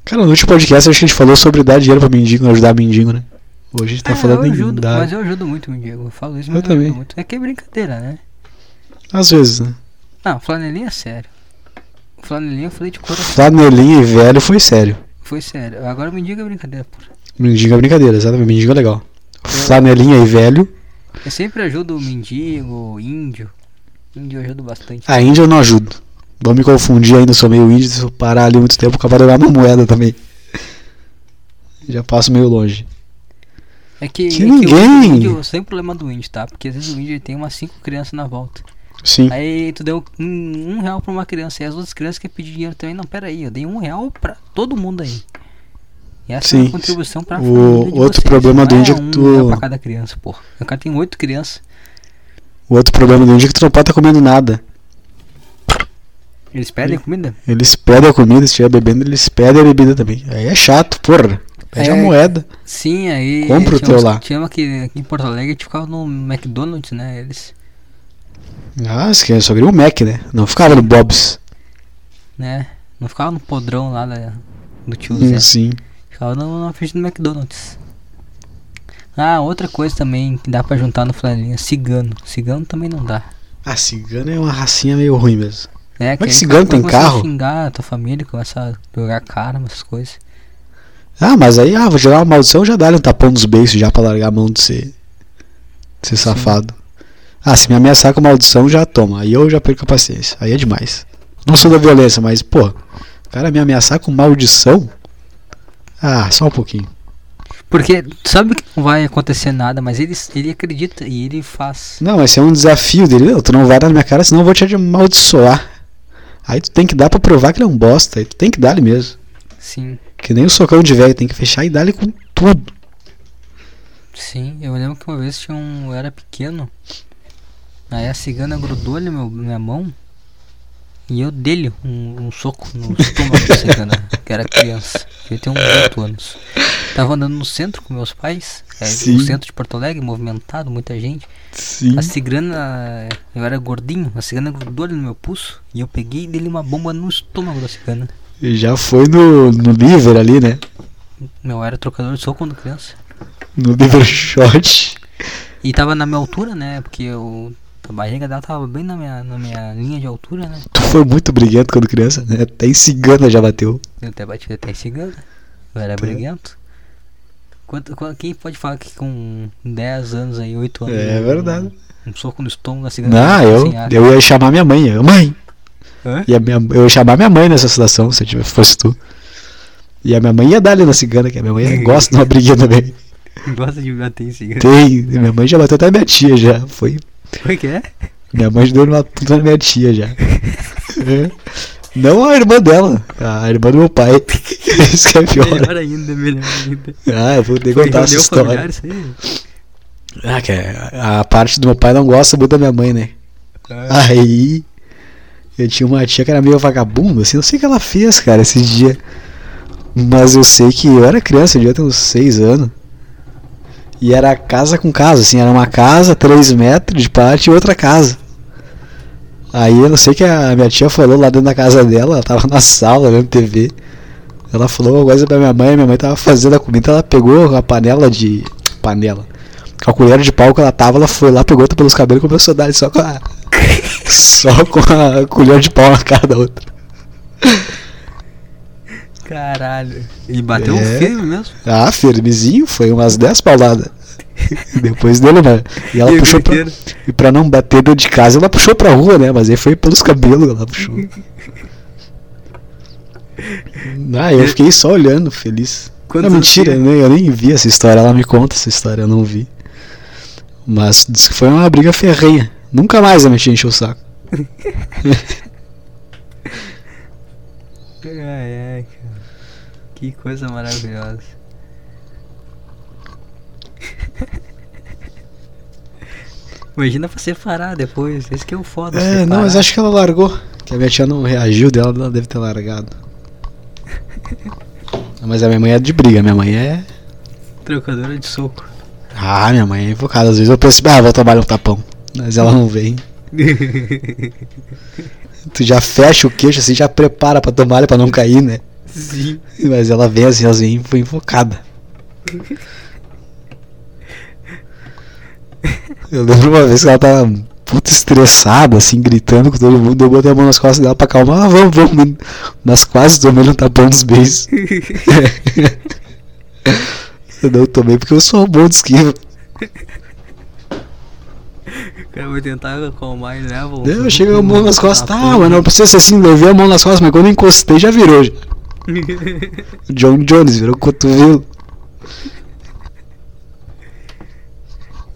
S2: Cara, no último podcast acho que a gente falou sobre dar dinheiro pra mendigo, ajudar mendigo, né? Hoje a gente tá
S1: Ah, eu
S2: falando em
S1: ajudo,
S2: dar.
S1: mas eu ajudo muito, meu Diego. Eu falo isso, mas
S2: Eu
S1: eu, ajudo
S2: também.
S1: muito. É que é brincadeira, né?
S2: Às vezes, né?
S1: Não, flanelinha é sério. Flanelinha eu falei de coração.
S2: Flanelinha e velho foi sério.
S1: Foi sério. Agora me diga a brincadeira, pô.
S2: Mendigo é brincadeira, exatamente. Mendigo é legal. Flanelinha e velho.
S1: Eu sempre ajudo o mendigo, índio. Índio eu ajudo bastante.
S2: A índia eu não ajudo. Vou me confundir ainda, sou meio índio. Se eu parar ali muito tempo, acabar de olhar uma moeda também. Já passo meio longe.
S1: É que,
S2: Que
S1: é o
S2: ninguém-
S1: índio, sem problema do índio, tá? Porque às vezes o índio ele tem umas cinco crianças na volta.
S2: Sim.
S1: Aí tu deu um, um real pra uma criança e as outras crianças querem pedir dinheiro também. Não, pera aí, eu dei um real pra todo mundo aí. E essa é
S2: Sim.
S1: uma contribução pra
S2: O
S1: família de
S2: outro
S1: vocês,
S2: problema
S1: não
S2: do índio é
S1: é
S2: que
S1: um
S2: tu-
S1: real pra cada criança, porra. O cara tem oito crianças.
S2: O outro problema do índio é que tu não pode estar comendo nada.
S1: Eles pedem comida?
S2: Eles pedem a comida, se estiver bebendo, eles pedem a bebida também. Aí é chato, porra. Pede a
S1: É.
S2: moeda.
S1: Sim, aí.
S2: Compra o
S1: tinha
S2: teu
S1: uns-
S2: lá.
S1: Tinha uma que aqui em Porto Alegre a gente ficava no McDonald's, né? Eles.
S2: Ah, isso aqui eu só queria um Mac, né? Não ficava no Bob's.
S1: né? Não ficava no podrão lá da, do tio
S2: Hum,
S1: Zé.
S2: Sim.
S1: Ficava no- na frente do McDonald's. Ah, outra coisa também que dá pra juntar no flanelinha, cigano. Cigano também não dá.
S2: Ah, cigano é uma racinha meio ruim mesmo.
S1: É,
S2: Mas
S1: aí
S2: cigano
S1: tu
S2: tem
S1: começa a
S2: carro?
S1: xingar a tua família, começa a jogar karma, essas coisas.
S2: Ah, mas aí, ah, vou jogar uma maldição, já dá-lhe um tapão nos beiços já pra largar a mão de ser, de ser safado. Ah, se me ameaçar com maldição, já toma. Aí eu já perco a paciência. Aí é demais. Não sou da violência, mas, pô, o cara me ameaçar com maldição? Ah, só um pouquinho.
S1: Porque tu sabe que não vai acontecer nada, mas ele, ele acredita e ele faz.
S2: Não, mas se é um desafio dele, não, tu não vai dar na minha cara, senão eu vou te amaldiçoar. Aí tu tem que dar pra provar que ele é um bosta, aí tu tem que dar-lhe mesmo.
S1: Sim,
S2: Que nem o socão de velho, tem que fechar e dar-lhe com tudo.
S1: sim. Eu lembro que uma vez tinha um. Eu era pequeno. Aí a cigana grudou ali meu, minha mão. E eu dele um, um soco no (laughs) estômago da cigana, que era criança. Devia ter uns 8 anos. Tava andando no centro com meus pais. É,
S2: Sim.
S1: no centro de Porto Alegre, movimentado, muita gente.
S2: Sim.
S1: A cigana, eu era gordinho, a cigana grudou ali no meu pulso e eu peguei dele uma bomba no estômago da cigana.
S2: Já foi no, no liver ali, né?
S1: Meu, eu era trocador de soco quando criança.
S2: No liver shot.
S1: E tava na minha altura, né? Porque eu, a barriga dela tava bem na minha, na minha linha de altura, né?
S2: Tu foi muito briguento quando criança, né? Até em cigana já bateu.
S1: Eu até bati até em cigana. Eu
S2: Tá.
S1: era briguento. Quanto, qua- quem pode falar que com 10 anos aí, 8 anos.
S2: É
S1: um-
S2: verdade.
S1: Um, soco no estômago da cigana.
S2: Não,
S1: sem
S2: Ah, eu,
S1: ar.
S2: eu ia chamar minha mãe. Eu, mãe!
S1: Hã?
S2: E a minha, eu ia chamar minha mãe nessa situação, se eu tivesse- fosse tu. E a minha mãe ia dar ali na cigana, que a minha mãe gosta de uma briguinha também.
S1: Gosta de bater em cigana.
S2: Tem, minha mãe já bateu até minha tia já. Foi.
S1: Como é que é?
S2: Minha mãe já deu uma puta na minha tia já. É. Não a irmã dela, a irmã do meu pai. (laughs) Isso que é pior.
S1: Melhor ainda, melhor ainda.
S2: Ah, eu vou ter que
S1: Foi
S2: contar essa
S1: reunião
S2: história.
S1: familiar isso aí?
S2: Ah, que a a parte do meu pai não gosta muito da minha mãe, né? Aí eu tinha uma tia que era meio vagabunda, assim, não sei o que ela fez, cara, esses dias. Mas eu sei que eu era criança, eu devia ter uns 6 anos. E era casa com casa, assim, era uma casa, 3 metros de parte e outra casa. Aí eu não sei que a minha tia falou lá dentro da casa dela, ela tava na sala vendo TV. Ela falou uma coisa pra minha mãe, minha mãe tava fazendo a comida, ela pegou a panela de. panela. A colher de pau que ela tava, ela foi lá, pegou outra pelos cabelos e começou a dar só com a. só com a colher de pau na cara da outra.
S1: Caralho. E bateu um
S2: É.
S1: firme mesmo?
S2: Ah, firmezinho, foi umas 10 pauladas. (laughs) Depois dele, né? E ela
S1: E o né?
S2: puxou pra,
S1: griteiro?
S2: e pra não bater dentro de casa, ela puxou pra rua, né? Mas aí foi pelos cabelos, ela (laughs) puxou. Ah, eu fiquei só olhando, feliz.
S1: Quantos
S2: não,
S1: anos
S2: mentira,
S1: tinha?
S2: né? eu nem vi essa história, ela me conta essa história, eu não vi. Mas diz que foi uma briga ferrenha. Nunca mais a minha tia encheu o saco.
S1: Ai, ai, cara. Que coisa maravilhosa. (laughs) Imagina pra separar depois. Esse que é o foda.
S2: É, não,
S1: separar.
S2: mas acho que ela largou. Que a minha tia não reagiu dela, ela deve ter largado. Mas a minha mãe é de briga, minha mãe é.
S1: Trocadora de
S2: (laughs)
S1: soco.
S2: Ah, minha mãe é invocada. Às vezes eu penso, ah, vou trabalhar um tapão. Mas ela não vem. Tu já fecha o queixo assim, já prepara pra tomar pra não cair, né?
S1: Sim.
S2: Mas ela vem assim, assim, foi invocada. Eu lembro uma vez que ela tava puta estressada, assim, gritando com todo mundo. Eu botei a mão nas costas dela pra calmar. Ah, vamos, vamos. menino. Nós quase tomamos um tapão dos beijos. (laughs) eu não tomei porque eu sou um bom de esquiva.
S1: O cara vai tentar acalmar e né, leva. o-
S2: Eu cheguei a mão nas costas,
S1: Ah, (laughs)
S2: tá, mas não precisa ser assim, levei a mão nas costas, mas quando eu encostei já virou. já. John Jones virou cotovelo.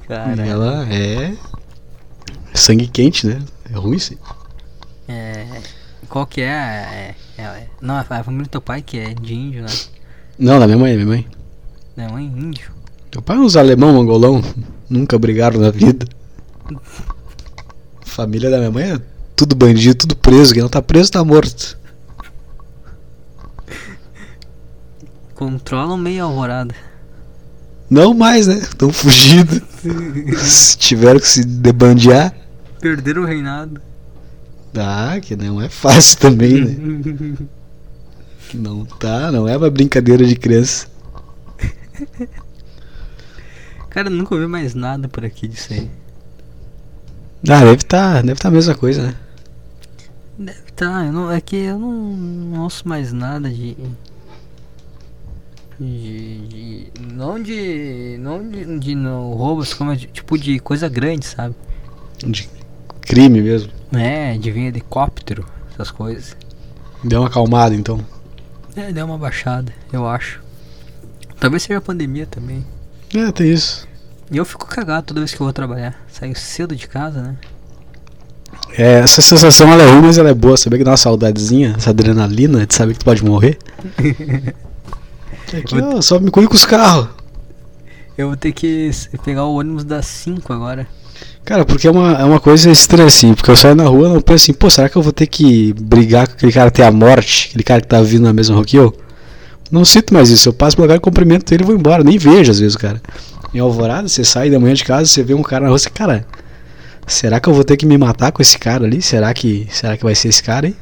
S1: Caralho.
S2: Ela é. Sangue quente, né? É ruim sim.
S1: É, qual que é? é, é- não, é a família do teu pai que é de índio, né?
S2: Não, da minha mãe, minha mãe.
S1: Minha mãe é índio.
S2: Teu pai é uns alemão, mongolão, (laughs) nunca brigaram na (laughs) vida. Família da minha mãe é tudo bandido, tudo preso. Quem não tá preso tá morto.
S1: Controla o meio alvorada.
S2: (laughs) Não mais, né? Tão fugido. (laughs) Se tiveram que se debandear.
S1: Perderam o reinado.
S2: Ah, que não é fácil também, né? Não tá, não é uma brincadeira de criança.
S1: (laughs) Cara, eu nunca ouvi mais nada por aqui disso aí.
S2: Ah, deve tá, deve tá a mesma coisa, né?
S1: Deve tá, eu não, é que eu não, não ouço mais nada de. De, de- não de. Não de, de não, roubos, como é, de- tipo de coisa grande, sabe?
S2: De crime mesmo.
S1: É, de vir helicóptero, essas coisas.
S2: Deu uma acalmada então.
S1: É, deu uma baixada, eu acho. Talvez seja a pandemia também.
S2: É, tem isso.
S1: E eu fico cagado toda vez que eu vou trabalhar. Saio cedo de casa, né?
S2: É, essa sensação ela é ruim, mas ela é boa. Saber que dá uma saudadezinha, essa adrenalina de saber que tu pode morrer. Aqui, ó, só me cuida com os carros.
S1: Eu vou ter que s- pegar o ônibus das 5 agora.
S2: Cara, porque é uma, é uma coisa estranha assim, porque eu saio na rua e não penso assim, pô, será que eu vou ter que brigar com aquele cara até a morte, aquele cara que tá vindo na mesma rua que eu? Não sinto mais isso, eu passo pelo lugar, cumprimento ele e vou embora, nem vejo às vezes, cara. Em Alvorada, você sai da manhã de casa, você vê um cara na rua, você, cara, será que eu vou ter que me matar com esse cara ali? Será que, será que vai ser esse cara aí?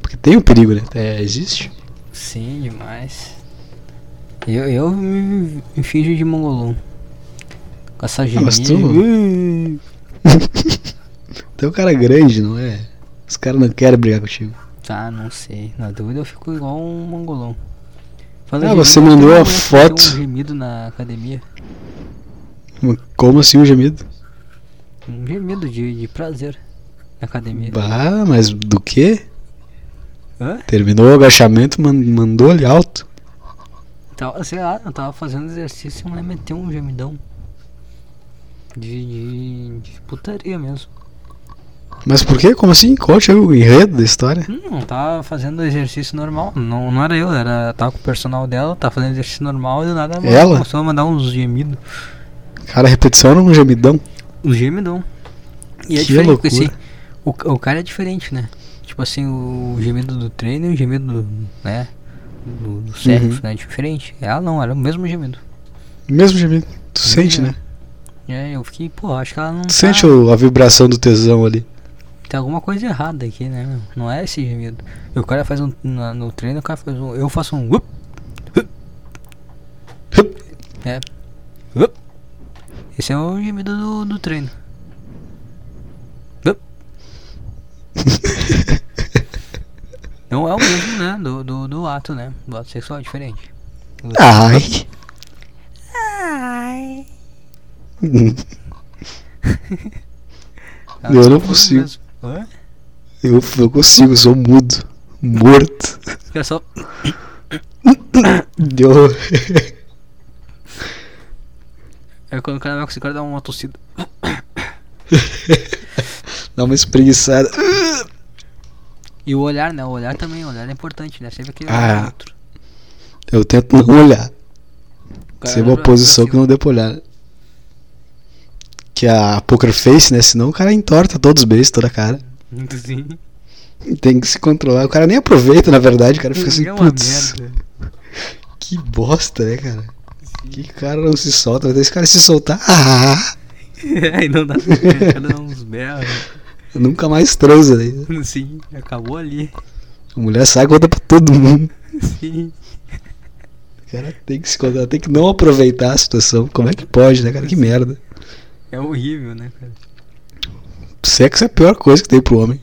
S2: Porque tem um perigo, né? É, existe.
S1: Sim, demais. Eu, eu me, me finjo de mongolão. Com essa gemida.
S2: Ah, mas tu- Tem um cara grande, não é? Os caras não querem brigar contigo.
S1: Tá, não sei. Na dúvida eu fico igual um mongolão.
S2: Ah,
S1: em
S2: você
S1: gemido,
S2: mandou
S1: tem
S2: a
S1: um moleque que deu
S2: foto.
S1: Um gemido na academia.
S2: Como assim o gemido?
S1: Um gemido de, de prazer na academia.
S2: Bah, mas do quê?
S1: Hã?
S2: Terminou o agachamento, man- mandou ele alto.
S1: Tava, sei lá, eu tava fazendo exercício e a mulher meteu um gemidão. De, de, de putaria mesmo.
S2: Mas por quê? Como assim? Qual é o enredo da história?
S1: Hum, Não, tava fazendo exercício normal. Não, não era eu, era tava com o personal dela, tava fazendo exercício normal e do nada ela
S2: Ela?
S1: começou a mandar uns gemidos.
S2: Cara, a repetição era um gemidão.
S1: Uns gemidão. E é
S2: Que
S1: diferente, porque assim,
S2: loucura.
S1: o, ca- o cara é diferente, né? Tipo assim, o gemido do treino e o gemido, né? do,
S2: Uhum.
S1: do sexo, né? Diferente. Ela não, era o mesmo gemido.
S2: Mesmo gemido. Tu sente,
S1: é.
S2: né?
S1: E aí É, eu fiquei, pô, acho que ela não.
S2: Tu
S1: tá-
S2: sente o- a vibração do tesão ali. (laughs)
S1: Tem alguma coisa errada aqui, né? meu? Não é esse gemido. E o cara faz um. na- no treino, o cara faz um. Eu faço um. Up, é. Up. Esse é o gemido do, do treino. Up. não é o mesmo, né? Do, do, do ato, né? Do ato sexual é diferente.
S2: Ai. Hum,
S1: Ela
S2: Eu não
S1: faz o
S2: consigo.
S1: tá mesmo. Hã?
S2: Eu, eu consigo, eu sou mudo. Morto.
S1: O cara só.
S2: Deu. (laughs)
S1: É quando o cara vai conseguir, o cara dá uma tossida.
S2: Dá uma espreguiçada.
S1: E o olhar, né? O olhar também, o olhar é importante, né? Sempre aquele
S2: Ah,
S1: olhar do outro.
S2: Eu tento não olhar.
S1: O cara
S2: Ser é uma
S1: olha pra-
S2: posição
S1: pra
S2: que não dê pra olhar. né? Que é a poker face, né? Senão o cara entorta todos os beijos, toda a cara.
S1: cima. Sim.
S2: Tem que se controlar. O cara nem aproveita, na verdade. O cara fica
S1: (laughs)
S2: assim,
S1: É uma
S2: putz,
S1: merda.
S2: que bosta, né, cara? Que cara não se solta. Mas esse cara se soltar, (laughs) ah,
S1: (laughs) Aí não dá pra cada um uns berros. (laughs)
S2: nunca mais transa. Né?
S1: Sim, acabou ali. (laughs)
S2: A mulher sai e conta pra todo mundo.
S1: Sim.
S2: O cara tem que se controlar, tem que não aproveitar a situação. Como é que pode, né, cara? Que merda.
S1: É horrível, né, cara?
S2: Sexo é a pior coisa que tem pro homem.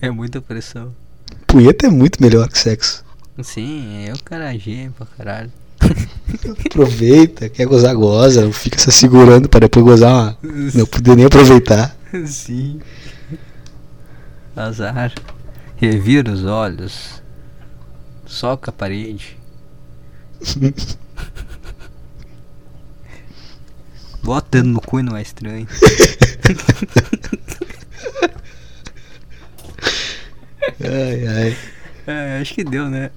S1: É muita pressão.
S2: Punheta é muito melhor que sexo.
S1: Sim, eu cara gêmeo pra caralho. (laughs)
S2: Aproveita, quer gozar, goza. Não fica se segurando pra depois gozar uma. Não poder nem aproveitar.
S1: (laughs) Sim. Azar. Revira os olhos. Soca a parede. Bota o dedo no cu e não é estranho.
S2: Ai, ai.
S1: (laughs) É, acho que deu, né?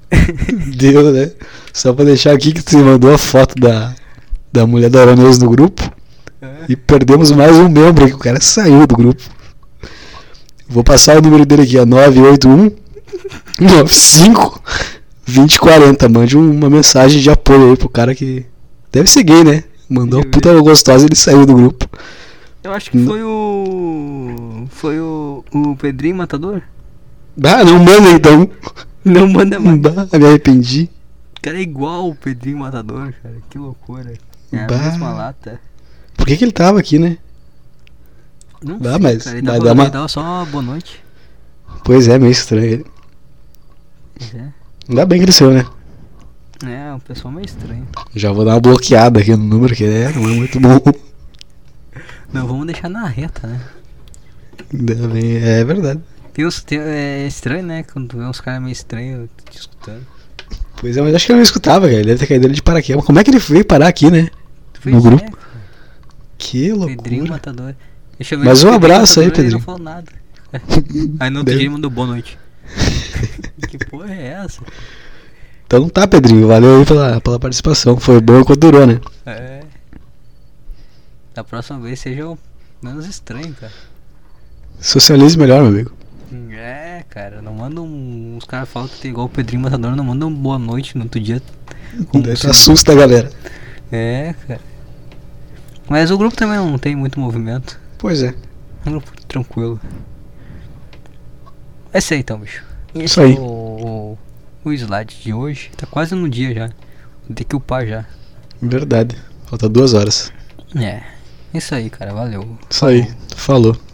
S2: Deu, né? Só pra deixar aqui que você mandou a foto da, da mulher da Aranhoso no grupo. E perdemos mais um membro aqui. O cara saiu do grupo. Vou passar o número dele aqui, é 981 95 2040. Mande um- uma mensagem de apoio aí pro cara que. Deve ser gay, né? Mandou uma puta gostosa e ele saiu do grupo.
S1: (laughs) Eu acho que foi o. Foi o. O Pedrinho Matador?
S2: Ah, não manda então.
S1: Não manda mais.
S2: Bah, me arrependi.
S1: O cara é igual o Pedrinho Matador, cara. Que loucura. É a
S2: Bah.
S1: mesma lata.
S2: Por que, que ele tava aqui, né?
S1: Não
S2: Bah, mas
S1: cara,
S2: vai
S1: ele
S2: dar
S1: dava,
S2: uma-
S1: ele dava só boa noite.
S2: Pois é, meio estranho ele.
S1: Pois É.
S2: Ainda bem que ele saiu, né?
S1: é, um pessoal meio estranho.
S2: Já vou dar uma bloqueada aqui no número, que é, não é muito bom.
S1: Não, vamos deixar na reta, né?
S2: Ainda bem, é verdade.
S1: Tem uns, tem- é estranho, né? Quando tu vê uns caras meio estranhos te escutando.
S2: Pois é, mas acho que eu não escutava, cara. Ele deve ter caído ali de paraquedas. Como é que ele veio parar aqui, né? No grupo?
S1: É,
S2: Que loucura.
S1: Pedrinho
S2: (laughs)
S1: Matador. Deixa eu
S2: Mas
S1: se o
S2: um abraço aí,
S1: Matador, ele
S2: Pedrinho.
S1: Não falou nada. Aí no outro
S2: Deve-
S1: dia ele mandou boa noite. (laughs) que porra é essa?
S2: Então tá, Pedrinho. Valeu aí pela, pela participação. Foi bom enquanto durou, né?
S1: É. Da próxima vez seja o menos estranho, cara.
S2: Socialize melhor, meu amigo.
S1: É, cara, não manda um. Os caras falam que tem igual o Pedrinho Matador, não manda um boa noite no outro dia. Como
S2: Daí tu
S1: se-
S2: assusta a galera.
S1: É, cara. Mas o grupo também não tem muito movimento.
S2: Pois é.
S1: Um grupo tranquilo. É isso aí então, bicho.
S2: Isso aí.
S1: O, o slide de hoje tá quase no dia já. Vou ter que upar já.
S2: Verdade. Falta duas horas.
S1: É. Isso aí, cara. Valeu.
S2: Isso aí. Falou.